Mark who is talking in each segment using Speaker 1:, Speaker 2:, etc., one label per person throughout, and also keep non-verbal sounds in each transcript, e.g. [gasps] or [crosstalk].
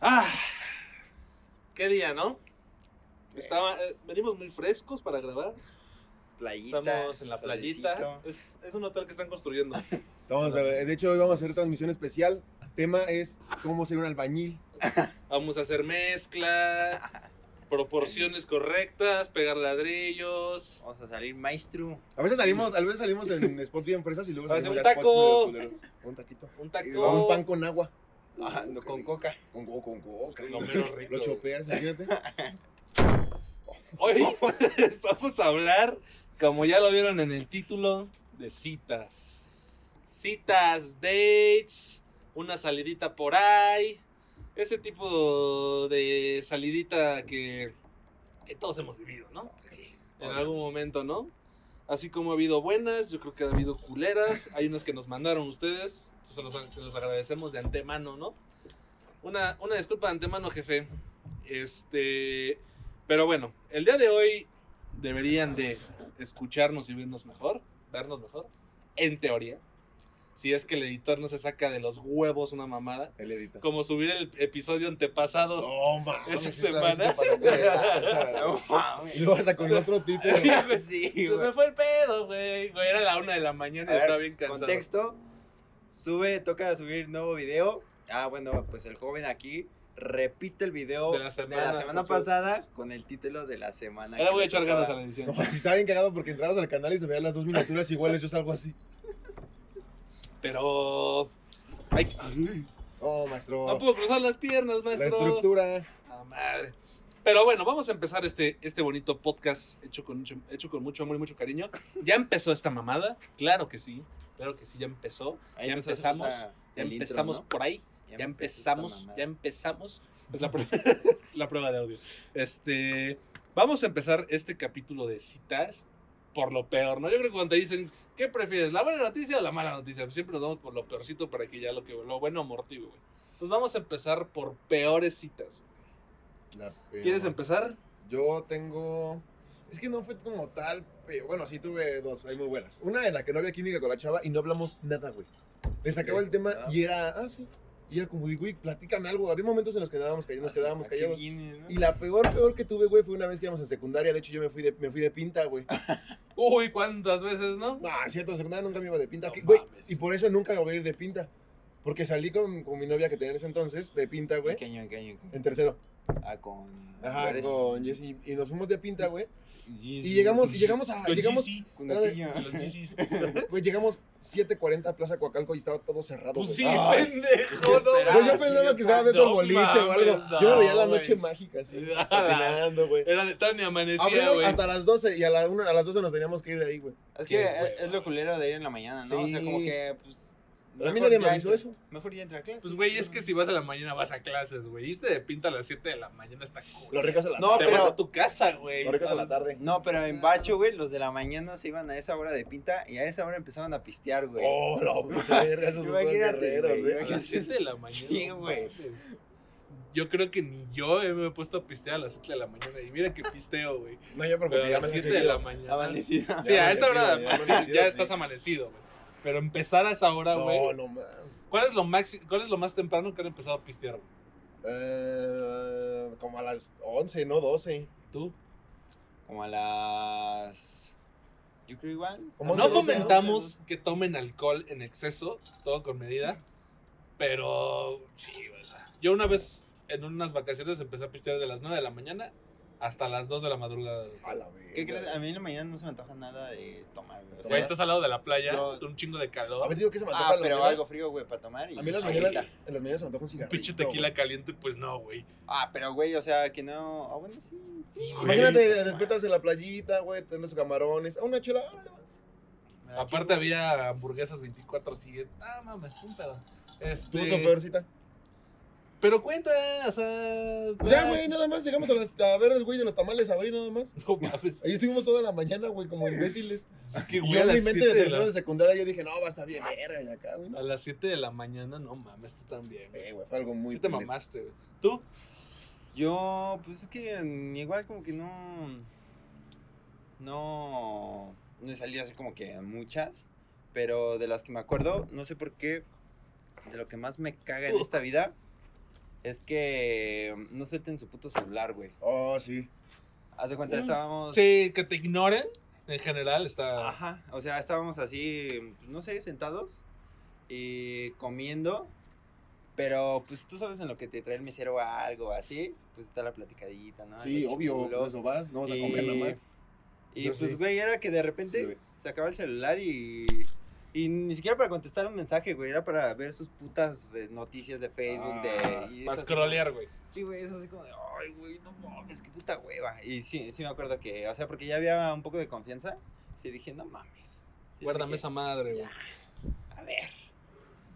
Speaker 1: Ah, qué día, ¿no? Estaba, eh, venimos muy frescos para grabar.
Speaker 2: Playita.
Speaker 1: Estamos en la playita.
Speaker 2: solecito.
Speaker 1: Es, es un hotel que están construyendo.
Speaker 3: Vamos a ver, De hecho, hoy vamos a hacer transmisión especial. Tema es cómo ser un albañil.
Speaker 1: Vamos a hacer
Speaker 2: [laughs]
Speaker 1: mezcla, proporciones correctas, pegar ladrillos.
Speaker 2: [laughs] Vamos a salir maestro.
Speaker 3: A veces salimos, a veces salimos en
Speaker 1: [laughs]
Speaker 3: spots bien fresas y luego
Speaker 1: Hace
Speaker 3: salimos
Speaker 1: un
Speaker 3: ya
Speaker 1: taco.
Speaker 3: spots medio culeros. Un taquito.
Speaker 1: Un
Speaker 3: O un
Speaker 1: taco.
Speaker 3: pan con agua.
Speaker 2: Ah, no, con [laughs] coca.
Speaker 3: Con coca, con coca.
Speaker 1: Lo menos rico.
Speaker 3: Lo
Speaker 1: [laughs]
Speaker 3: chopeas, imagínate.
Speaker 1: Hoy [laughs] vamos a hablar, como ya lo vieron en el título, de citas. Citas, dates, una salidita por ahí. Ese tipo de salidita que, que todos hemos vivido, ¿no? En algún momento, ¿no? Así como ha habido buenas, yo creo que ha habido culeras. Hay unas que nos mandaron ustedes. Se los, se los agradecemos de antemano, ¿no? Una, una disculpa de antemano, jefe. Este. Pero bueno, el día de hoy deberían de escucharnos y vernos mejor, vernos mejor, en teoría. Si es que el editor no se saca de los huevos una mamada,
Speaker 3: El edita.
Speaker 1: como subir el episodio antepasado.
Speaker 3: No, mames.
Speaker 1: Esa
Speaker 3: esa vez
Speaker 1: semana.
Speaker 3: no para nada, o sea, Y luego hasta con otro título.
Speaker 2: sí,
Speaker 1: [laughs] Se
Speaker 2: güey.
Speaker 1: me fue el pedo, güey. Güey, Era la una de la mañana y
Speaker 2: A ver,
Speaker 1: estaba bien cansado.
Speaker 2: Contexto. Sube, toca subir nuevo video. Ah, bueno, pues el joven aquí repite el video
Speaker 1: De la semana pasada.
Speaker 2: pasada con el título de la semana.
Speaker 1: Ahora
Speaker 2: que
Speaker 1: voy a
Speaker 2: le
Speaker 1: echar
Speaker 2: tocaba.
Speaker 1: ganas a la edición.
Speaker 3: No, estaba bien cagado porque entrabas al canal y se veían las dos miniaturas iguales. Yo salgo así.
Speaker 1: Pero. Ay,
Speaker 3: Oh, maestro.
Speaker 1: no puedo cruzar las piernas,
Speaker 3: la
Speaker 1: maestro.
Speaker 3: estructura.
Speaker 1: Ah, madre. Pero bueno, vamos a empezar este, este bonito podcast hecho con, mucho, hecho con mucho amor y mucho cariño. ¿Ya empezó esta mamada? Claro que sí. Claro que sí, ya empezó.
Speaker 2: Ahí
Speaker 1: Ya
Speaker 2: nos hace
Speaker 1: empezamos,
Speaker 2: falta
Speaker 1: Ya
Speaker 2: el intro,
Speaker 1: empezamos
Speaker 2: ¿no?
Speaker 1: por ahí. Ya,
Speaker 2: empezó esta
Speaker 1: empezamos.
Speaker 2: mamada.
Speaker 1: Ya empezamos. Es la prueba, [laughs] es la prueba de audio. Este, vamos a empezar este capítulo de citas por lo peor, ¿no? Yo creo que cuando te dicen, ¿qué prefieres? ¿La buena noticia o la mala noticia? Siempre nos vamos por lo peorcito para que ya lo, que, lo bueno amortigue, güey. Entonces vamos a empezar por peores citas.
Speaker 3: La peor.
Speaker 1: ¿Quieres empezar?
Speaker 3: Yo tengo. Es que no fue como tal, pero bueno, sí tuve dos, hay muy buenas. Una en la que no había química con la chava y no hablamos nada, güey. Le sacaba
Speaker 2: Ok,
Speaker 3: el tema
Speaker 2: nada.
Speaker 3: y era, ah, sí. Y era como, de, güey, platícame algo. Había momentos en los que quedábamos callados, nos quedábamos
Speaker 2: Aquí
Speaker 3: callados.
Speaker 2: viene, ¿no?
Speaker 3: Y la peor, peor que tuve, güey, fue una vez que íbamos en secundaria. De hecho, yo me fui de, me fui de pinta, güey.
Speaker 1: Ah. Uy, ¿cuántas veces, no?
Speaker 3: No, es cierto, en secundaria nunca me iba de pinta.
Speaker 1: No
Speaker 3: que- güey,
Speaker 1: mames.
Speaker 3: y por eso nunca voy a ir de pinta. Porque salí con, con mi novia que tenía en ese entonces, de pinta, güey,
Speaker 2: ¿En qué año, en qué año, en qué
Speaker 3: en
Speaker 2: año?
Speaker 3: tercero.
Speaker 2: Ah, con.
Speaker 3: Ajá,
Speaker 2: Flores.
Speaker 3: con Jessy. Y nos fuimos de pinta, güey.
Speaker 2: Yeezy.
Speaker 3: Y llegamos, y llegamos a.
Speaker 1: Con
Speaker 3: Llegamos,
Speaker 1: GC,
Speaker 2: Con
Speaker 3: espérame,
Speaker 2: aquello.
Speaker 1: con los
Speaker 3: [laughs]
Speaker 1: GCs.
Speaker 3: Güey, llegamos 7.40 a Plaza Coacalco y estaba todo cerrado.
Speaker 1: Pues
Speaker 3: güey.
Speaker 1: sí,
Speaker 3: Ah,
Speaker 1: pendejo, no.
Speaker 2: esperaba,
Speaker 3: güey, yo
Speaker 2: sí,
Speaker 3: pensaba
Speaker 2: yo
Speaker 3: que estaba viendo el
Speaker 1: no
Speaker 3: boliche o algo.
Speaker 1: mames, no,
Speaker 3: yo me veía la
Speaker 1: güey.
Speaker 3: noche mágica, así,
Speaker 1: Ah, la-
Speaker 3: patinando, güey.
Speaker 1: Era de tan ni amanecía,
Speaker 3: Abrieron
Speaker 1: güey.
Speaker 3: hasta las 12 y a, la una- a las 12 nos teníamos que ir de ahí, güey.
Speaker 2: Es
Speaker 1: Qué
Speaker 2: que
Speaker 1: hueva.
Speaker 2: es, es lo culero de ir en la mañana, ¿no? O sea,
Speaker 3: Sí.
Speaker 2: como que, pues.
Speaker 3: A mí
Speaker 2: mejor
Speaker 3: nadie me
Speaker 2: ya
Speaker 3: avisó
Speaker 2: entra-
Speaker 3: eso.
Speaker 2: Mejor ya entra a clase.
Speaker 1: Pues, güey, es que si vas a la mañana vas a clases, güey. Irte de pinta a las 7 de la mañana está cool.
Speaker 3: Lo rico es a la
Speaker 2: No,
Speaker 3: tarde.
Speaker 1: Te
Speaker 2: pero-
Speaker 1: vas a tu casa, güey.
Speaker 3: Lo rico es a la tarde.
Speaker 2: No, pero en Bacho, güey, los de la mañana se iban a esa hora de pinta y a esa hora empezaban a pistear, güey.
Speaker 3: Oh, la verga, esos son
Speaker 2: Imagínate,
Speaker 3: guerreros,
Speaker 2: güey,
Speaker 3: eh.
Speaker 1: A las 7 de la mañana.
Speaker 2: Sí,
Speaker 1: no
Speaker 2: güey.
Speaker 1: mames. Yo creo que ni yo eh, me he puesto a pistear a las 7 de la mañana. Y mira que pisteo, güey.
Speaker 3: No, yo porque
Speaker 1: Pero a
Speaker 3: ya
Speaker 1: las
Speaker 3: me
Speaker 1: 7
Speaker 3: seguí.
Speaker 1: de la mañana.
Speaker 2: Amanecida.
Speaker 1: Sí, a esa hora
Speaker 3: Ya amanecido,
Speaker 1: sí,
Speaker 3: ya
Speaker 1: ya,
Speaker 3: amanecido,
Speaker 1: estás
Speaker 3: sí.
Speaker 1: amanecido, güey. Pero empezar a esa hora, güey.
Speaker 3: No, no, man.
Speaker 1: ¿Cuál es lo maxi cuál es lo más temprano que han empezado a pistear? güey?
Speaker 3: Eh, como a las 11, no 12.
Speaker 1: ¿Tú?
Speaker 2: Como a las. Yo creo igual.
Speaker 3: Como
Speaker 1: Pues No
Speaker 3: once, doce,
Speaker 1: fomentamos que tomen alcohol en exceso, todo con medida, pero sí, o sea, yo una vez en unas vacaciones empecé a pistear de las 9 de la mañana hasta las 2 de la madrugada. güey.
Speaker 3: A la verga.
Speaker 2: ¿Qué crees? A mí en la mañana no se me antoja nada de tomar, güey. O sea,
Speaker 1: Güey, estás al lado de la playa,
Speaker 2: Yo-
Speaker 1: un chingo de
Speaker 3: A mí
Speaker 1: calor,
Speaker 3: te digo que se me antoja
Speaker 2: Ah,
Speaker 3: en la
Speaker 2: pero
Speaker 3: mañana.
Speaker 2: algo frío, güey, para tomar. Y pues,
Speaker 3: A mí en las
Speaker 2: solita.
Speaker 3: mañanas, en las mañanas se me antoja un
Speaker 1: un
Speaker 3: cigarrito.
Speaker 1: pinche tequila caliente, pues no, güey.
Speaker 2: Ah, pero, güey, o sea, que no. Ah, bueno, sí.
Speaker 1: Pues,
Speaker 2: sí.
Speaker 1: güey,
Speaker 3: Imagínate, eh, despiertas en la playita, güey, tener tus camarones, a una chela. ah, órale, va.
Speaker 2: Me la
Speaker 1: Aparte había hamburguesas 24/7. Ah, mames, un pedo.
Speaker 3: ¿Tú
Speaker 1: Este,
Speaker 3: tu peor cita?
Speaker 1: pero cuenta, o sea,
Speaker 3: Pues ya, güey, nada más, llegamos a, las, a ver el güey de los tamales a abrir nada más.
Speaker 1: [laughs] No mames.
Speaker 3: Ahí estuvimos toda la mañana, güey, como imbéciles.
Speaker 1: Es que,
Speaker 3: Y
Speaker 1: güey,
Speaker 3: yo
Speaker 1: a
Speaker 3: en
Speaker 1: las
Speaker 3: mi mente
Speaker 1: 7
Speaker 3: de
Speaker 1: de
Speaker 3: tercero
Speaker 1: la
Speaker 3: de secundaria yo dije, no, va a estar bien verga y acá, güey. ¿no?
Speaker 1: A las 7 de la mañana, no mames, tú también. güey.
Speaker 3: Eh, güey, fue algo muy...
Speaker 1: Sí te
Speaker 3: pendejo.
Speaker 1: mamaste, güey. ¿Tú?
Speaker 2: Yo, pues es que mm, igual como que no. No. No he salido así como que a muchas. Pero de las que me acuerdo, no sé por qué. De lo que más me caga en esta vida es que mm, no suelten su puto celular, güey.
Speaker 3: Oh, sí.
Speaker 2: Haz de cuenta,
Speaker 1: Mm,
Speaker 2: estábamos.
Speaker 1: Sí, que te ignoren en general está.
Speaker 2: Ajá, o sea, estábamos así, pues, no sé, sentados y comiendo, pero pues tú sabes en lo que te trae el mesero algo así, pues está la platicadita,
Speaker 1: Ah,
Speaker 2: ¿no?
Speaker 3: sí,
Speaker 2: Algo
Speaker 3: obvio.
Speaker 2: chiculo.
Speaker 3: Por eso vas, no vas a comer nada
Speaker 2: Y-
Speaker 3: más.
Speaker 2: Y
Speaker 3: Yo
Speaker 2: pues,
Speaker 3: sí.
Speaker 2: güey, era que de repente
Speaker 3: Sí, güey.
Speaker 2: sacaba el celular y, y ni siquiera para contestar un mensaje, güey, era para ver sus putas eh, noticias de Facebook,
Speaker 3: Ah,
Speaker 2: de... y es
Speaker 1: Para
Speaker 2: así
Speaker 1: scrollear, güey.
Speaker 2: Sí, güey, es así como de, ay, güey, no mames, qué puta hueva. Y sí, sí me acuerdo que, o sea, porque ya había un poco de confianza, sí dije, no mames. Sí
Speaker 1: Guárdame
Speaker 2: dije,
Speaker 1: esa madre, güey.
Speaker 2: ya, A ver.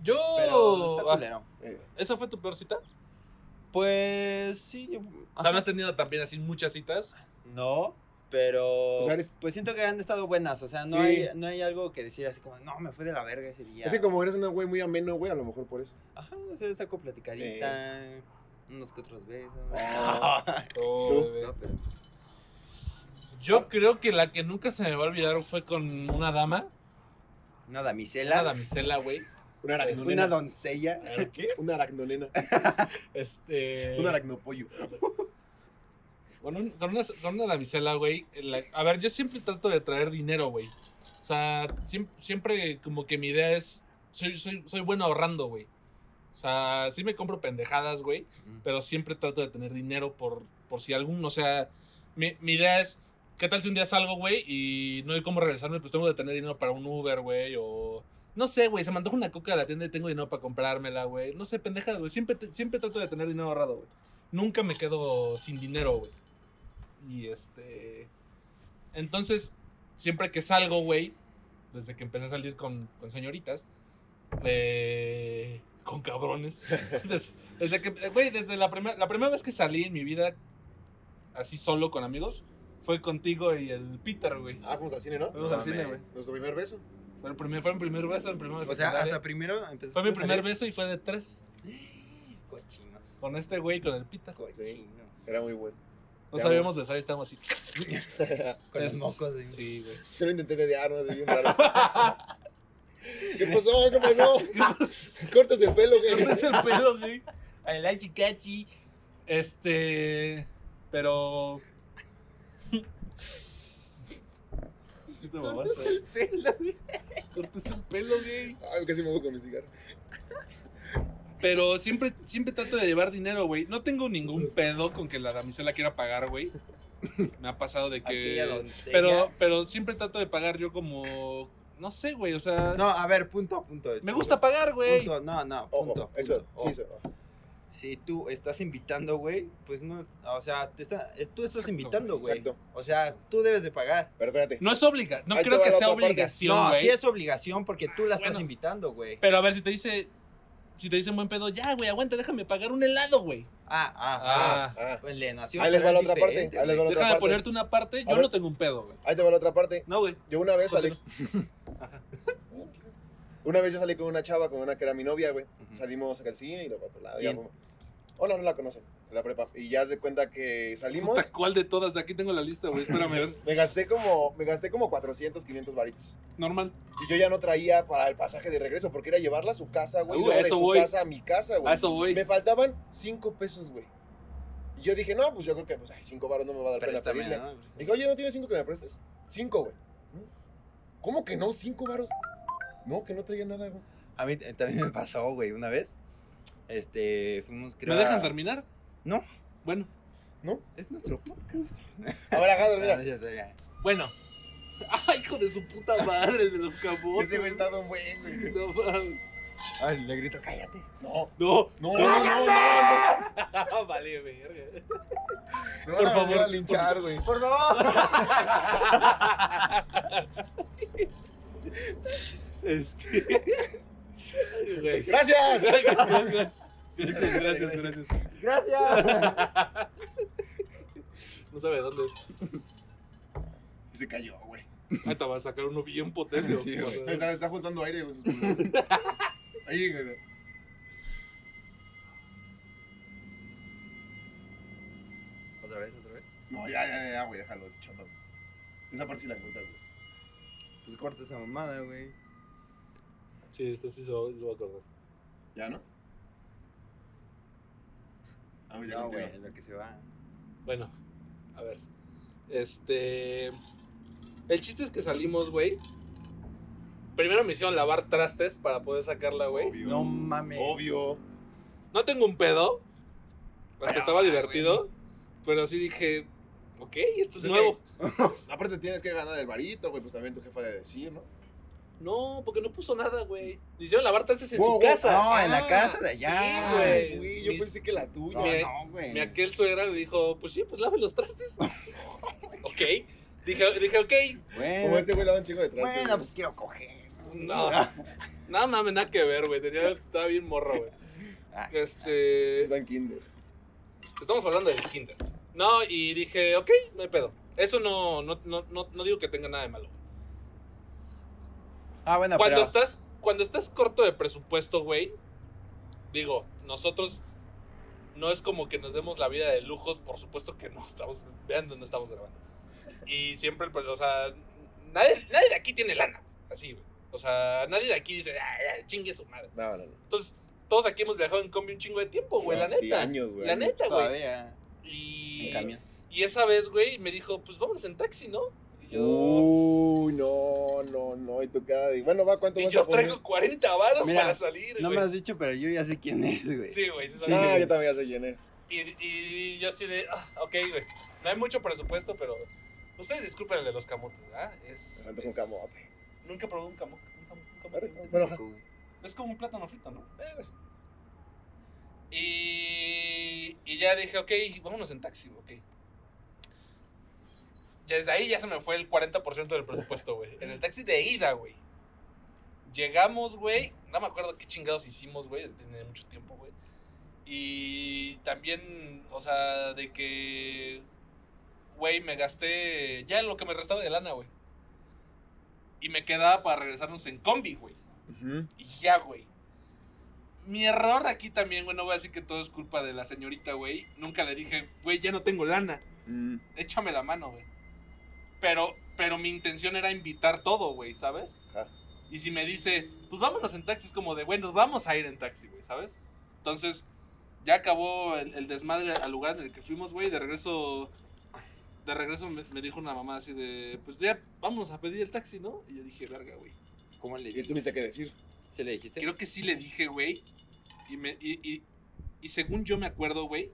Speaker 1: Yo.
Speaker 2: Pero está
Speaker 1: ah,
Speaker 2: culero.
Speaker 3: Eh,
Speaker 1: ¿Esa fue tu peor cita? O
Speaker 2: Pues sí, yo.
Speaker 1: sea,
Speaker 2: ajá.
Speaker 1: no has tenido también así muchas citas.
Speaker 2: No, pero.
Speaker 3: O sea, eres-
Speaker 2: Pues siento que han estado buenas. O sea, no,
Speaker 3: Sí.
Speaker 2: hay, no hay algo que decir así como, no, me fue de la verga ese día.
Speaker 3: Es que como eres una güey muy ameno, güey, a lo mejor por eso.
Speaker 2: Ajá, o sea, saco platicadita. Unos que otros besos.
Speaker 3: Ah.
Speaker 1: Oh,
Speaker 3: Tú,
Speaker 1: bebé.
Speaker 2: No, pero-
Speaker 1: Yo creo que la que nunca se me va a olvidar fue con una dama,
Speaker 2: Una
Speaker 1: una
Speaker 2: damisela.
Speaker 1: damisela,
Speaker 2: [laughs]
Speaker 1: güey.
Speaker 3: Una
Speaker 2: Una
Speaker 3: aracnonena.
Speaker 2: doncella.
Speaker 1: ¿Qué?
Speaker 3: Una aracnonena.
Speaker 1: Este.
Speaker 3: Un aracnopollo.
Speaker 1: Con, un- con una, con una damisela, güey. en la- a ver, yo siempre trato de traer dinero, güey. O sea, siem- siempre, como que mi idea es. Soy, soy, soy bueno ahorrando, güey. O sea, sí me compro pendejadas, güey. Pero siempre trato de tener dinero por, por si algún. O sea, mi, mi idea es. ¿Qué tal si un día salgo, güey, y no hay cómo regresarme? Pues tengo que tener dinero para un Uber, güey, o... No sé, güey, se me antoja una coca de la tienda y tengo dinero para comprármela, güey. No sé, pendejadas, güey. Siempre, te- siempre trato de tener dinero ahorrado, güey. Nunca me quedo sin dinero, güey. Y este... Entonces, siempre que salgo, güey, desde que empecé a salir con, con señoritas, eh, con cabrones. [laughs] Desde, desde que, güey, desde la, primera la primera vez que salí en mi vida así solo con amigos, fue contigo y el Peter, güey.
Speaker 3: Ah, fuimos al cine, ¿no?
Speaker 1: Fuimos
Speaker 2: no
Speaker 1: al cine,
Speaker 2: mames.
Speaker 1: güey.
Speaker 3: Nuestro primer beso.
Speaker 1: Fue, el primer, fue mi primer beso, mi primer beso
Speaker 2: O sea,
Speaker 1: secundaria.
Speaker 2: hasta primero empezó.
Speaker 1: Fue mi primer beso y fue de tres.
Speaker 2: [gasps] Cochinos.
Speaker 1: Con este güey, y con el Peter.
Speaker 2: Cochinos.
Speaker 3: Era muy bueno.
Speaker 1: No
Speaker 3: Ya,
Speaker 1: sabíamos besar y estábamos así. [laughs]
Speaker 2: Con los
Speaker 1: Es-
Speaker 2: mocos de
Speaker 1: Sí,
Speaker 2: [laughs]
Speaker 1: güey.
Speaker 3: Yo lo intenté dedear, no sé bien raro. [laughs] ¿Qué pasó? ¿Qué pasó?
Speaker 2: [laughs]
Speaker 3: Cortas el pelo, güey.
Speaker 1: ¿Dónde es el pelo, güey? El achicachi. Este. Pero.
Speaker 3: ¿Qué te mamaste?
Speaker 1: Cortes el pelo, güey.
Speaker 3: Ay, casi me voy con mi cigarro.
Speaker 1: Pero siempre, siempre trato de llevar dinero, güey. No tengo ningún pedo con que la damisela quiera pagar, güey. Me ha pasado
Speaker 2: [laughs]
Speaker 1: de
Speaker 2: Aquella
Speaker 1: que.
Speaker 2: doncella.
Speaker 1: Pero, pero siempre trato de pagar yo como. No sé, güey. O sea.
Speaker 2: No, a ver, punto, punto.
Speaker 1: me gusta pagar, güey.
Speaker 2: Punto, no, no,
Speaker 3: Ojo,
Speaker 2: punto.
Speaker 3: eso,
Speaker 2: punto.
Speaker 3: sí, eso.
Speaker 2: Si tú estás invitando, güey, pues no, o sea, te está, eh, tú estás
Speaker 1: Exacto,
Speaker 2: invitando, güey.
Speaker 3: Exacto.
Speaker 2: O sea, tú debes de pagar.
Speaker 3: Pero espérate.
Speaker 1: No es obliga. No
Speaker 3: Ahí te
Speaker 1: creo
Speaker 3: va
Speaker 1: que
Speaker 3: la
Speaker 1: sea
Speaker 3: otra parte.
Speaker 1: obligación,
Speaker 2: No,
Speaker 1: güey.
Speaker 2: sí es obligación porque tú la estás
Speaker 1: bueno.
Speaker 2: invitando, güey.
Speaker 1: Pero a ver, si te dice. Si te dicen buen pedo, ya, güey, aguanta, déjame pagar un helado, güey.
Speaker 2: Ah, ah, ah.
Speaker 1: Ah.
Speaker 3: Ah,
Speaker 2: Pues le nació.
Speaker 3: ahí les va
Speaker 2: pero
Speaker 3: la
Speaker 2: es
Speaker 3: otra parte.
Speaker 2: diferente,
Speaker 3: Ahí
Speaker 2: güey.
Speaker 3: les va la otra
Speaker 1: Déjame
Speaker 3: parte.
Speaker 1: ponerte una parte, yo
Speaker 3: A ver.
Speaker 1: no tengo un pedo, güey.
Speaker 3: Ahí te va la otra parte.
Speaker 1: No, güey.
Speaker 3: Yo una vez salí.
Speaker 2: Ajá.
Speaker 3: Una vez yo salí con una chava, con una que era mi novia, güey.
Speaker 2: Ujú.
Speaker 3: Salimos acá al cine y luego a otro lado.
Speaker 2: ¿Quién?
Speaker 3: ya fuimos. Hola, no la conocen. en La prepa. Y ya se cuenta que salimos.
Speaker 1: Puta, ¿cuál de todas? Aquí tengo la lista, güey. Espérame, a ver.
Speaker 3: Me gasté como, me gasté como 400, 500 varitos.
Speaker 1: Normal.
Speaker 3: Y yo ya no traía para el pasaje de regreso porque era llevarla a su casa, güey.
Speaker 1: Uh,
Speaker 3: y luego
Speaker 1: a
Speaker 3: de
Speaker 1: eso
Speaker 3: su
Speaker 1: voy.
Speaker 3: casa a mi casa, güey.
Speaker 1: A eso voy.
Speaker 3: Me faltaban 5 pesos, güey. Y yo dije, no, pues yo creo que, pues, ay, 5 baros no me va a dar pena
Speaker 2: Préstame,
Speaker 3: pedirle.
Speaker 2: ¿no?
Speaker 3: Dije, oye, ¿no tienes 5 que me prestes? 5, güey. ¿Cómo que no? 5 baros. No, que no traía nada, güey.
Speaker 2: A mí eh, también me pasó, güey, una vez. Este, fuimos, creo.
Speaker 1: ¿Me
Speaker 2: a-
Speaker 1: dejan terminar?
Speaker 2: No.
Speaker 1: Bueno,
Speaker 3: ¿No?
Speaker 2: Es nuestro
Speaker 3: [laughs]
Speaker 2: podcast.
Speaker 3: A ver, Alejandro,
Speaker 2: Ah,
Speaker 3: mira.
Speaker 2: ya está, ya.
Speaker 1: bueno. [laughs] ¡Ay, hijo de su puta madre, el de los cabos!
Speaker 3: Ese güey está don buen, güey.
Speaker 1: No, mames.
Speaker 2: Ay, le grito, cállate.
Speaker 3: No,
Speaker 1: no.
Speaker 3: no, no, no, no. no.
Speaker 1: [laughs] Ah, vale, verga.
Speaker 3: Me
Speaker 1: Por
Speaker 3: van a venir
Speaker 1: favor.
Speaker 3: a linchar, güey.
Speaker 2: Por favor.
Speaker 1: Este.
Speaker 3: [laughs]
Speaker 1: Ay, güey.
Speaker 3: ¡Gracias!
Speaker 1: Gracias, gracias, gracias, gracias.
Speaker 2: Gracias.
Speaker 1: No sabe dónde es.
Speaker 3: Y se cayó, güey.
Speaker 1: Ahorita va a sacar uno bien potente.
Speaker 2: Sí, güey.
Speaker 3: Está, está juntando
Speaker 1: [laughs]
Speaker 3: aire, güey. sus pulmones. Ahí, güey.
Speaker 2: Otra vez, otra vez.
Speaker 3: No, ya, ya, ya, güey, déjalo, es chamba, güey. Esa parte sí la cuentas, güey.
Speaker 2: Pues corta esa mamada, güey.
Speaker 1: este Sí, esto sí se lo, se lo voy a acordar.
Speaker 3: ¿Ya no? Ah, mira,
Speaker 2: No,
Speaker 3: continúa.
Speaker 2: güey, es lo que se va.
Speaker 1: Bueno, a ver. Este. El chiste es que salimos, güey. Primero me hicieron lavar trastes para poder sacarla, güey.
Speaker 3: Obvio.
Speaker 2: No mames.
Speaker 3: Obvio.
Speaker 1: No tengo un pedo. Hasta
Speaker 2: Pero,
Speaker 1: estaba
Speaker 2: ah,
Speaker 1: divertido. Pero sí dije, ok, esto es
Speaker 3: Ok.
Speaker 1: nuevo.
Speaker 3: Aparte tienes que ganar el varito, güey, pues también tu jefa de decir, ¿no?
Speaker 1: No, porque no puso nada, güey. Me hicieron lavar trastes en
Speaker 3: Wow,
Speaker 1: su
Speaker 3: wow,
Speaker 1: casa.
Speaker 2: No, en
Speaker 3: Ah,
Speaker 2: la casa de allá.
Speaker 1: sí, güey.
Speaker 3: Ay, güey, yo
Speaker 1: mis-
Speaker 3: pensé que la tuya.
Speaker 2: No,
Speaker 1: Mi-
Speaker 2: no, güey.
Speaker 1: Mi aquel suegra me dijo, pues sí, pues lave los trastes.
Speaker 3: [laughs]
Speaker 1: ok. Dije, dije, ok.
Speaker 3: Como
Speaker 2: Bueno,
Speaker 3: este güey lava un chingo de trastes.
Speaker 2: bueno, pues quiero coger. [laughs]
Speaker 3: [laughs]
Speaker 2: Ah.
Speaker 1: No. No mames, nada que ver, güey. Tenía, estaba bien morro, güey.
Speaker 2: Ah.
Speaker 1: Este.
Speaker 3: Era en kinder.
Speaker 1: Estamos hablando del kinder. No, y dije, ok, no hay pedo. Eso no, no, no, no, no digo que tenga nada de malo.
Speaker 2: Ah, bueno,
Speaker 1: cuando
Speaker 2: pero.
Speaker 1: estás. Cuando estás corto de presupuesto, güey. Digo, nosotros. No es como que nos demos la vida de lujos, por supuesto que no. [laughs] Estamos, vean dónde estamos grabando. Y siempre, pues, o sea, nadie, nadie de aquí tiene lana. Así, güey. O sea, nadie de aquí dice, ah, ya, chingue su madre.
Speaker 3: No, no, no.
Speaker 1: Entonces, todos aquí hemos viajado en combi un chingo de tiempo, güey, la
Speaker 3: No, sí,
Speaker 1: neta.
Speaker 3: años, güey,
Speaker 1: la
Speaker 3: años.
Speaker 1: neta, güey.
Speaker 2: Todavía.
Speaker 1: Y,
Speaker 2: En camión.
Speaker 1: y esa vez, güey, me dijo, pues vámonos en taxi, ¿no? Y yo,
Speaker 3: Uh, Uy, no, no, no. Y tu cara de. Bueno, va, ¿cuánto
Speaker 1: y
Speaker 3: vas
Speaker 1: yo
Speaker 3: a poner?
Speaker 1: traigo 40 varos
Speaker 2: Mira,
Speaker 1: para salir,
Speaker 2: No
Speaker 1: güey.
Speaker 2: me has dicho, pero yo ya sé quién es, güey.
Speaker 1: Sí, güey, sí, sabía.
Speaker 3: Ah, yo también ya sé quién es.
Speaker 1: Y, y yo así de, ah, ok, güey. No hay mucho presupuesto, pero. Ustedes disculpen el de los camotes, ¿verdad? Es.
Speaker 3: Antes un
Speaker 1: es-
Speaker 3: camote.
Speaker 1: Nunca probé un camote. Un camote, un camote, güey.
Speaker 3: Bueno, ajá.
Speaker 1: Es como un plátano frito, ¿no?
Speaker 3: Eh, pues,
Speaker 1: Y, y ya dije, ok, vámonos en taxi, ok. Ya desde ahí ya se me fue el 40% del presupuesto, güey. En el taxi de ida, güey. Llegamos, güey. No me acuerdo qué chingados hicimos, güey. Tiene mucho tiempo, güey. Y también, o sea, de que, güey, me gasté ya lo que me restaba de lana, güey. Y me quedaba para regresarnos en combi, güey.
Speaker 3: ujú.
Speaker 1: Y ya, güey. Mi error aquí también, güey, no voy a decir que todo es culpa de la señorita, güey. Nunca le dije, güey, ya no tengo lana.
Speaker 3: Mm.
Speaker 1: Échame la mano, güey. Pero, pero mi intención era invitar todo, güey, ¿sabes?
Speaker 3: Ajá.
Speaker 1: Y si me dice, pues vámonos en taxi, es como de, bueno, vamos a ir en taxi, güey, ¿sabes? Entonces, ya acabó el, el desmadre al lugar en el que fuimos, güey. De regreso, de regreso me, me dijo una mamá así de, pues ya, vamos a pedir el taxi, ¿no? Y yo dije, verga, güey.
Speaker 2: ¿Cómo le
Speaker 3: ¿Qué
Speaker 2: dijiste?
Speaker 3: tuviste que decir?
Speaker 2: ¿Se le dijiste?
Speaker 1: Creo que sí le dije, güey. Y, me- y, y- y según yo me acuerdo, güey,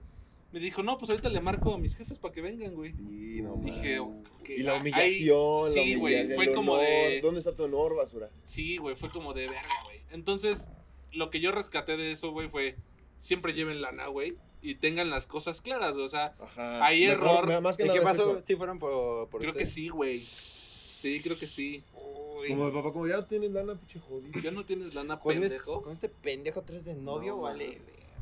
Speaker 1: me dijo, no, pues ahorita le marco a mis jefes para que vengan, güey.
Speaker 3: Y no
Speaker 1: Dije,
Speaker 3: mames.
Speaker 1: ok,
Speaker 3: Ah, Y la
Speaker 1: ahí-
Speaker 3: humillación, la
Speaker 1: sí, güey,
Speaker 3: humillación,
Speaker 1: fue
Speaker 3: el
Speaker 1: como
Speaker 3: honor.
Speaker 1: de-
Speaker 3: ¿Dónde está tu honor, basura?
Speaker 1: Sí, güey, fue como de verga, güey. Entonces, lo que yo rescaté de eso, güey, fue siempre lleven lana, güey, y tengan las cosas claras, güey. O sea,
Speaker 3: Ajá.
Speaker 1: Hay
Speaker 3: Mejor-
Speaker 1: error.
Speaker 3: nada Más que
Speaker 2: ¿Y
Speaker 3: nada
Speaker 2: qué
Speaker 3: es
Speaker 2: pasó?
Speaker 3: eso.
Speaker 2: Sí, fueron por. por
Speaker 1: creo que
Speaker 2: ustedes?
Speaker 1: sí, güey. Sí, creo que sí. Uy,
Speaker 3: Como el papá, como ya tienes lana, pinche jodido.
Speaker 1: ya no tienes lana,
Speaker 2: Con este,
Speaker 1: pendejo.
Speaker 2: con este pendejo tres de novio,
Speaker 1: No.
Speaker 2: vale.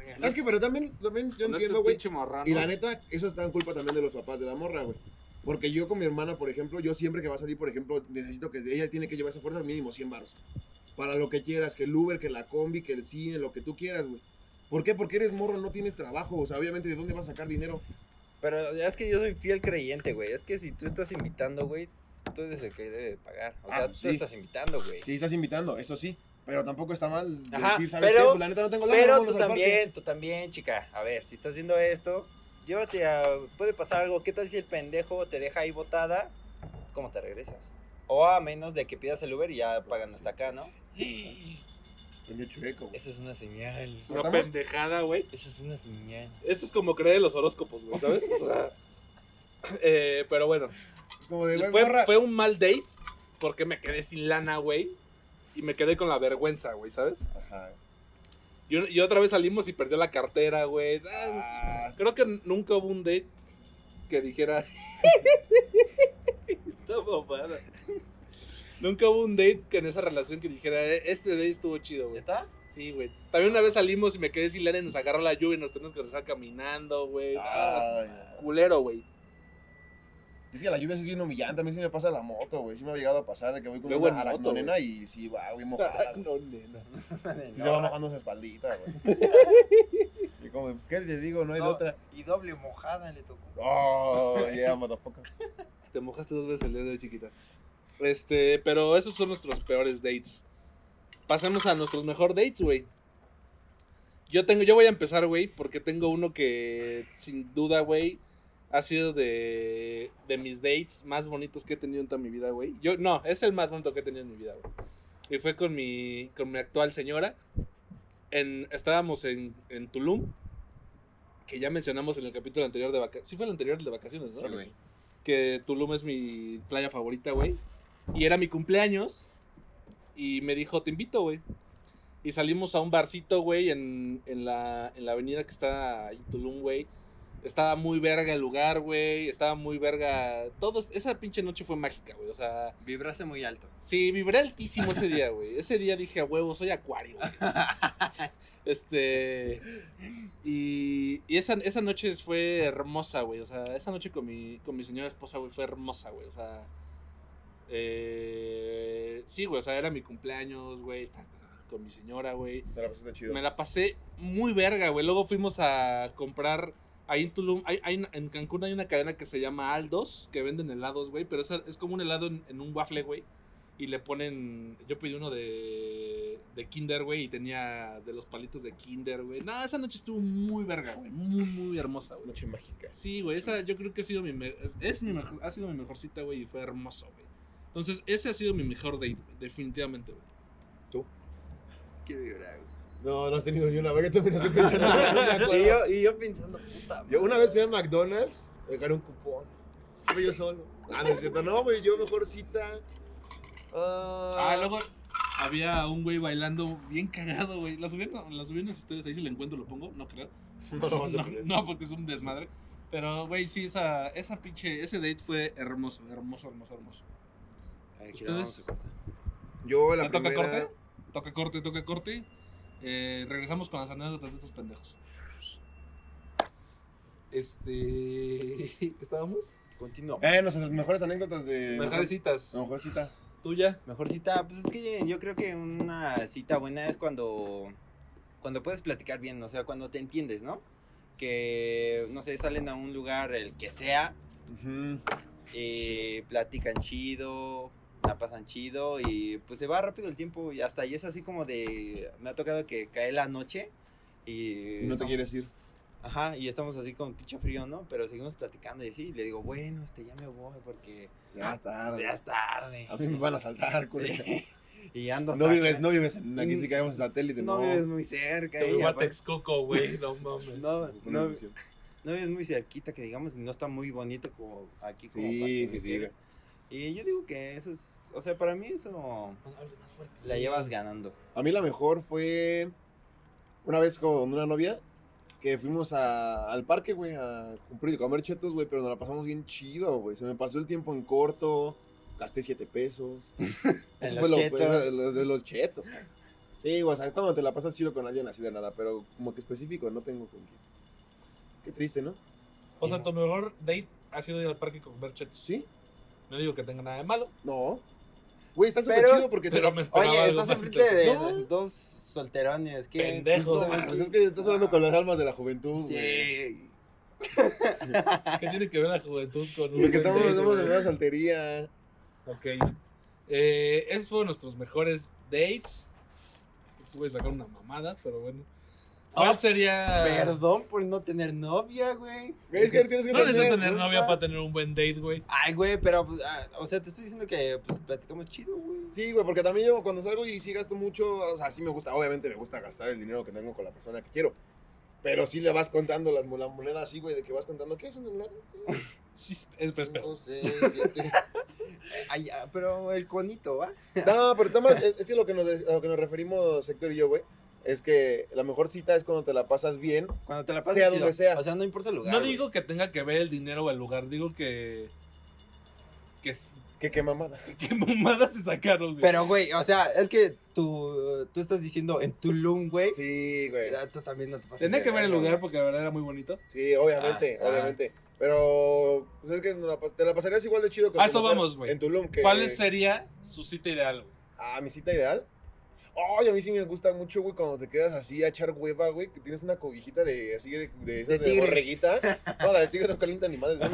Speaker 2: verga.
Speaker 3: Es que, pero también, también yo
Speaker 1: Con este
Speaker 3: entiendo, güey.
Speaker 1: pinche marrano.
Speaker 3: Y la neta, eso está en culpa también de los papás de la morra, güey. Porque yo con mi hermana, por ejemplo, yo siempre que va a salir, por ejemplo, necesito que ella tiene que llevarse a fuerza mínimo 100 baros. Para lo que quieras, que el Uber, que la combi, que el cine, lo que tú quieras, güey. ¿Por qué? Porque eres morro, no tienes trabajo. O sea, obviamente, ¿de dónde vas a sacar dinero?
Speaker 2: Pero es que yo soy fiel creyente, güey. Es que si tú estás invitando, güey, tú eres el que debe de pagar. O
Speaker 3: Ah,
Speaker 2: sea,
Speaker 3: pues
Speaker 2: tú
Speaker 3: sí.
Speaker 2: estás invitando, güey.
Speaker 3: Sí, estás invitando, eso sí. Pero tampoco está mal
Speaker 2: Ajá,
Speaker 3: decir, ¿sabes
Speaker 2: pero-
Speaker 3: qué? Pues la neta no tengo lana,
Speaker 2: Pero
Speaker 3: vámonos
Speaker 2: tú
Speaker 3: al parque".
Speaker 2: también, tú también, chica. A ver, si estás viendo esto, llévate a. Puede pasar algo. ¿Qué tal si el pendejo te deja ahí botada? ¿Cómo te regresas? O a menos de que pidas el Uber y ya pagan hasta acá, ¿no?
Speaker 3: Coño chueco, güey.
Speaker 2: Eso es una señal.
Speaker 1: Es una
Speaker 3: ¿Cortamos?
Speaker 1: pendejada, güey.
Speaker 2: Eso es una señal.
Speaker 1: Esto es como creer en los horóscopos, güey, ¿sabes? O
Speaker 3: [laughs]
Speaker 1: sea, eh, pero bueno.
Speaker 3: Es como de, güey,
Speaker 1: Fue,
Speaker 3: morra.
Speaker 1: fue un mal date porque me quedé sin lana, güey. Y me quedé con la vergüenza, güey, ¿sabes?
Speaker 3: Ajá.
Speaker 1: Y, un- y otra vez salimos y perdió la cartera, güey. Ah,
Speaker 3: Ah,
Speaker 1: Creo que nunca hubo un date que dijera... [laughs] Está bobada. Nunca hubo un date que en esa relación que dijera, "Eh, este date estuvo chido, güey.
Speaker 2: ¿Neta?
Speaker 1: Sí, güey. También una vez salimos y me quedé sin lana y nos agarró la lluvia y nos tenemos que regresar caminando, güey. Ah,
Speaker 3: ay, no.
Speaker 1: culero, güey.
Speaker 3: Es que la lluvia sí es bien humillante. A mí sí me pasa la moto, güey. Sí me ha llegado a pasar de que voy con
Speaker 1: Luego en
Speaker 3: una
Speaker 1: moto,
Speaker 3: aracnonena y sí, va, güey, mojada.
Speaker 1: [laughs]
Speaker 3: güey.
Speaker 1: No, nena.
Speaker 3: Y se va mojando su espaldita, güey. y como, pues, ¿qué te digo? No hay de
Speaker 2: No.
Speaker 3: otra.
Speaker 2: Y doble mojada le tocó.
Speaker 3: Oh, yeah, motherfucker.
Speaker 1: Te mojaste dos veces el dedo, chiquita. Este, pero esos son nuestros peores dates. Pasemos a nuestros mejor dates, güey. Yo tengo, yo voy a empezar, güey, porque tengo uno que sin duda, güey, ha sido de, de mis dates más bonitos que he tenido en toda mi vida, güey. Yo, no, es el más bonito que he tenido en mi vida, güey. Y fue con mi, con mi actual señora. En, estábamos en, en Tulum, que ya mencionamos en el capítulo anterior de vacaciones. Sí fue el anterior el de vacaciones, ¿no?
Speaker 2: Sí, güey.
Speaker 1: que Tulum es mi playa favorita, güey. Y era mi cumpleaños. Y me dijo, te invito, güey. Y salimos a un barcito, güey, en, en la, en la avenida que está en Tulum, güey. Estaba muy verga el lugar, güey. Estaba muy verga. Todo, esa pinche noche fue mágica, güey. O sea,
Speaker 2: Vibraste muy alto.
Speaker 1: sí, vibré altísimo ese día, güey. Ese día dije, a huevo, soy acuario, güey. Este. Y, y esa, esa noche fue hermosa, güey. O sea, esa noche con mi, con mi señora esposa, güey, fue hermosa, güey. O sea. eh, sí, güey. O sea, era mi cumpleaños, güey. Estaba con- con mi señora, güey.
Speaker 3: Te la pasaste pues, chido.
Speaker 1: Me la pasé muy verga, güey. Luego fuimos a comprar. Ahí en Tulum, hay- hay- en Cancún hay una cadena que se llama Aldos, que venden helados, güey. Pero es, es como un helado en, en un waffle, güey. Y le ponen. Yo pedí uno de, de Kinder, güey. Y tenía de los palitos de Kinder, güey. No, esa noche estuvo muy verga, güey. Muy, muy hermosa, güey.
Speaker 3: Noche mágica.
Speaker 1: Sí, güey, esa yo creo que ha sido mi, me- es, es mi mejor, ha sido mi mejor cita, güey, y fue hermoso, güey. Entonces, ese ha sido mi mejor date, güey, definitivamente, güey.
Speaker 2: Qué vibra, [laughs] güey.
Speaker 3: No, no has tenido ni una, güey. Yo también estoy pensando. no me acuerdo.
Speaker 2: Y yo, y yo pensando, puta.
Speaker 3: Yo una
Speaker 2: madre.
Speaker 3: vez fui a McDonald's, me gané un cupón. Fui yo solo. Ah, no es cierto. No, güey, yo mejor cita.
Speaker 1: Ah, luego había un güey bailando bien cagado, güey. La subí, la subí en las historias, ahí si la encuentro lo pongo, no creo.
Speaker 3: [laughs] No,
Speaker 1: No,
Speaker 3: vamos a poner.
Speaker 1: no, porque es un desmadre. Pero, güey, sí, esa, esa pinche, ese date fue hermoso, hermoso, hermoso, hermoso.
Speaker 2: Ay, que
Speaker 1: ¿Ustedes?
Speaker 2: la vamos a cortar.
Speaker 3: Yo la
Speaker 1: ¿La ¿Ah, toca
Speaker 3: primera.
Speaker 1: corte? Toca corte, toca corte. Eh, regresamos con las anécdotas de estos pendejos. Este. [laughs] ¿Qué estábamos? Pues,
Speaker 2: Continúa.
Speaker 3: Eh, nuestras mejores anécdotas de.
Speaker 1: Mejores citas.
Speaker 3: Eh, No, mejor cita.
Speaker 1: ¿Tuya?
Speaker 2: Mejor cita, pues es que yo creo que una cita buena es cuando, cuando puedes platicar bien, o sea, cuando te entiendes, ¿no? Que, no sé, salen a un lugar, el que sea, eh, platican chido, la pasan chido y pues se va rápido el tiempo y hasta ahí es así como de, me ha tocado que cae la noche y...
Speaker 3: Y no te
Speaker 2: estamos-
Speaker 3: quieres ir.
Speaker 2: Ajá, y estamos así con pinche frío, ¿no? Pero seguimos platicando y así, y le digo, bueno, este ya me voy porque
Speaker 1: Ah,
Speaker 3: Ya está.
Speaker 2: ya es tarde.
Speaker 3: A mí me van a saltar, culera.
Speaker 2: [laughs] y ando hasta
Speaker 3: No vives,
Speaker 2: acá.
Speaker 3: no vives en aquí si caemos en satélite,
Speaker 2: No
Speaker 3: no.
Speaker 2: vives muy cerca.
Speaker 1: Te
Speaker 2: y
Speaker 1: voy a
Speaker 3: pues.
Speaker 2: aparte-
Speaker 1: Texcoco, güey.
Speaker 3: [laughs]
Speaker 1: No mames.
Speaker 2: no, no,
Speaker 3: Sí,
Speaker 2: no vives muy cerquita, que digamos, no está muy bonito como aquí. Como para que
Speaker 3: sí,
Speaker 2: me
Speaker 3: sí,
Speaker 2: quede. Y yo digo que eso es, o sea, para mí eso
Speaker 1: Hable más fuerte.
Speaker 2: la llevas ganando.
Speaker 3: A mí la mejor fue una vez con una novia que fuimos a- al parque, güey, a cumplir y comer chetos, güey, pero nos la pasamos bien chido, güey. Se me pasó el tiempo en corto, gasté siete pesos.
Speaker 2: En
Speaker 3: Eso
Speaker 2: los
Speaker 3: fue lo eh,
Speaker 2: chetos.
Speaker 3: era lo de los chetos. güey. Sí, güey, o sea, cuando te la pasas chido con alguien así de nada, pero como que específico, no tengo con quién. Qué triste, ¿no?
Speaker 1: O sea, tu mejor date ha sido ir al parque con comer chetos.
Speaker 3: Sí,
Speaker 1: No digo que tenga nada de malo,
Speaker 3: no. Güey, está súper
Speaker 2: Pero-
Speaker 3: chido porque te
Speaker 1: pero
Speaker 3: la-
Speaker 1: me esperaba
Speaker 2: Oye,
Speaker 1: algo
Speaker 2: estás
Speaker 1: más
Speaker 2: enfrente de
Speaker 3: No.
Speaker 2: de dos solterones. ¿qué?
Speaker 1: Pendejos.
Speaker 3: [laughs] No, pues es que estás hablando con las almas de la juventud, güey.
Speaker 2: Sí.
Speaker 1: interesante. ¿Qué tiene que ver la juventud con un
Speaker 3: Porque estamos,
Speaker 1: date,
Speaker 3: estamos en
Speaker 1: güey?
Speaker 3: una soltería.
Speaker 1: Ok. Eh, esos fueron nuestros mejores dates. Pues voy a sacar una mamada, pero bueno. ¿Cuál
Speaker 2: Ah,
Speaker 1: sería...?
Speaker 2: Perdón por no tener novia, güey.
Speaker 3: Güey, es que tienes que
Speaker 1: No necesitas
Speaker 3: tener
Speaker 1: tener novia
Speaker 3: culpa.
Speaker 1: para tener un buen date, güey.
Speaker 2: Ay, güey, pero, pues, ah, o sea, te estoy diciendo que pues, platicamos chido, güey.
Speaker 3: Sí, güey, porque también yo cuando salgo y sí gasto mucho, o sea, sí me gusta, obviamente me gusta gastar el dinero que tengo con la persona que quiero. Pero sí le vas contando las, mo- la moneda así, güey, de que vas contando, ¿qué es una moneda?
Speaker 1: Sí, es- pero Pues, espera.
Speaker 3: No sé, siete. [laughs]
Speaker 2: Ay, ah, pero el conito, ¿va?
Speaker 3: No, pero toma, es, es que lo que, nos, a lo que nos referimos, Héctor y yo, güey, es que la mejor cita es cuando te la pasas bien.
Speaker 2: Cuando te la pases
Speaker 3: Sea
Speaker 2: chido.
Speaker 3: donde sea.
Speaker 2: O sea, no importa el lugar.
Speaker 1: No
Speaker 2: güey.
Speaker 1: digo que tenga que ver el dinero o el lugar, digo que... Que, s- [laughs]
Speaker 3: Que qué mamada.
Speaker 1: que mamadas se sacaron, güey.
Speaker 2: Pero, güey, o sea, es que tú, tú estás diciendo en Tulum, güey.
Speaker 3: Sí, güey.
Speaker 2: Ah, Tú también no te pasas.
Speaker 1: Tenía
Speaker 2: de
Speaker 1: que ver el
Speaker 2: verga,
Speaker 1: lugar porque la verdad era muy bonito.
Speaker 3: Sí, obviamente,
Speaker 2: Ah, ah.
Speaker 3: obviamente. Pero pues es que nos la pas- te la pasarías igual de chido que
Speaker 1: A eso
Speaker 3: conocer
Speaker 1: vamos, güey.
Speaker 3: En Tulum, que...
Speaker 1: ¿Cuál sería su cita ideal, güey?
Speaker 3: Ah, mi cita ideal. Ay, a mí sí me gusta mucho, güey, cuando te quedas así a echar hueva, güey, que tienes una cobijita de así de, de esas
Speaker 2: De
Speaker 3: de
Speaker 2: tigre.
Speaker 3: borreguita. No, la de tigre no calienta
Speaker 1: [laughs]
Speaker 3: ni madres. ¿no?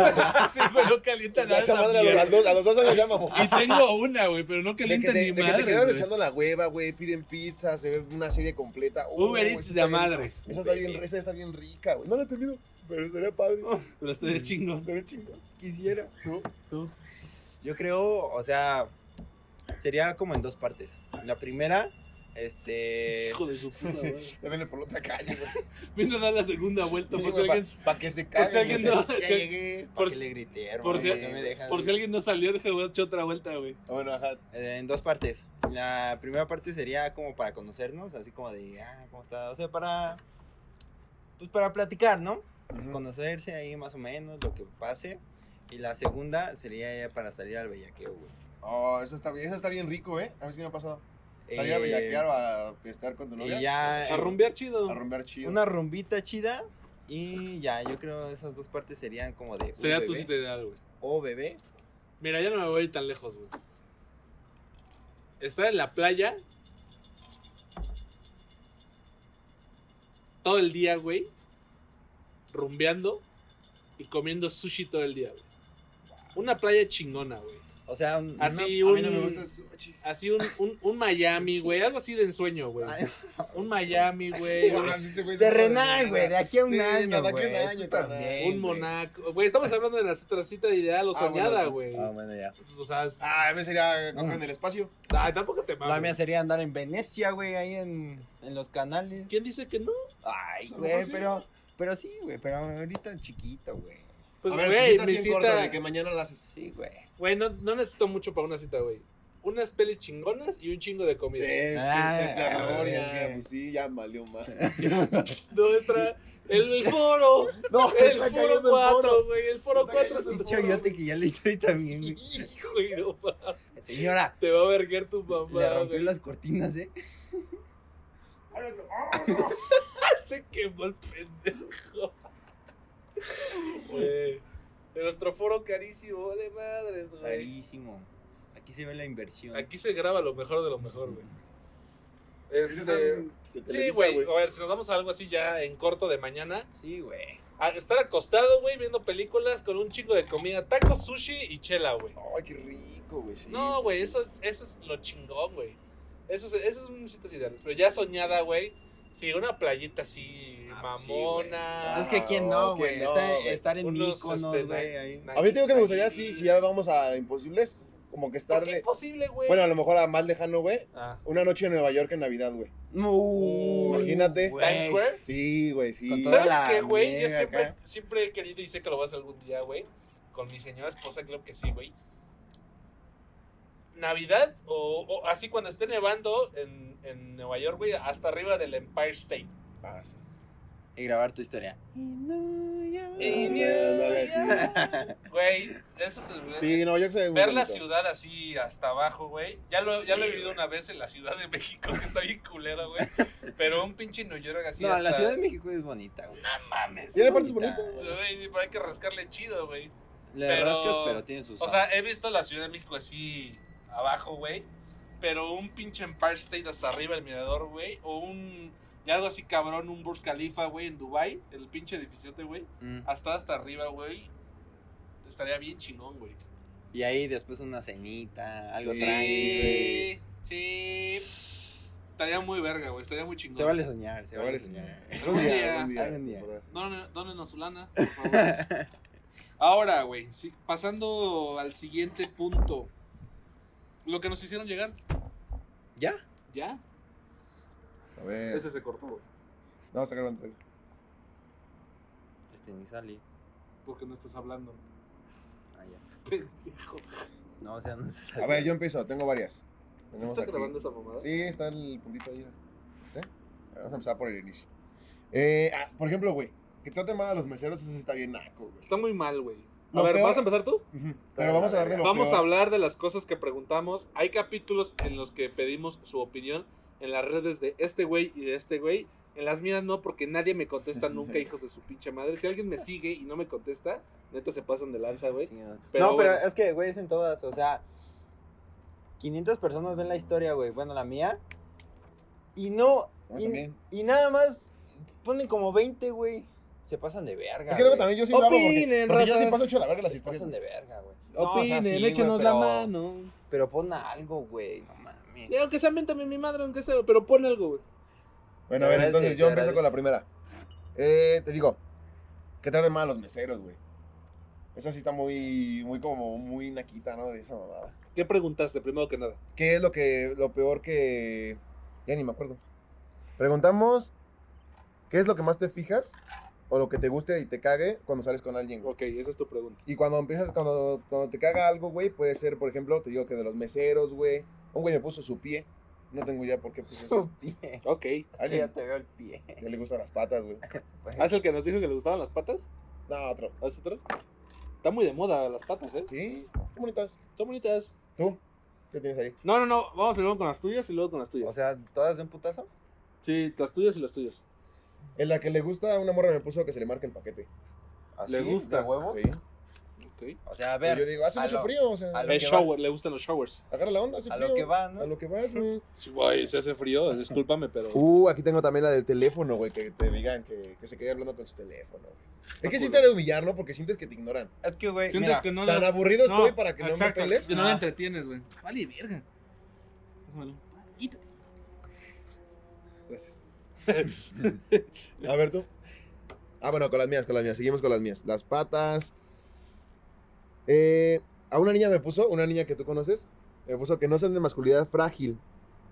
Speaker 1: Sí, güey, no calienta
Speaker 3: Ya
Speaker 1: nada.
Speaker 3: esa
Speaker 1: esa
Speaker 3: madre a los, a
Speaker 1: mierda.
Speaker 3: los dos- a los dos años ya mamó.
Speaker 1: [laughs] Y tengo una, güey, pero no
Speaker 3: De que,
Speaker 1: calienta
Speaker 3: te,
Speaker 1: ni
Speaker 3: de que te quedas
Speaker 1: madre.
Speaker 3: echando la hueva, güey, piden pizza, se ve una serie completa. Uy,
Speaker 1: Uber
Speaker 3: güey,
Speaker 1: Eats
Speaker 3: esa
Speaker 1: de a
Speaker 3: está bien-
Speaker 1: madre.
Speaker 3: Esa está bien, esa está bien rica, güey. No la he tenido, pero estaría padre.
Speaker 1: Pero está de chingón. [laughs]
Speaker 3: Estaría chingón. Quisiera. ¿Tú?
Speaker 1: Tú.
Speaker 2: Yo creo, o sea, sería como en dos partes. La primera, este.
Speaker 1: Hijo de
Speaker 3: Eh,
Speaker 1: su puta
Speaker 3: [laughs]
Speaker 1: madre.
Speaker 3: Ya viene por la otra
Speaker 1: [laughs]
Speaker 3: calle, güey.
Speaker 1: Vine a dar la segunda vuelta por si alguien,
Speaker 3: Para que se caiga.
Speaker 1: si Pues alguien no-
Speaker 2: Ya
Speaker 1: sí.
Speaker 2: llegué,
Speaker 1: Por
Speaker 2: por
Speaker 1: si-
Speaker 2: si le grité,
Speaker 1: por
Speaker 2: hermano,
Speaker 1: si-
Speaker 2: no me dejan.
Speaker 1: por si alguien no salió, deja voy a echar otra vuelta, güey.
Speaker 3: Ah, Bueno, ajá.
Speaker 2: Eh, En dos partes. La primera parte sería como para conocernos, así como de, ah, ¿cómo está? O sea, para. Pues para platicar, ¿no? Conocerse ahí más o menos, lo que pase. Y la segunda sería ya para salir al bellaqueo, güey.
Speaker 3: Oh, eso está bien, eso está bien rico, ¿eh? A ver si me ha pasado. Salir a
Speaker 2: Eh,
Speaker 3: bellaquear o a estar con tu novia. pues,
Speaker 2: Y ya.
Speaker 1: A rumbear chido.
Speaker 3: Eh, A rumbear chido.
Speaker 2: Una rumbita chida. Y ya, yo creo esas dos partes serían como de.
Speaker 1: Sería
Speaker 2: uh,
Speaker 1: tu
Speaker 2: bebé,
Speaker 1: cita ideal, güey.
Speaker 2: O bebé.
Speaker 1: Mira, ya no me voy a ir tan lejos, güey. Estar en la playa. Todo el día, güey. Rumbeando. Y comiendo sushi todo el día, güey. Una playa chingona, güey.
Speaker 2: O sea, un-
Speaker 1: Así
Speaker 3: A
Speaker 1: un.
Speaker 3: mí no me gusta el sushi.
Speaker 1: Así un, un, un Miami, güey. Algo así de ensueño, güey. Un Miami, güey.
Speaker 3: Ah, sí, este güey
Speaker 2: una-
Speaker 3: se
Speaker 2: De
Speaker 3: acaba
Speaker 2: renal, güey.
Speaker 3: morir.
Speaker 2: De aquí a un
Speaker 3: Sí, no,
Speaker 2: año.
Speaker 3: de aquí a
Speaker 2: güey,
Speaker 3: un año,
Speaker 2: tú también,
Speaker 1: Un
Speaker 3: carnal.
Speaker 2: güey.
Speaker 1: Monaco. Güey, estamos hablando de la otra cita ideal o
Speaker 3: Ah, bueno,
Speaker 1: soñada,
Speaker 3: sí.
Speaker 1: güey.
Speaker 2: Ah, bueno, ya.
Speaker 1: O sea, es-
Speaker 3: Ah, a mí sería coger en el espacio.
Speaker 1: ay, tampoco te
Speaker 2: La mía
Speaker 1: mames.
Speaker 2: sería andar en Venecia, güey, ahí en, en los canales.
Speaker 1: ¿Quién dice que no?
Speaker 2: Ay,
Speaker 3: Pues, a lo mejor
Speaker 2: güey,
Speaker 3: sí.
Speaker 2: pero, pero sí, güey, pero ahorita chiquito, güey.
Speaker 1: Pues,
Speaker 3: a ver,
Speaker 1: güey,
Speaker 3: tu
Speaker 1: mi
Speaker 3: cita sí en corto,
Speaker 1: cita.
Speaker 3: de que mañana la haces.
Speaker 2: Sí, güey.
Speaker 1: Güey, no, no necesito mucho para una cita, güey. Unas pelis chingonas y un chingo de comida.
Speaker 3: Es
Speaker 2: Ah,
Speaker 3: que esa es la
Speaker 2: ah,
Speaker 3: gloria.
Speaker 2: ok.
Speaker 3: Pues sí, ya valió más.
Speaker 1: Nuestra. El, [laughs] foro.
Speaker 3: [laughs] [laughs] No,
Speaker 1: El foro 4, güey. El foro
Speaker 3: Está
Speaker 1: 4 es el
Speaker 2: Dicho
Speaker 1: foro.
Speaker 2: yote que ya le hice
Speaker 3: [laughs]
Speaker 2: también, güey.
Speaker 1: [laughs] Hijo, y no mames,
Speaker 2: Señora,
Speaker 1: Te va a verguer tu
Speaker 2: le
Speaker 1: mamá,
Speaker 2: rompí
Speaker 1: güey.
Speaker 2: las cortinas, ¿eh?
Speaker 1: Se quemó el pendejo. Güey. De nuestro foro carísimo, de madres, güey.
Speaker 2: Rarísimo. Aquí se ve la inversión.
Speaker 1: Aquí se graba lo mejor de lo mejor, güey. Este, sí,
Speaker 3: Sí,
Speaker 1: güey. A ver, si nos damos a algo así ya en corto de mañana,
Speaker 2: Sí, güey.
Speaker 1: A estar acostado, güey, viendo películas con un chingo de comida, tacos, sushi y chela, güey.
Speaker 3: Ay, qué rico, güey. sí.
Speaker 1: No, güey, eso es, eso es lo chingón, güey. Eso es, eso son citas ideales. Pero ya soñada, güey. Sí, una playita así
Speaker 2: Ah, pues sí, güey.
Speaker 1: mamona.
Speaker 2: es que quién no,
Speaker 3: no, quién
Speaker 2: güey.
Speaker 3: no,
Speaker 2: Está-
Speaker 3: güey.
Speaker 2: estar en
Speaker 1: Unos,
Speaker 2: Mykonos,
Speaker 1: este,
Speaker 2: güey.
Speaker 1: na-
Speaker 2: ahí.
Speaker 1: na-
Speaker 3: A mí tengo que me gustaría, sí, si ya vamos a Imposibles, como que estar
Speaker 1: ¿Por qué
Speaker 3: de.
Speaker 1: imposible, güey?
Speaker 3: Bueno, a lo mejor a más lejano, güey.
Speaker 1: Ah,
Speaker 3: Una noche en Nueva York en Navidad, güey.
Speaker 2: No,
Speaker 3: Imagínate.
Speaker 2: güey.
Speaker 1: Uh, Times Square.
Speaker 3: Sí, güey,
Speaker 2: Con
Speaker 3: sí.
Speaker 2: toda
Speaker 1: ¿Sabes
Speaker 2: la
Speaker 1: qué, güey? Yo
Speaker 2: mierda
Speaker 1: siempre,
Speaker 2: acá.
Speaker 1: siempre he querido y sé que lo vas a hacer algún día, güey. Con mi señora esposa, creo que sí, güey. Navidad o, o así cuando esté nevando en, en Nueva York, güey, hasta arriba del Empire State.
Speaker 3: Ah, sí.
Speaker 2: Y grabar tu historia.
Speaker 3: no, no,
Speaker 1: [laughs] Güey, eso es el...
Speaker 3: Sí, Nueva York se ve muy
Speaker 1: Ver la
Speaker 3: bonito.
Speaker 1: ciudad así hasta abajo, güey. Ya lo, ya lo he
Speaker 2: Sí,
Speaker 1: vivido
Speaker 2: güey.
Speaker 1: una vez en la Ciudad de México, que está bien culera, güey. Pero un pinche New York así
Speaker 2: no,
Speaker 1: hasta...
Speaker 2: la Ciudad de México es bonita, güey.
Speaker 1: No mames.
Speaker 3: Tiene partes bonitas, güey.
Speaker 1: Güey, sí, pero hay que rascarle chido, güey.
Speaker 2: Le
Speaker 1: Pero-
Speaker 2: rascas, pero tiene sus.
Speaker 1: O sea, he visto la Ciudad de México así abajo, güey. Pero un pinche Empire State hasta arriba el mirador, güey. O un... Y algo así cabrón, un Burj Khalifa, güey, en Dubai El pinche edificiote, güey.
Speaker 2: Mm.
Speaker 1: Hasta hasta arriba, güey. Estaría bien chingón, güey.
Speaker 2: Y ahí después una cenita, algo
Speaker 1: Sí,
Speaker 2: tranqui, güey.
Speaker 1: sí. Estaría muy verga, güey. Estaría muy chingón.
Speaker 2: Se vale soñar, se
Speaker 3: Se
Speaker 2: vale
Speaker 3: vale
Speaker 2: soñar.
Speaker 3: Algún día, algún día.
Speaker 2: Algún día.
Speaker 3: podrás.
Speaker 1: Donen- Dónenos su lana, por favor.
Speaker 2: [laughs]
Speaker 1: Ahora, güey, sí, pasando al siguiente punto. Lo que nos hicieron llegar,
Speaker 2: ¿Ya?
Speaker 1: ¿ya?
Speaker 3: A ver.
Speaker 1: se cortó, güey.
Speaker 3: Vamos a sacar un trailer.
Speaker 2: Este ni salí.
Speaker 1: Porque no estás hablando. [laughs]
Speaker 2: Ah, ya.
Speaker 1: Pendejo.
Speaker 2: No, o sea, no se salió.
Speaker 3: A ver, yo empiezo, tengo varias.
Speaker 1: ¿Sí
Speaker 3: Tenemos
Speaker 1: está
Speaker 3: aquí-
Speaker 1: grabando esa mamada?
Speaker 3: Sí, está el puntito ahí. ¿eh? Vamos a empezar por el inicio. Eh, ah, por ejemplo, güey, que traten mal a los meseros, eso sí está bien naco, güey.
Speaker 1: Está muy mal, güey. A
Speaker 3: Lo
Speaker 1: ver,
Speaker 3: peor-
Speaker 1: ¿vas a empezar tú?
Speaker 2: [laughs]
Speaker 3: Ujú. Pero vamos a hablar de lo
Speaker 1: Vamos
Speaker 3: peor.
Speaker 1: a hablar de las cosas que preguntamos. Hay capítulos en los que pedimos su opinión en las redes de este güey y de este güey. En las mías no, porque nadie me contesta nunca,
Speaker 2: [laughs]
Speaker 1: hijos de su pinche madre. Si alguien me sigue y no me contesta, neta se pasan de lanza, güey.
Speaker 2: Sí, no.
Speaker 1: Pero
Speaker 2: no, pero
Speaker 1: bueno.
Speaker 2: es que, güey, es en todas. O sea, 500 personas ven la historia, güey. Bueno, la mía. Y no.
Speaker 3: Ah,
Speaker 2: Y,
Speaker 3: también.
Speaker 2: y nada más ponen como 20, güey. Se pasan de verga.
Speaker 3: Es que luego
Speaker 2: güey.
Speaker 3: también yo sí lo hago porque,
Speaker 1: Opinen,
Speaker 3: porque yo
Speaker 1: raza.
Speaker 3: sí paso hecho la verga en las
Speaker 2: Se
Speaker 3: historias.
Speaker 2: pasan de verga, güey. No, o sea,
Speaker 1: Opinen,
Speaker 2: sí, güey,
Speaker 1: échenos la
Speaker 2: pero-
Speaker 1: mano.
Speaker 2: Pero pon algo, güey. No mames.
Speaker 1: Y aunque sea méntame mi madre, aunque sea, pero pon algo, güey.
Speaker 3: Bueno, a
Speaker 2: Te
Speaker 3: ver,
Speaker 2: agradece,
Speaker 3: entonces yo
Speaker 2: te
Speaker 3: empiezo con la primera. Eh, te digo, ¿qué tal de mal los meseros, güey? Eso sí está muy, muy como, muy naquita, ¿no? De esa mamada.
Speaker 1: ¿Qué preguntaste primero que nada?
Speaker 3: ¿Qué es lo que, lo peor que... Ya ni me acuerdo. Preguntamos, ¿qué es lo que más te fijas o lo que te guste y te cague cuando sales con
Speaker 2: Mm.
Speaker 3: alguien, güey?
Speaker 1: Ok, esa es tu pregunta.
Speaker 3: Y cuando empiezas, cuando, cuando te caga algo, güey, puede ser, por ejemplo, te digo que de los meseros, güey. Un güey me puso su pie. No tengo idea por qué puso eso.
Speaker 2: Su pie.
Speaker 1: Ok.
Speaker 2: Es que
Speaker 3: Alguien-
Speaker 2: ya te veo el pie.
Speaker 3: Ya le gustan las patas, güey.
Speaker 2: güey.
Speaker 1: ¿Ah, es el que nos dijo que le gustaban las patas?
Speaker 3: No, otro.
Speaker 1: ¿Haz otro? Está muy de moda las patas, ¿eh?
Speaker 3: Sí, qué bonitas.
Speaker 1: Son bonitas.
Speaker 3: ¿Tú? ¿Qué tienes ahí?
Speaker 1: No, no, no. Vamos primero con las tuyas y luego con las tuyas.
Speaker 2: O sea, todas de un putazo.
Speaker 1: sí, las tuyas y las tuyas.
Speaker 3: En la que le gusta a una morra me puso que se le marque el paquete.
Speaker 2: Así,
Speaker 1: Le gusta.
Speaker 2: de huevo.
Speaker 3: Sí.
Speaker 1: Ok.
Speaker 2: O sea, a
Speaker 3: Y yo
Speaker 2: ¿Ah? ver,
Speaker 3: digo, hace
Speaker 2: a
Speaker 3: mucho
Speaker 2: lo-
Speaker 3: frío, o sea,
Speaker 2: a lo-
Speaker 1: Es
Speaker 2: que
Speaker 1: shower, le gustan los showers.
Speaker 3: agarra la onda, hace
Speaker 2: a
Speaker 3: frío.
Speaker 2: lo que va,
Speaker 3: A
Speaker 2: ¿no?
Speaker 3: lo que vas, güey.
Speaker 1: Sí, güey, se hace frío, discúlpame, pero.
Speaker 3: Uh, aquí tengo también la del teléfono, güey, que te digan que, que se quede hablando con su teléfono, güey. Es que sí te haré humillarlo porque sientes que te ignoran.
Speaker 2: Es que, güey,
Speaker 1: Sientes
Speaker 2: mira,
Speaker 1: que no
Speaker 3: Tan
Speaker 1: la-
Speaker 3: aburrido
Speaker 1: no,
Speaker 3: estoy para que no me
Speaker 1: exacto,
Speaker 3: peles.
Speaker 1: que no la
Speaker 2: Ah.
Speaker 1: entretienes, güey. Vale, verga. Pásamelo. Quítate. Gracias.
Speaker 3: A ver tú. Ah, bueno, con las mías, con las mías. Seguimos con las mías. Las patas. Eh, a una niña me puso, una niña que tú conoces, me puso que no sean de masculinidad frágil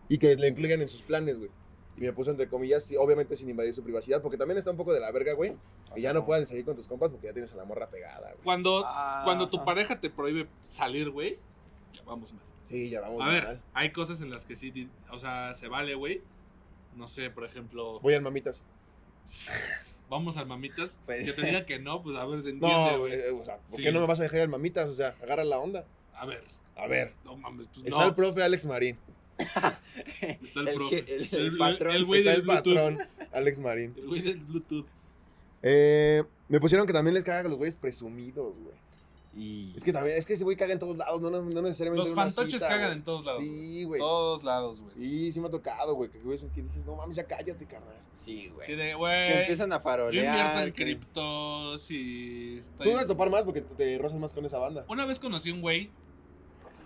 Speaker 3: y que le incluyan en sus planes, güey. Y me puso entre comillas, sí, obviamente sin invadir su privacidad, porque también está un poco de la verga, güey. Que ya no puedan salir con tus compas porque ya tienes a la morra pegada, güey.
Speaker 1: Cuando,
Speaker 2: Ah,
Speaker 1: cuando tu
Speaker 2: ajá.
Speaker 1: pareja te prohíbe salir, güey, ya vamos mal.
Speaker 3: Sí, ya vamos.
Speaker 1: A ver,
Speaker 3: mal.
Speaker 1: hay cosas en las que sí, di- o sea, se vale, güey. No sé, por ejemplo,
Speaker 3: Voy al mamitas.
Speaker 1: vamos al mamitas.
Speaker 2: Pues-
Speaker 1: Que te diga que no, pues a ver, se entiende,
Speaker 3: No,
Speaker 1: güey.
Speaker 3: eh, o sea, ¿por
Speaker 1: Sí.
Speaker 3: qué no me vas a dejar ir al mamitas? O sea, agarra la onda.
Speaker 1: A ver,
Speaker 3: A ver,
Speaker 1: no mames, pues
Speaker 3: está
Speaker 1: no.
Speaker 3: el profe Alex Marín.
Speaker 1: Está el
Speaker 2: El
Speaker 1: profe.
Speaker 2: que- el-
Speaker 1: El-
Speaker 2: el
Speaker 1: el-
Speaker 2: patrón.
Speaker 1: El güey
Speaker 3: Está
Speaker 1: del
Speaker 3: el
Speaker 1: Bluetooth.
Speaker 3: patrón Alex Marín.
Speaker 1: El güey del Bluetooth.
Speaker 3: Eh, me pusieron que también les caga a los güeyes presumidos, güey.
Speaker 2: Y...
Speaker 3: Es que también, es que ese güey caga en todos lados, no, no, no necesariamente.
Speaker 1: Los
Speaker 3: en una
Speaker 1: fantoches
Speaker 3: cita,
Speaker 1: cagan
Speaker 3: güey.
Speaker 1: en todos lados. güey.
Speaker 3: Sí, güey.
Speaker 1: Todos lados, güey.
Speaker 3: Sí, sí me ha tocado, güey. Que güeyes que dices, no mames, ya cállate, carnal.
Speaker 2: Sí, güey.
Speaker 1: Sí, de,
Speaker 2: Que
Speaker 1: güey.
Speaker 2: empiezan a
Speaker 1: Yo
Speaker 2: farolear.
Speaker 1: invierto en
Speaker 2: que-
Speaker 1: criptos y.
Speaker 3: Tú
Speaker 1: estoy-
Speaker 3: vas a topar más porque te, te rozas más con esa banda.
Speaker 1: Una vez conocí un güey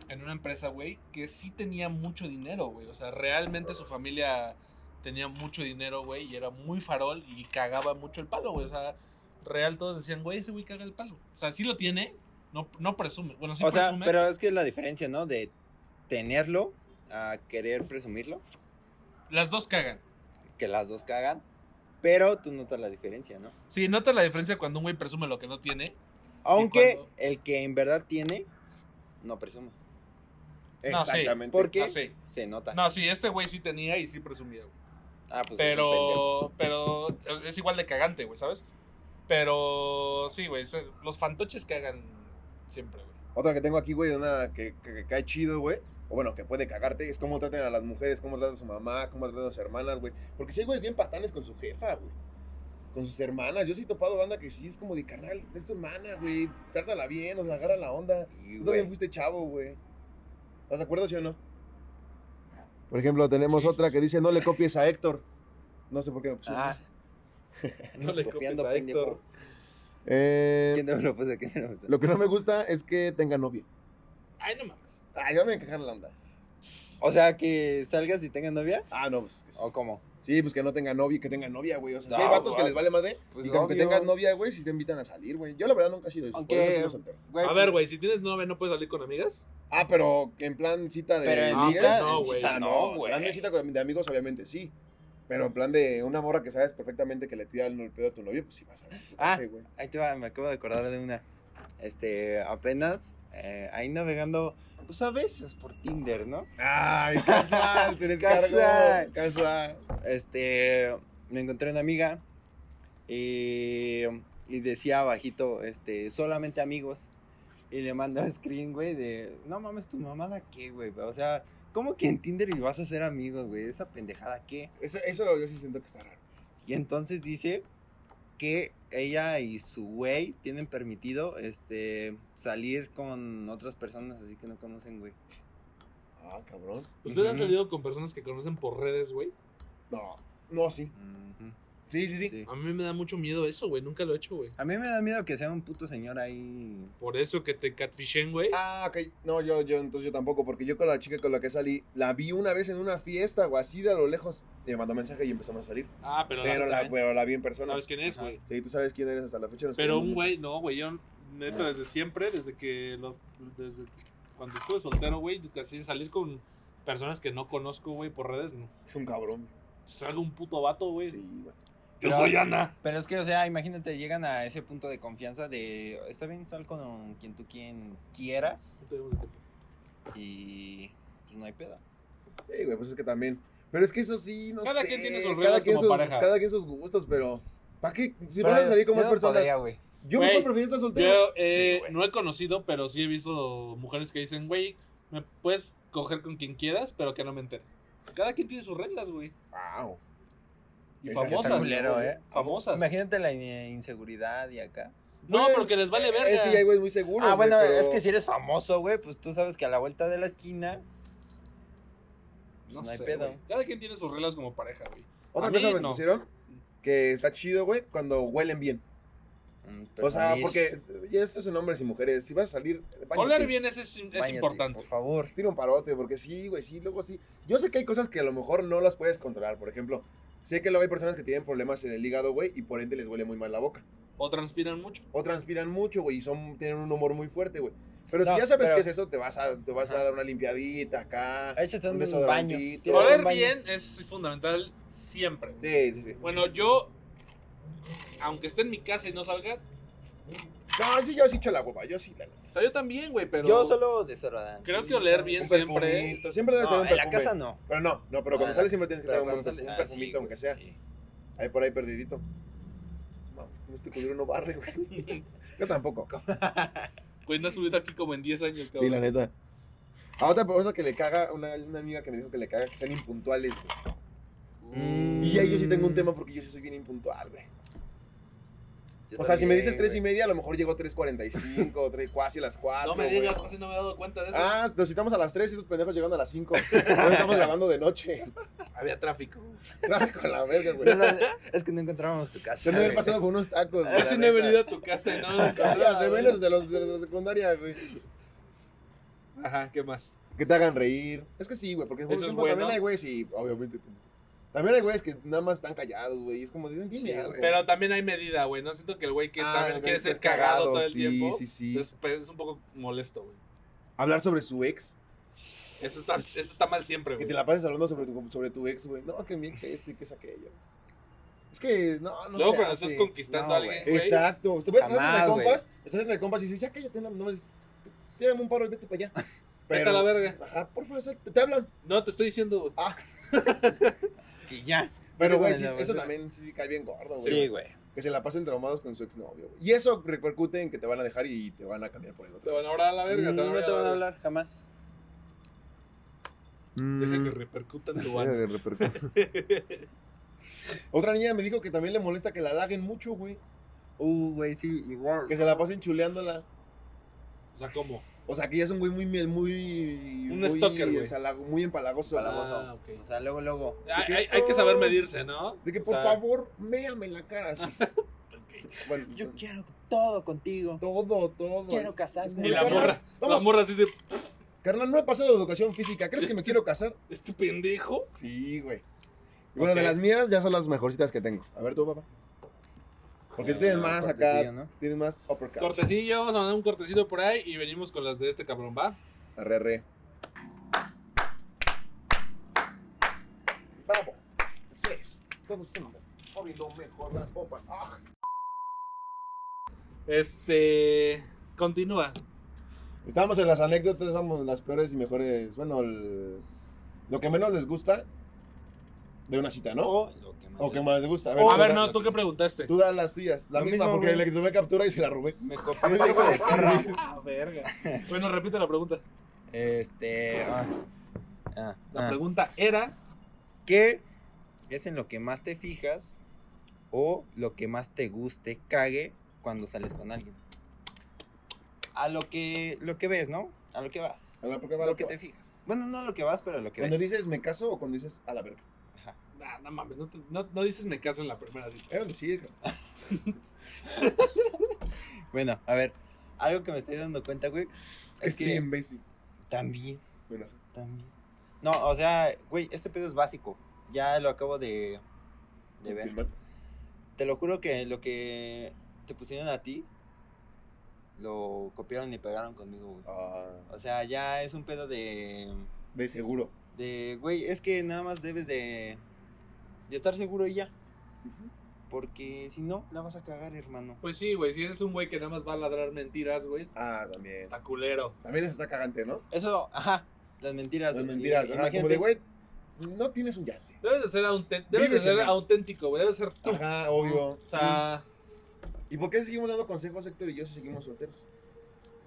Speaker 1: en una empresa, güey, que sí tenía mucho dinero, güey. O sea, realmente su familia tenía mucho dinero, güey, y era muy farol y cagaba mucho el palo, güey. O sea, real todos decían, güey, ese güey caga el palo. O sea, sí lo tiene, no, no presume. Bueno, sí
Speaker 2: o sea,
Speaker 1: presume.
Speaker 2: pero es que es la diferencia, ¿no? De tenerlo a querer presumirlo.
Speaker 1: Las dos cagan.
Speaker 2: Que las dos cagan. Pero tú notas la diferencia, ¿no?
Speaker 1: Sí, notas la diferencia cuando un güey presume lo que no tiene.
Speaker 2: Aunque
Speaker 1: cuando-
Speaker 2: el que en verdad tiene, no presume.
Speaker 1: No, sí.
Speaker 3: Exactamente.
Speaker 2: ¿Por qué?
Speaker 1: No sé.
Speaker 2: Se nota.
Speaker 1: No, sí, este güey sí tenía y sí presumía, güey.
Speaker 2: Ah, pues es un pendejo.
Speaker 1: Pero, pero es igual de cagante, güey, ¿sabes? Pero sí, güey, se- los fantoches cagan siempre, güey.
Speaker 3: Otra que tengo aquí, güey, una que, que- que cae chido, güey. O bueno, que puede cagarte, es cómo tratan a las mujeres, cómo tratan a su mamá, cómo tratan a sus hermanas, güey. Porque si hay güeyes bien patanes con su jefa, güey. Con sus hermanas. Yo sí he topado banda que sí es como de carnal, es tu hermana, güey. Trátala bien, o sea, agarra la onda.
Speaker 2: Sí,
Speaker 3: Tú
Speaker 2: güey.
Speaker 3: también fuiste chavo, güey. ¿Estás de acuerdo, sí o no? Por ejemplo, tenemos
Speaker 1: Sí,
Speaker 3: otra
Speaker 1: sí,
Speaker 3: que dice, no le copies a Héctor. No sé por qué me puso
Speaker 1: [laughs]
Speaker 2: Ah,
Speaker 3: eso.
Speaker 2: [laughs] no le copiando, pendejo.
Speaker 3: Eh,
Speaker 2: ¿Quién no me lo puso? ¿Quién no me lo puso?
Speaker 3: lo que no me gusta es que tenga novia.
Speaker 1: Ay, no mames.
Speaker 3: Ah, ya me encajaron la onda.
Speaker 2: O sea, que salgas y tengas novia.
Speaker 3: Ah, no, pues es que sí.
Speaker 2: ¿O cómo?
Speaker 3: Sí, pues que no tenga novia, que tenga novia, güey. O sea, si
Speaker 2: No,
Speaker 3: hay vatos que
Speaker 2: güey.
Speaker 3: les vale madre,
Speaker 2: Pues
Speaker 3: y que aunque
Speaker 2: obvio.
Speaker 3: tengas novia, güey, si te invitan a salir, güey. Yo la verdad nunca he sido eso. por
Speaker 2: Aunque-
Speaker 3: eso sí los entero.
Speaker 1: A ver, güey, pues, si tienes novia, ¿no puedes salir con amigas?
Speaker 3: Ah, pero que en plan cita de
Speaker 2: Pero en
Speaker 3: amigas,
Speaker 2: cita,
Speaker 1: no,
Speaker 3: en
Speaker 1: güey,
Speaker 2: no,
Speaker 3: cita no,
Speaker 2: güey.
Speaker 3: En plan de cita con- de amigos, obviamente sí. Pero en plan de una morra que sabes perfectamente que le tira el pedo a tu novio, pues sí vas a
Speaker 2: Ah.
Speaker 3: putarte, güey.
Speaker 2: Ahí te va, me acabo de acordar de una. Este, apenas eh, ahí navegando, pues a veces por Tinder, ¿no?
Speaker 3: Ay,
Speaker 1: [laughs]
Speaker 3: casual, se descargó.
Speaker 2: Casual.
Speaker 3: Casual.
Speaker 2: Este, me encontré una amiga y, y decía abajito, este, solamente amigos. Y le mandó [laughs] screen, güey, de, no mames, tu mamada qué, güey. O sea, ¿cómo que en Tinder y vas a ser amigos, güey? Esa pendejada qué.
Speaker 3: Eso, eso yo sí siento que está raro.
Speaker 2: Y entonces dice que ella y su güey tienen permitido este salir con otras personas así que no conocen, güey.
Speaker 3: Ah, cabrón.
Speaker 1: ¿Ustedes han
Speaker 2: Ujú.
Speaker 1: salido con personas que conocen por redes, güey?
Speaker 3: No, no, sí.
Speaker 2: Ujú,
Speaker 3: Sí, sí, sí.
Speaker 2: sí.
Speaker 1: A mí me da mucho miedo eso, güey. Nunca lo he hecho, güey.
Speaker 2: A mí me da miedo que sea un puto señor ahí.
Speaker 1: Por eso que te catfishen, güey.
Speaker 3: Ah, ok. No, yo, yo, entonces yo tampoco, porque yo con la chica con la que salí, la vi una vez en una fiesta o así de a lo lejos. Y me mandó mensaje y empezamos a salir.
Speaker 1: Ah, pero, la
Speaker 3: Pero
Speaker 1: otra,
Speaker 3: la, pero la vi en persona.
Speaker 1: ¿Sabes quién es,
Speaker 2: Ajá.
Speaker 1: güey?
Speaker 3: Sí, tú sabes quién eres hasta la fecha. nos
Speaker 1: Pero
Speaker 3: queremos
Speaker 1: un
Speaker 3: mucho.
Speaker 1: güey, no, güey, yo neta desde siempre, desde que lo- desde cuando estuve soltero, güey, casi salir con personas que no conozco, güey, por redes, no.
Speaker 3: Es un cabrón.
Speaker 1: Salga un puto vato, güey.
Speaker 3: Sí, güey.
Speaker 1: Yo
Speaker 2: Pero-
Speaker 1: soy Ana.
Speaker 2: Pero es que, o sea, imagínate, llegan a ese punto de confianza de. Está bien, sal con quien tú quien quieras. Y. Pues no hay pedo.
Speaker 3: Sí, güey, pues es que también. Pero es que eso sí, no
Speaker 1: Cada
Speaker 3: sé.
Speaker 1: quien tiene sus
Speaker 3: cada
Speaker 1: reglas
Speaker 3: quien
Speaker 1: como
Speaker 3: sus-
Speaker 1: pareja.
Speaker 3: Cada quien sus gustos, pero. ¿Para qué? Si
Speaker 2: Pero
Speaker 3: vas a salir como
Speaker 2: yo no
Speaker 3: personas.
Speaker 2: podría, güey.
Speaker 3: Yo
Speaker 1: Güey,
Speaker 3: mejor prefiero estar soltero.
Speaker 1: Yo eh,
Speaker 2: Sí, güey.
Speaker 1: no he conocido, pero sí he visto mujeres que dicen, güey, me puedes coger con quien quieras, pero que no me entere. Cada quien tiene sus reglas, güey.
Speaker 3: Wow.
Speaker 1: Y
Speaker 3: Esa está
Speaker 1: famosas.
Speaker 2: culero,
Speaker 1: güey,
Speaker 2: ¿eh?
Speaker 1: Famosas.
Speaker 2: Imagínate la in- inseguridad y acá.
Speaker 1: No,
Speaker 3: Pues,
Speaker 1: pero que les vale verga.
Speaker 3: Es que ya hay güeyes muy seguros.
Speaker 2: ah,
Speaker 3: güey,
Speaker 2: bueno,
Speaker 3: pero-
Speaker 2: es que si eres famoso, güey, pues tú sabes que a la vuelta de la esquina. pues no, hay
Speaker 1: sé,
Speaker 2: pedo.
Speaker 1: güey. Cada quien tiene sus reglas como pareja, güey.
Speaker 3: Otra
Speaker 1: A
Speaker 3: cosa
Speaker 1: mí,
Speaker 3: me
Speaker 1: no.
Speaker 3: pusieron que está chido, güey, cuando huelen bien.
Speaker 2: Mm,
Speaker 3: O sea,
Speaker 2: presumir.
Speaker 3: porque y esto es en hombres y mujeres. Si vas a salir, bañate.
Speaker 1: Oler bien es, es, es
Speaker 2: Báñate,
Speaker 1: importante.
Speaker 2: Por favor.
Speaker 3: Tira un parote, porque sí, güey, sí, luego sí. Yo sé que hay cosas que a lo mejor no las puedes controlar. Por ejemplo, sé que luego hay personas que tienen problemas en el hígado, güey, y por ende les huele muy mal la boca.
Speaker 1: O transpiran mucho.
Speaker 3: O transpiran mucho, güey, y son, tienen un humor muy fuerte, güey. Pero
Speaker 2: No,
Speaker 3: si ya sabes
Speaker 2: pero-
Speaker 3: qué es eso, te vas a, te vas a
Speaker 1: Ajá.
Speaker 3: dar una limpiadita acá.
Speaker 2: Échate
Speaker 3: un
Speaker 2: un, baño.
Speaker 3: desodorantito.
Speaker 2: Tírate un
Speaker 1: Oler
Speaker 2: baño.
Speaker 1: bien es fundamental siempre.
Speaker 3: Sí, sí, sí.
Speaker 1: Bueno, yo, aunque esté en mi casa y no salga,
Speaker 3: No, sí, yo sí echo la guapa, yo sí la
Speaker 1: o sea, yo también, güey, pero
Speaker 2: Yo solo desodorante.
Speaker 1: creo que oler bien
Speaker 3: un
Speaker 1: siempre.
Speaker 3: perfumito, Siempre debes
Speaker 2: No,
Speaker 3: tener
Speaker 2: en
Speaker 3: un
Speaker 2: la
Speaker 3: perfume.
Speaker 2: casa no.
Speaker 3: Pero no, no, pero cuando
Speaker 2: No,
Speaker 3: sales siempre tienes que
Speaker 2: pero
Speaker 3: tener un, buen
Speaker 2: cuando
Speaker 3: perfu-
Speaker 2: sales-
Speaker 3: un
Speaker 2: ah, sí,
Speaker 3: perfumito,
Speaker 2: güey,
Speaker 3: aunque sea.
Speaker 2: sí.
Speaker 3: Ahí por ahí perdidito. No, no este culero no
Speaker 2: [laughs]
Speaker 3: barre, güey. Yo tampoco.
Speaker 1: Güey, no has subido aquí como en 10 años,
Speaker 3: Sí, la
Speaker 1: cabrón.
Speaker 3: neta. A otra persona que le caga, una, una amiga que me dijo que le caga que sean impuntuales, güey.
Speaker 1: Mm.
Speaker 3: Y ahí yo sí tengo un tema porque yo sí soy bien impuntual, güey.
Speaker 2: Yo
Speaker 3: O sea, si me dices
Speaker 2: también,
Speaker 3: tres y
Speaker 2: güey.
Speaker 3: media, a lo mejor llego 3.45, o [laughs] tres, casi a las 4.
Speaker 1: No me digas, casi no me he dado cuenta de eso.
Speaker 3: Ah, nos citamos a las 3 y esos pendejos llegando a las 5. Ahora estamos grabando de noche. [laughs]
Speaker 1: Había tráfico.
Speaker 3: Tráfico a la verga, güey.
Speaker 2: No, no, es que no encontrábamos tu casa.
Speaker 3: Yo no había
Speaker 2: güey.
Speaker 3: [laughs] pasado con unos tacos, güey.
Speaker 1: Casi
Speaker 3: la
Speaker 1: no he
Speaker 3: neta.
Speaker 1: venido a tu casa
Speaker 3: [laughs]
Speaker 1: y no me he
Speaker 3: Ah,
Speaker 1: encontrado,
Speaker 3: las de
Speaker 1: güey.
Speaker 3: menos de los de la secundaria, güey.
Speaker 1: Ajá, ¿qué más?
Speaker 3: Que te hagan reír. Es que sí, güey, porque por
Speaker 1: Eso es
Speaker 3: ejemplo,
Speaker 1: bueno.
Speaker 3: también hay güeyes y obviamente. pues, También hay güeyes que nada más están callados, güey. y Es como dicen,
Speaker 2: Sí,
Speaker 3: "Dime algo".
Speaker 2: güey.
Speaker 1: Pero también hay medida, güey. No siento que el güey que
Speaker 3: Eh. Ah,
Speaker 1: también
Speaker 3: el
Speaker 1: quiere
Speaker 3: güey
Speaker 1: ser
Speaker 3: que es
Speaker 1: cagado todo el
Speaker 3: sí,
Speaker 1: tiempo
Speaker 3: Sí, sí,
Speaker 1: Es, pues, es un poco molesto, güey.
Speaker 3: Hablar sobre su ex.
Speaker 1: Eso está, eso está mal siempre,
Speaker 3: Pues, Que
Speaker 1: güey.
Speaker 3: te la pases hablando sobre tu, sobre tu ex, güey. No, que mi ex es este y que es aquello. Es que, no, no
Speaker 1: Luego
Speaker 3: se
Speaker 1: cuando
Speaker 3: hace.
Speaker 1: estás conquistando
Speaker 2: No,
Speaker 1: a alguien, güey.
Speaker 3: Exacto. Tú ves, estás en
Speaker 2: Jamás,
Speaker 3: el
Speaker 2: güey.
Speaker 3: compas, estás en el compas y dices, ya cállate, no, no es- Tírame un paro y vete para allá.
Speaker 1: Vete a la verga.
Speaker 3: Ajá, por favor, sal- te hablan.
Speaker 1: No, te estoy diciendo, güey.
Speaker 2: Y ya.
Speaker 3: Pero, güey,
Speaker 2: Bueno,
Speaker 3: sí,
Speaker 2: bueno.
Speaker 3: eso también sí, sí cae bien gordo, güey.
Speaker 2: Sí, güey.
Speaker 3: Que se la pasen traumados con su exnovio, güey. Y eso repercute en que te van a dejar y te van a cambiar por el
Speaker 1: Te
Speaker 3: otro.
Speaker 1: van a hablar a la
Speaker 3: Mm,
Speaker 1: verga, te van a
Speaker 2: No
Speaker 1: hablar.
Speaker 2: te
Speaker 1: a
Speaker 2: van
Speaker 1: la
Speaker 2: a
Speaker 1: verga.
Speaker 2: hablar jamás.
Speaker 1: Deja que
Speaker 3: Mm.
Speaker 1: repercuta en tu
Speaker 3: [laughs] Deja
Speaker 1: ano.
Speaker 3: que repercute. [laughs] Otra niña me dijo que también le molesta que la halaguen mucho, güey.
Speaker 2: Uh, güey, sí, igual.
Speaker 3: Que se la pasen chuleándola.
Speaker 1: O sea, ¿cómo?
Speaker 3: O sea, que ya es un güey muy... muy
Speaker 1: Un
Speaker 3: muy
Speaker 1: stalker, güey.
Speaker 3: ensalago- Muy empalagoso. güey.
Speaker 2: Empalagoso.
Speaker 1: Ah, ok.
Speaker 2: O sea, luego, luego.
Speaker 1: Hay,
Speaker 3: que-
Speaker 1: hay- hay que saber medirse, ¿no?
Speaker 3: De que,
Speaker 1: O
Speaker 3: por
Speaker 1: sea,
Speaker 3: favor, méame en la cara.
Speaker 1: [laughs]
Speaker 3: así. bueno,
Speaker 2: Yo quiero todo contigo.
Speaker 3: todo, todo.
Speaker 2: Quiero casarme.
Speaker 1: Y la
Speaker 3: Carnal,
Speaker 1: morra, la
Speaker 3: Vamos,
Speaker 1: morra así de,
Speaker 3: carnal, no he pasado de educación física. ¿Crees que me quiero casar?
Speaker 1: ¿este pendejo?
Speaker 3: Sí, güey. Y bueno, de
Speaker 1: Ok.
Speaker 3: las mías ya son las mejorcitas que tengo. A ver tú, papá.
Speaker 1: Ah,
Speaker 3: Porque tú tienes
Speaker 2: Eh,
Speaker 3: más
Speaker 2: cortecillo,
Speaker 3: acá,
Speaker 2: ¿no?
Speaker 3: tienes más uppercut.
Speaker 1: Cortecillo, vamos a mandar un cortecito por ahí y venimos con las de este cabrón, ¿va?
Speaker 3: Arre, arre. Bravo. Eso es. Todos juntos. Moviendo mejor las popas. ¡Ah!
Speaker 1: Este. Continúa.
Speaker 3: Estábamos en las anécdotas, vamos, en las peores y mejores. Bueno, el- lo que menos les gusta de una cita, ¿no?
Speaker 2: O lo que más
Speaker 3: O
Speaker 2: le-
Speaker 3: que más les gusta. A ver,
Speaker 1: A
Speaker 3: tú
Speaker 1: ver,
Speaker 3: da-
Speaker 1: no, ¿tú qué preguntaste? [laughs]
Speaker 3: Tú das las tuyas. La
Speaker 2: Lo
Speaker 3: misma,
Speaker 2: mismo,
Speaker 3: porque
Speaker 2: güey.
Speaker 3: le tomé captura y se la robé.
Speaker 2: Me copió el
Speaker 3: Ese
Speaker 2: hijo de
Speaker 3: güey.
Speaker 2: zorra.
Speaker 1: Ah, verga. Bueno, repite la pregunta.
Speaker 2: Este. ah, ah,
Speaker 1: La
Speaker 2: ah.
Speaker 1: pregunta era.
Speaker 2: ¿Qué es en lo que más te fijas o lo que más te guste, cague cuando sales con alguien? A lo que, lo que ves, ¿no? A lo que vas.
Speaker 3: A ver, ¿por qué va
Speaker 2: Lo que
Speaker 3: va?
Speaker 2: te fijas. Bueno, no a lo que vas, pero a lo que
Speaker 3: Cuando
Speaker 2: ves.
Speaker 3: dices me caso o cuando dices a la verga.
Speaker 2: Ajá.
Speaker 1: Nah, no mames, no, te- no- no dices me caso en la primera cita.
Speaker 3: Era un decir.
Speaker 2: Bueno, a ver, algo que me estoy dando cuenta, güey,
Speaker 3: Es que
Speaker 2: es
Speaker 3: estoy
Speaker 2: que
Speaker 3: Este imbécil.
Speaker 2: también
Speaker 3: Bueno,
Speaker 2: También. No, o sea, güey, este pedo es básico. Ya lo acabo de, de ver.
Speaker 3: confirmar.
Speaker 2: Te lo juro que lo que te pusieron a ti, lo copiaron y pegaron conmigo, güey.
Speaker 3: Ah,
Speaker 2: O sea, ya es un pedo de,
Speaker 3: de seguro.
Speaker 2: de, güey, es que nada más debes de, de estar seguro y ya. Porque si no, la vas a cagar, hermano.
Speaker 1: Pues sí, güey, si eres un güey que nada más va a ladrar mentiras, güey,
Speaker 3: Ah, también.
Speaker 1: está culero.
Speaker 3: También eso está cagante, ¿no?
Speaker 2: Eso, ajá, las mentiras.
Speaker 3: Las
Speaker 2: eh,
Speaker 3: mentiras. ajá, como de,
Speaker 2: Imagínate,
Speaker 3: güey, no tienes un yate.
Speaker 1: Debes de ser, auten- debes de
Speaker 3: Vives en
Speaker 1: ser
Speaker 3: él.
Speaker 1: auténtico, güey, debes ser tú.
Speaker 3: Ajá, obvio. Mm.
Speaker 1: O sea,
Speaker 3: ¿Y por qué seguimos dando consejos, Héctor y yo, si seguimos solteros?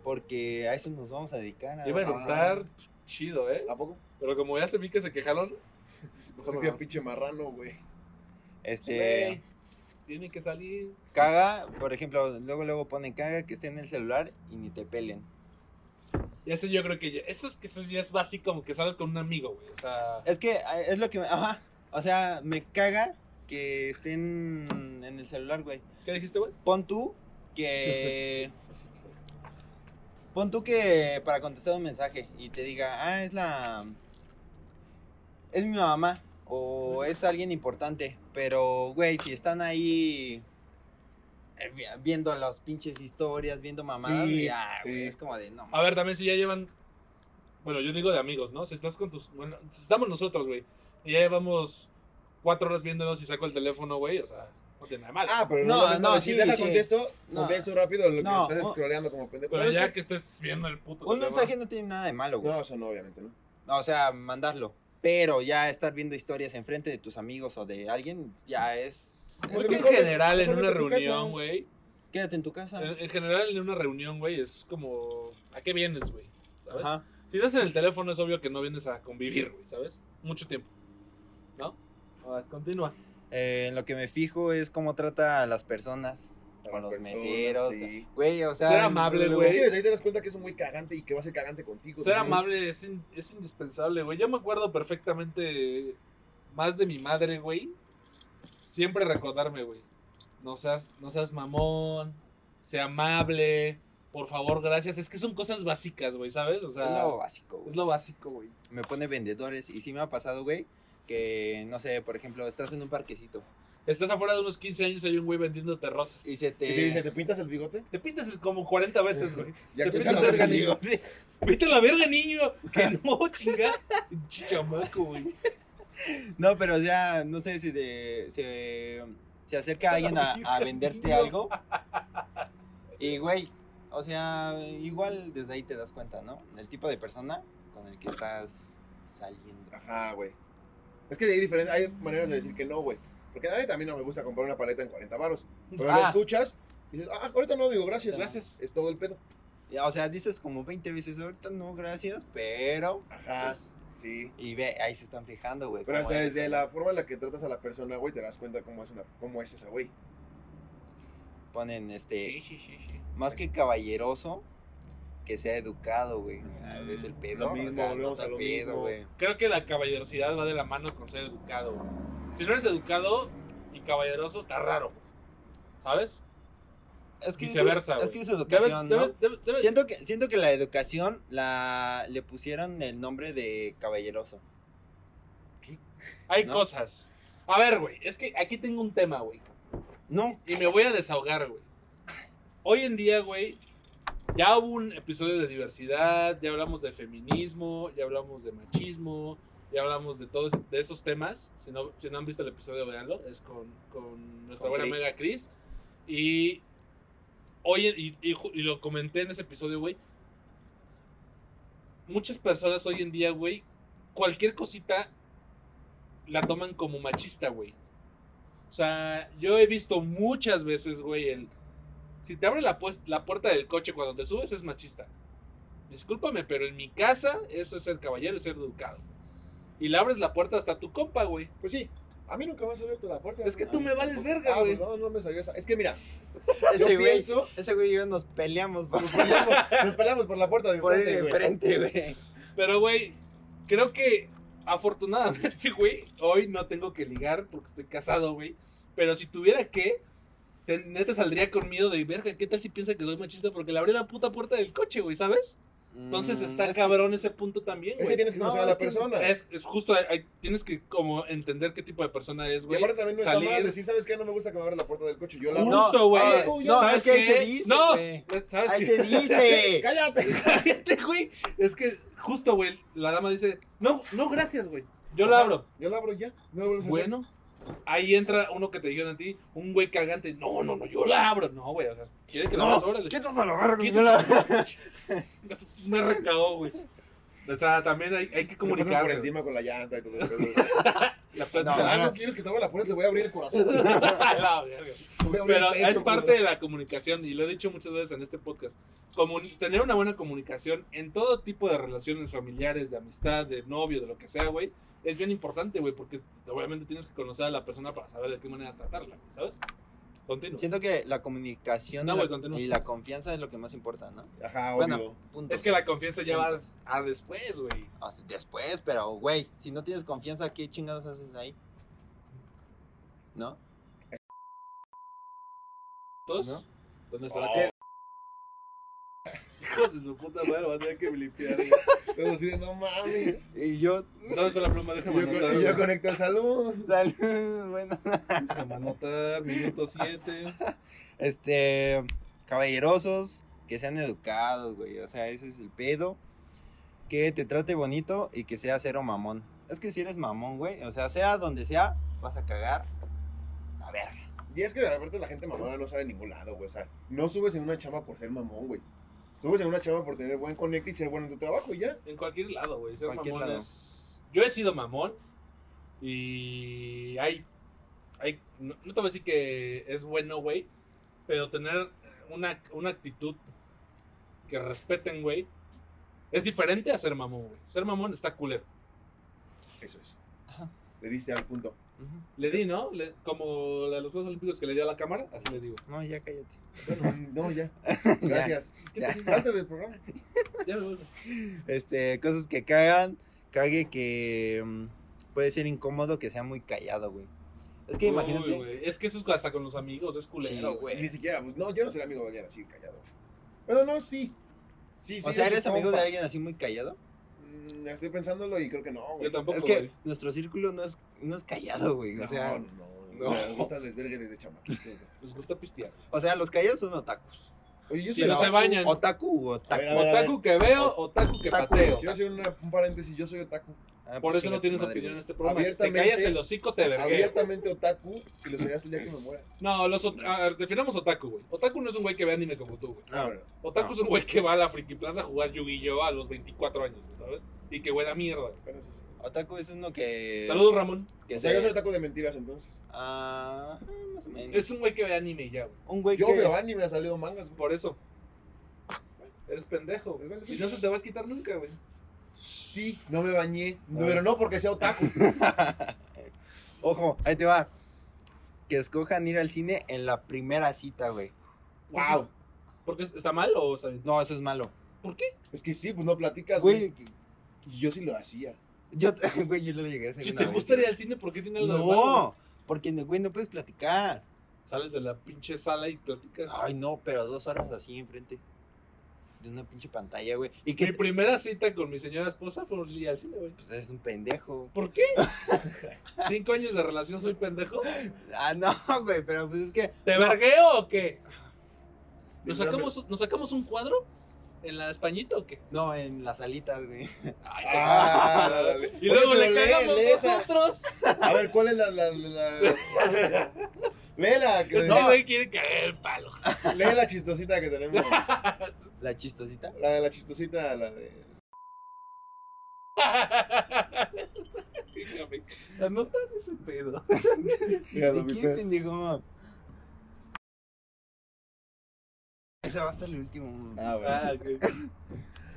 Speaker 2: porque a eso nos vamos a dedicar. a-
Speaker 1: iba a
Speaker 3: bueno,
Speaker 1: estar chido, ¿eh?
Speaker 3: ¿A poco?
Speaker 1: Pero como ya se vi que se quejaron,
Speaker 3: Pues es
Speaker 1: mejor
Speaker 3: que
Speaker 1: no.
Speaker 3: pinche marrano, güey.
Speaker 2: Este...
Speaker 1: Güey, tienen que salir.
Speaker 2: Caga, por ejemplo, luego luego ponen caga que esté en el celular y ni te pelen.
Speaker 1: Y eso yo creo que ya, eso es que eso ya es básico, como que sales con un amigo, güey. O sea,
Speaker 2: Es que ah, es lo que me, ajá, o sea, me caga que estén en el celular, güey.
Speaker 1: ¿qué dijiste, güey?
Speaker 2: Pon tú
Speaker 3: [laughs]
Speaker 2: que pon tú que para contestar un mensaje y te diga, "Ah, es la es mi mamá o es alguien importante", pero güey, si están ahí eh, vi- viendo las pinches historias, viendo mamadas,
Speaker 3: Sí,
Speaker 2: ya, güey,
Speaker 3: sí.
Speaker 2: es como de no.
Speaker 1: A ver, también si ya llevan. Bueno, yo digo de amigos, ¿no? Si estás con tus. Bueno, si estamos nosotros, güey. Y ya llevamos cuatro horas viéndonos y saco el teléfono, güey. O sea, no tiene nada de malo.
Speaker 3: Ah, pero
Speaker 2: No,
Speaker 3: dejas
Speaker 2: no,
Speaker 3: decir,
Speaker 2: sí,
Speaker 3: deja
Speaker 2: sí.
Speaker 3: contesto,
Speaker 2: No.
Speaker 3: contesto rápido lo que
Speaker 2: No,
Speaker 3: estás
Speaker 2: un-
Speaker 3: scrolleando como pendejo.
Speaker 1: pero
Speaker 3: No, es
Speaker 1: ya que estés viendo el puto.
Speaker 2: Un
Speaker 1: teléfono-
Speaker 2: mensaje no tiene nada de malo, güey.
Speaker 3: No, o sea, no, obviamente, ¿no?
Speaker 2: O sea, mandarlo. Pero ya estar viendo historias enfrente de tus amigos o de alguien, ya es.
Speaker 1: Pues
Speaker 2: es-
Speaker 1: que Eh, en
Speaker 3: Mejor-
Speaker 1: general, en
Speaker 3: mejor
Speaker 1: una
Speaker 3: vete a tu
Speaker 1: reunión,
Speaker 3: casa.
Speaker 1: güey.
Speaker 2: Quédate en tu casa.
Speaker 1: En, en general, en una reunión, güey, es como. ¿A qué vienes, güey? ¿Sabes?
Speaker 2: Ajá.
Speaker 1: Si estás en el teléfono, es obvio que no vienes a convivir, güey, ¿sabes? Mucho tiempo. ¿No? A ver, continúa.
Speaker 2: Eh, en lo que me fijo es cómo trata a las personas
Speaker 3: A
Speaker 2: con
Speaker 3: las
Speaker 2: los
Speaker 3: personas,
Speaker 2: meseros.
Speaker 3: sí.
Speaker 2: Güey, o sea.
Speaker 1: Ser amable,
Speaker 3: Pero
Speaker 1: güey.
Speaker 3: es que desde ahí te das cuenta que es un muy cagante y que va a ser cagante contigo.
Speaker 1: Ser
Speaker 3: ¿sabes?
Speaker 1: amable es, in- es indispensable, güey. Yo me acuerdo perfectamente más de mi madre, güey. Siempre recordarme, güey. No seas, no seas mamón, sea amable, por favor, gracias. Es que son cosas básicas, güey, ¿sabes? O
Speaker 2: Es
Speaker 1: sea,
Speaker 2: lo básico. güey.
Speaker 1: es lo básico, güey.
Speaker 2: Me pone vendedores. Y sí me ha pasado, güey, que no sé, por ejemplo, estás en un parquecito
Speaker 1: Estás afuera de unos 15 años y hay un güey vendiéndote rosas.
Speaker 2: y
Speaker 1: Y
Speaker 2: se te.
Speaker 3: Y te dice, ¿te pintas el bigote?
Speaker 1: te pintas el- como 40 veces, güey.
Speaker 3: Ya
Speaker 1: Te
Speaker 3: que
Speaker 1: pintas la
Speaker 3: ya lo
Speaker 1: verga,
Speaker 3: ves,
Speaker 1: niño. Vete a la verga, niño. Que [laughs] no, chinga. Chichamaco, güey.
Speaker 2: No, pero ya, no sé si te- se, se acerca alguien a, a venderte algo. Y, güey, o sea, igual desde ahí te das cuenta, ¿no? El tipo de persona con el que estás saliendo.
Speaker 3: Ajá, güey. Es que hay, diferentes, hay maneras de decir que no, güey. Porque a mí también no me gusta comprar una paleta en 40 baros. Pero
Speaker 2: Ah.
Speaker 3: lo escuchas y dices, ah, ahorita no, digo, gracias.
Speaker 1: Gracias.
Speaker 3: Es todo el pedo.
Speaker 2: Y, O sea, dices como 20 veces ahorita, no, gracias, pero...
Speaker 3: Ajá.
Speaker 2: pues,
Speaker 3: sí.
Speaker 2: y ve, ahí se están fijando, güey.
Speaker 3: Pero
Speaker 2: cómo
Speaker 3: hasta
Speaker 2: eres.
Speaker 3: desde la forma en la que tratas a la persona, güey, te das cuenta cómo es, una, cómo es esa, güey.
Speaker 2: Ponen, este,
Speaker 1: Sí, sí, sí, sí.
Speaker 2: más que caballeroso, que sea educado, güey. Ah, ¿Ves el pedo?
Speaker 3: Lo mismo,
Speaker 2: o sea, no
Speaker 3: volvemos a
Speaker 2: está
Speaker 3: lo
Speaker 2: pedo,
Speaker 3: mismo.
Speaker 2: güey.
Speaker 1: Creo que la caballerosidad va de la mano con ser educado. güey. Si no eres educado y caballeroso, está raro. güey. ¿Sabes?
Speaker 2: Es que es-
Speaker 1: Viceversa,
Speaker 2: Es,
Speaker 1: güey.
Speaker 2: que es educación, ¿no?
Speaker 1: Debes- debes- debes- debes-
Speaker 2: Siento que, siento que la educación la, le pusieron el nombre de caballeroso.
Speaker 1: Hay
Speaker 2: ¿no?
Speaker 1: cosas. A ver, güey, es que aquí tengo un tema, güey. [laughs]
Speaker 2: No.
Speaker 1: Y me voy a desahogar, güey. Hoy en día, güey, ya hubo un episodio de diversidad, ya hablamos de feminismo, ya hablamos de machismo, ya hablamos de todos de esos temas. Si no, si no han visto el episodio, véanlo. Es con, con nuestra
Speaker 2: Con
Speaker 1: buena
Speaker 2: Chris.
Speaker 1: amiga Chris. Y hoy, y, y ju- y lo comenté en ese episodio, güey. Muchas personas hoy en día, güey, cualquier cosita la toman como machista, güey. O sea, yo he visto muchas veces, güey, el... Si te abre la, pues- la puerta del coche cuando te subes es machista. Discúlpame, pero en mi casa eso es ser caballero, es ser educado. Y le abres la puerta hasta a tu compa, güey.
Speaker 3: Pues sí. A mí nunca me has abierto la puerta.
Speaker 1: Es que
Speaker 3: Ah,
Speaker 1: tú me vales verga,
Speaker 3: ah,
Speaker 1: güey.
Speaker 3: pues no, no me sabía esa. Es
Speaker 1: [laughs]
Speaker 3: que mira, yo
Speaker 2: Ese güey,
Speaker 3: pienso...
Speaker 2: ese güey y yo nos peleamos por,
Speaker 3: Nos peleamos, nos peleamos por la puerta de
Speaker 2: por ir
Speaker 3: enfrente, güey.
Speaker 2: enfrente, güey.
Speaker 1: Pero, güey, creo que Afortunadamente, [laughs] güey, hoy no tengo que ligar porque estoy casado, güey. Pero si tuviera que, te- neta saldría con miedo de, verga, ¿qué tal si piensa que soy machista? Porque le abrí la puta puerta del coche, güey, ¿sabes? Entonces
Speaker 2: Mm,
Speaker 1: está
Speaker 2: es que-
Speaker 1: cabrón ese punto también,
Speaker 3: Es que
Speaker 1: güey.
Speaker 3: tienes que
Speaker 2: No,
Speaker 3: conocer a
Speaker 2: es
Speaker 3: la
Speaker 2: que-
Speaker 3: persona.
Speaker 1: Es, es justo, hay- hay- tienes que como entender qué tipo de persona es,
Speaker 3: Y
Speaker 1: güey.
Speaker 3: aparte también no está
Speaker 1: Salir-
Speaker 3: mal decir, ¿sabes qué? No me gusta que me abran la puerta del coche. Yo la
Speaker 1: No,
Speaker 3: abro.
Speaker 1: Justo, güey.
Speaker 2: ah,
Speaker 1: No,
Speaker 2: No,
Speaker 1: ¿sabes
Speaker 2: es que ahí
Speaker 1: qué?
Speaker 2: se dice.
Speaker 1: No.
Speaker 2: güey.
Speaker 1: Pues, ¿Sabes
Speaker 2: Ahí
Speaker 1: qué?
Speaker 2: se dice.
Speaker 3: ¡Cállate!
Speaker 1: [laughs] Cállate, güey. Es que justo, güey, la dama dice, no, no, gracias, güey. Yo la abro.
Speaker 3: Yo la abro y ya. No la vuelves a hacer.
Speaker 1: Bueno, ahí entra uno que te dijeron a ti, un güey cagante. No, no, no, yo la abro. No, güey, o sea, quiere que la abras, órale.
Speaker 2: a la verga.
Speaker 1: Quítate [laughs] Eso [laughs] Me recagó, güey. O sea, también hay, hay que
Speaker 3: Me pasan por
Speaker 1: comunicarse. güey.
Speaker 3: encima con la llanta y todo eso.
Speaker 1: [laughs] La plática.
Speaker 2: No,
Speaker 1: [laughs]
Speaker 3: ah,
Speaker 2: no.
Speaker 3: no quieres que te abra la puerta, te voy a abrir el corazón.
Speaker 1: La verga.
Speaker 3: Te voy a abrir el
Speaker 1: Pero
Speaker 3: pecho,
Speaker 1: es parte
Speaker 3: culero.
Speaker 1: de la comunicación, y lo he dicho muchas veces en este podcast. Comuni- tener una buena comunicación en todo tipo de relaciones familiares, de amistad, de novio, de lo que sea, güey, es bien importante, güey, porque obviamente tienes que conocer a la persona para saber de qué manera tratarla, güey, ¿sabes? Continúo.
Speaker 2: Siento que la comunicación
Speaker 1: No,
Speaker 2: y
Speaker 1: güey,
Speaker 2: la-
Speaker 1: continúa.
Speaker 2: y la confianza es lo que más importa, ¿no?
Speaker 3: Ajá, obvio.
Speaker 2: Bueno. Punto.
Speaker 1: Es que la confianza ya va a después, güey.
Speaker 2: Hasta después, pero güey, si no tienes confianza, ¿qué chingados haces ahí? ¿No?
Speaker 1: Dos.
Speaker 2: ¿No?
Speaker 1: ¿Dónde está la
Speaker 3: Oh.
Speaker 1: confianza? Hijos de su puta madre, van a tener que limpiar. güey.
Speaker 3: Entonces, sí,
Speaker 1: [laughs]
Speaker 3: no mames.
Speaker 2: Y yo.
Speaker 1: ¿Dónde está la pluma?
Speaker 3: Y
Speaker 1: Déjame
Speaker 3: yo,
Speaker 1: anotar.
Speaker 3: con- y yo
Speaker 1: güey.
Speaker 3: conecto el salón.
Speaker 2: Salud, [laughs] bueno.
Speaker 1: Déjame anotar. Minuto 7.
Speaker 2: Este. Caballerosos, que sean educados, güey. O sea, ese es el pedo. Que te trate bonito y que sea cero mamón. Es que si eres mamón, güey. O sea, sea donde sea, vas a cagar. A ver.
Speaker 3: Y es que aparte la gente mamona no sale a ningún lado, güey. O sea, no subes en una chamba por ser mamón, güey. Subes en una chamba por tener buen conecte y ser bueno en tu trabajo y ya.
Speaker 1: En cualquier lado, güey. Ser
Speaker 2: Cualquier
Speaker 1: mamón
Speaker 2: lado.
Speaker 1: es- Yo he sido mamón y hay... hay... No, no te voy a decir que es bueno, güey, pero tener una, una actitud que respeten, güey, es diferente a ser mamón, güey. Ser mamón está culero.
Speaker 3: Eso es.
Speaker 2: Ajá.
Speaker 3: Le diste al
Speaker 1: [laughs]
Speaker 3: punto.
Speaker 1: Le di, ¿no? Le- como la de los Juegos Olímpicos que le di a la cámara, así le digo.
Speaker 2: No, ya cállate.
Speaker 3: Bueno,
Speaker 1: [laughs]
Speaker 3: no, ya. Gracias.
Speaker 2: Ya.
Speaker 3: Salte del programa.
Speaker 1: Ya me voy, güey.
Speaker 2: Este, cosas que cagan, cague que mm, puede ser incómodo que sea muy callado, güey. Es que
Speaker 1: Uy,
Speaker 2: imagínate.
Speaker 1: güey, Es que eso es hasta con los amigos, es culero,
Speaker 2: Sí,
Speaker 1: güey.
Speaker 2: güey.
Speaker 3: Ni siquiera, pues, no, yo no seré amigo de alguien así, callado. Bueno, no, sí. Sí, sí.
Speaker 2: o sea,
Speaker 3: yo
Speaker 2: ¿eres
Speaker 3: soy
Speaker 2: amigo de
Speaker 3: compa.
Speaker 2: alguien así muy callado?
Speaker 3: Mm, estoy pensándolo y creo que no, güey.
Speaker 1: Yo tampoco,
Speaker 2: es que
Speaker 1: güey.
Speaker 2: nuestro círculo no es, no es callado, güey.
Speaker 3: No,
Speaker 2: O, sea,
Speaker 3: no, no.
Speaker 2: no.
Speaker 3: Me gusta desvergue desde chamaquito. güey.
Speaker 1: Les gusta pistear.
Speaker 2: o sea, los callados son otakus.
Speaker 3: Oye, yo
Speaker 1: Y
Speaker 3: soy
Speaker 1: no se
Speaker 3: otaku.
Speaker 1: bañan.
Speaker 2: Otaku u otaku.
Speaker 3: A ver, a ver.
Speaker 1: Otaku que veo, otaku que
Speaker 2: Otaku.
Speaker 1: pateo.
Speaker 3: Quiero hacer una- un paréntesis, yo soy otaku.
Speaker 2: Ah,
Speaker 1: Por
Speaker 2: pues
Speaker 1: eso no
Speaker 2: chinga tu
Speaker 1: tienes
Speaker 2: madre,
Speaker 1: opinión en
Speaker 2: güey.
Speaker 1: este programa. Te
Speaker 3: Abiertamente-
Speaker 1: callas el hocico, te vergué.
Speaker 3: Abiertamente otaku y lo seré hasta el día que me muera.
Speaker 1: No, los ot- a ver, definamos otaku, güey. Otaku no es un güey que ve anime como tú, güey.
Speaker 3: Ah, bueno.
Speaker 1: Otaku
Speaker 2: No.
Speaker 1: es un güey que va a la friki plaza a jugar Yu-Gi-Oh a los 24 años, ¿sabes? Y que huele a mierda. güey.
Speaker 3: bueno, eso sí.
Speaker 2: Otaku es uno que.
Speaker 1: Saludos, Ramón.
Speaker 2: Que
Speaker 3: O sea, yo soy
Speaker 2: se...
Speaker 3: otaku de mentiras entonces.
Speaker 2: Ah, más o menos.
Speaker 1: Es un güey que ve anime y ya, güey.
Speaker 2: Un güey
Speaker 3: Yo
Speaker 2: que.
Speaker 3: veo anime, ha salido mangas. güey.
Speaker 1: Por eso. Eres pendejo, güey. Y no se te va a quitar nunca, güey.
Speaker 3: Sí, no me bañé. No,
Speaker 2: Ah.
Speaker 3: pero no porque sea otaku.
Speaker 2: [laughs] Ojo, ahí te va. Que escojan ir al cine en la primera cita, güey.
Speaker 3: wow.
Speaker 1: ¿Por qué está mal o está bien?
Speaker 2: No, eso es malo.
Speaker 3: Es que sí, pues no platicas, güey.
Speaker 2: Güey,
Speaker 3: Y yo sí lo hacía.
Speaker 2: yo, güey, yo lo llegué a hacer.
Speaker 1: Si
Speaker 2: una
Speaker 1: te
Speaker 2: vez.
Speaker 1: gusta ir al cine, ¿por qué tiene algo de malo?
Speaker 2: No, porque, no, güey, no puedes platicar.
Speaker 1: Sales de la pinche sala y platicas.
Speaker 2: Ay, no, pero dos horas así enfrente de una pinche pantalla, güey. Y que
Speaker 1: Mi
Speaker 2: te-
Speaker 1: primera cita con mi señora esposa fue un día al cine, güey.
Speaker 2: pues eres un pendejo.
Speaker 1: ¿Por qué? [laughs] ¿Cinco años de relación soy pendejo?
Speaker 2: Ah, no, [laughs] güey, pero pues es que
Speaker 1: ¿Te vergueo o qué? ¿Nos
Speaker 3: Dame-
Speaker 1: sacamos, ¿Nos sacamos un cuadro en la Españita o qué?
Speaker 2: no en las alitas, güey. [laughs]
Speaker 3: Ah, dale.
Speaker 1: [laughs] y
Speaker 3: Oye,
Speaker 1: luego
Speaker 3: pero
Speaker 1: le
Speaker 3: lee,
Speaker 1: cagamos
Speaker 3: lee esa.
Speaker 1: nosotros.
Speaker 3: A ver, ¿cuál es la. la, la, la... Léela, que-
Speaker 1: Este güey quiere caer el
Speaker 2: [laughs]
Speaker 1: palo.
Speaker 3: lee la chistosita que tenemos.
Speaker 2: La chistosita.
Speaker 3: La de la chistosita, la de.
Speaker 1: Fíjame, anotar ese pedo.
Speaker 2: ¿De qué, pendejo? Esa va hasta el último.
Speaker 3: Ah, bueno.
Speaker 1: Ah, ok.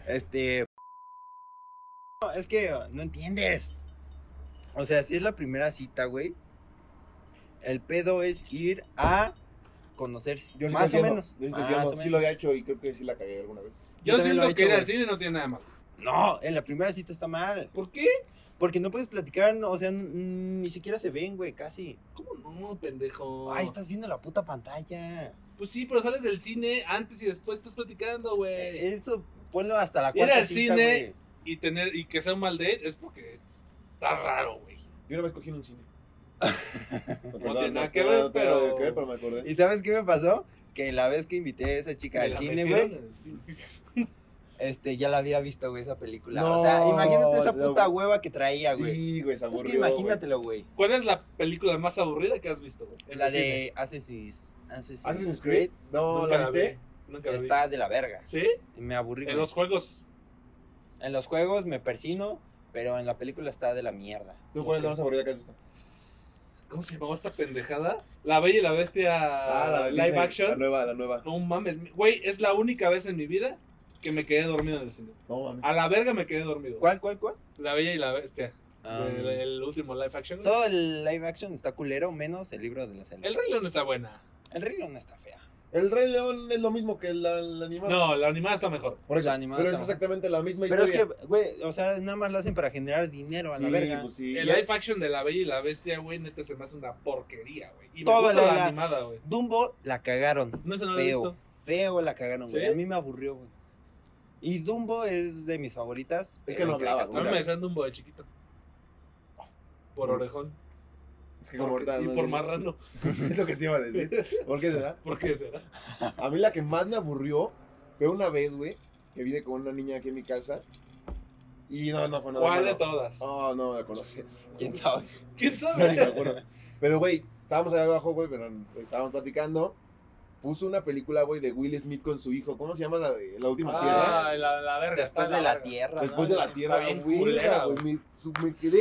Speaker 2: Este. No, es que no entiendes. O sea, si es la primera cita, güey. El pedo es ir a conocerse.
Speaker 3: Yo sí
Speaker 2: más
Speaker 3: te
Speaker 2: o
Speaker 3: entiendo,
Speaker 1: Ah,
Speaker 2: menos.
Speaker 3: Yo sí, te
Speaker 2: Más
Speaker 3: entiendo,
Speaker 2: o
Speaker 3: sí lo había hecho y creo que sí la cagué alguna vez.
Speaker 1: Yo
Speaker 2: también
Speaker 1: siento
Speaker 2: lo he
Speaker 1: que
Speaker 2: hecho,
Speaker 1: ir al
Speaker 2: güey.
Speaker 1: cine no tiene nada malo.
Speaker 2: No, en la primera cita está mal.
Speaker 1: ¿Por qué?
Speaker 2: Porque no puedes platicar, no, o sea, n- ni siquiera se ven, güey, casi.
Speaker 1: ¿Cómo no, pendejo?
Speaker 2: Ay, estás viendo la puta pantalla.
Speaker 1: Pues sí, pero sales del cine antes y después estás platicando, güey.
Speaker 2: Eso, ponlo hasta la
Speaker 1: Ir
Speaker 2: cuarta
Speaker 1: al
Speaker 2: cita,
Speaker 1: cine.
Speaker 2: güey.
Speaker 1: Y tener, y que sea un mal date es porque está raro, güey.
Speaker 3: Yo una vez cogí en un cine.
Speaker 1: No tiene nada que ver, pero-
Speaker 3: que ver, pero me acordé.
Speaker 2: ¿Y sabes qué me pasó? Que la vez que invité a esa chica
Speaker 1: Me
Speaker 2: al
Speaker 1: la
Speaker 2: cine,
Speaker 1: metieron
Speaker 2: güey,
Speaker 1: en el cine.
Speaker 2: este, ya la había visto, güey, esa película.
Speaker 3: No,
Speaker 2: o sea, imagínate esa
Speaker 3: no,
Speaker 2: puta
Speaker 3: güey.
Speaker 2: hueva que traía, güey.
Speaker 3: Sí, güey, se
Speaker 2: es
Speaker 3: aburrió,
Speaker 2: que imagínatelo, güey.
Speaker 1: ¿Cuál es la película más aburrida que has visto, güey? en
Speaker 2: La
Speaker 1: el cine?
Speaker 2: de Assassin's, Assassin's,
Speaker 3: güey. Assassin's Creed. No,
Speaker 1: Nunca
Speaker 3: ¿la
Speaker 1: la vi.
Speaker 3: viste?
Speaker 1: Nunca la vi.
Speaker 2: Está de la verga.
Speaker 1: ¿Sí?
Speaker 2: Me aburrí.
Speaker 1: En
Speaker 2: güey.
Speaker 1: los juegos.
Speaker 2: En los juegos me persino, pero en la película está de la mierda.
Speaker 3: ¿Tú cuál es la más aburrida que has visto?
Speaker 1: ¿Cómo se llamaba esta pendejada? La Bella y Ah, la Bestia
Speaker 3: de
Speaker 1: live
Speaker 3: Disney, Ah, La
Speaker 1: action.
Speaker 3: nueva, la nueva.
Speaker 1: No mames, mi- güey, es la única vez en mi vida que me quedé dormido en el cine.
Speaker 3: No mames.
Speaker 1: A la verga me quedé dormido.
Speaker 2: ¿Cuál, cuál, cuál?
Speaker 1: La Bella y la Bestia.
Speaker 2: Ah,
Speaker 1: el, el último live action. güey.
Speaker 2: todo el live action está culero, menos el libro de la selva.
Speaker 1: El Rey León está buena.
Speaker 2: El Rey León está fea.
Speaker 3: El Rey León es lo mismo que la, la animada.
Speaker 1: No, la animada está mejor.
Speaker 3: Por eso,
Speaker 2: la animada
Speaker 3: pero es
Speaker 2: está mal.
Speaker 3: exactamente la misma
Speaker 2: Pero es
Speaker 3: historia.
Speaker 2: que, güey, o sea, nada más lo hacen para generar dinero a la
Speaker 3: Sí,
Speaker 2: verga.
Speaker 3: pues sí.
Speaker 1: El
Speaker 3: Ya-
Speaker 1: live action de La Bella y la Bestia, güey, neta se me hace una porquería, güey. Y me
Speaker 2: Toda
Speaker 1: gusta
Speaker 2: la-
Speaker 1: la,
Speaker 2: la-
Speaker 1: animada, güey.
Speaker 2: Dumbo la cagaron.
Speaker 1: No se no lo he
Speaker 2: Feo.
Speaker 1: visto.
Speaker 2: Feo la cagaron, güey.
Speaker 1: ¿Sí?
Speaker 2: A mí me aburrió, güey. Y Dumbo es de mis favoritas.
Speaker 3: Es
Speaker 2: pero
Speaker 3: que no
Speaker 2: en
Speaker 3: hablaba,
Speaker 1: A mí
Speaker 2: caricatura,
Speaker 1: me decían Dumbo de chiquito.
Speaker 2: Mm.
Speaker 1: Por orejón.
Speaker 3: es que como
Speaker 1: Porque-
Speaker 3: ahorita
Speaker 1: y
Speaker 3: no-
Speaker 1: por marrano.
Speaker 3: [laughs] Es lo que te iba a decir. ¿Por qué será?
Speaker 1: ¿Por qué será?
Speaker 2: Ah,
Speaker 3: A mí la que más me aburrió fue una vez, güey, que vine con una niña aquí en mi casa. Y no, no fue nada.
Speaker 1: ¿Cuál de
Speaker 3: bueno.
Speaker 1: todas?
Speaker 3: Oh, no, la conocí.
Speaker 2: güey. ¿Quién sabe? [laughs]
Speaker 1: ¿Quién
Speaker 3: [laughs] No, ni me
Speaker 1: sabe?
Speaker 3: acuerdo. Pero, güey, estábamos allá abajo, güey, pero güey, estábamos platicando. Puso una película, güey, de Will Smith con su hijo. ¿Cómo se llama la de La Última Tierra?
Speaker 1: Ah, la, la verga. está
Speaker 2: Después de la
Speaker 1: verga.
Speaker 2: tierra.
Speaker 3: Después
Speaker 2: ¿no?
Speaker 3: de la Tierra,
Speaker 1: bien
Speaker 3: güey,
Speaker 1: culera,
Speaker 3: güey. Me, su- me quedé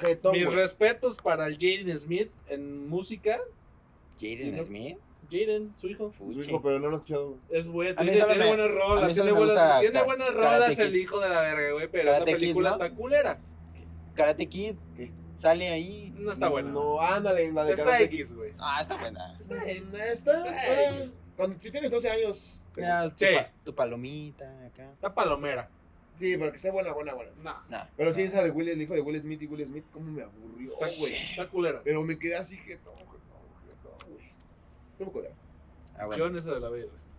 Speaker 3: jetón,
Speaker 1: Mis
Speaker 3: güey.
Speaker 1: respetos para el Jaden Smith en música.
Speaker 2: Jaden Smith.
Speaker 1: Jaden, su hijo.
Speaker 3: Su
Speaker 2: fuchi.
Speaker 3: Pues, hijo, pero no lo he escuchado, güey.
Speaker 1: Es bueno,
Speaker 2: A mí
Speaker 1: tiene,
Speaker 2: solo
Speaker 1: tiene
Speaker 2: me-
Speaker 1: buenas
Speaker 2: a mí
Speaker 1: rolas,
Speaker 2: solo
Speaker 1: tiene
Speaker 2: me
Speaker 1: buenas,
Speaker 2: gusta
Speaker 1: tiene
Speaker 2: Ka-
Speaker 1: buenas
Speaker 2: Karate
Speaker 1: rolas
Speaker 2: Kid.
Speaker 1: el hijo de la verga, güey, pero
Speaker 2: Karate
Speaker 1: esa
Speaker 2: Kid,
Speaker 1: película
Speaker 2: ¿no?
Speaker 1: está culera.
Speaker 2: Karate Kid.
Speaker 3: ¿Qué?
Speaker 2: Sale ahí.
Speaker 1: No está buena.
Speaker 3: No, ándale, la de
Speaker 1: está
Speaker 3: Karate
Speaker 1: X, güey.
Speaker 2: Ah, está buena.
Speaker 3: Kid.
Speaker 1: Está X.
Speaker 3: Está,
Speaker 1: Está
Speaker 3: bueno, Cuando si tienes 12 años. te gusta.
Speaker 2: Mira, tu,
Speaker 1: Sí.
Speaker 2: pa- tu palomita acá.
Speaker 1: Está palomera.
Speaker 3: Sí, pero que esté buena, buena, buena.
Speaker 1: No,
Speaker 2: Nah.
Speaker 3: Pero sí, esa de Will, el hijo de Will Smith y Will Smith, cómo me aburrió,
Speaker 1: Ah. está,
Speaker 3: güey.
Speaker 1: está culera.
Speaker 3: Pero me quedé así, que no, güey, no, güey, no, güey. No me acuerdo.
Speaker 2: Ah, bueno.
Speaker 1: Yo en eso de la bella y la
Speaker 3: [laughs]
Speaker 1: bestia.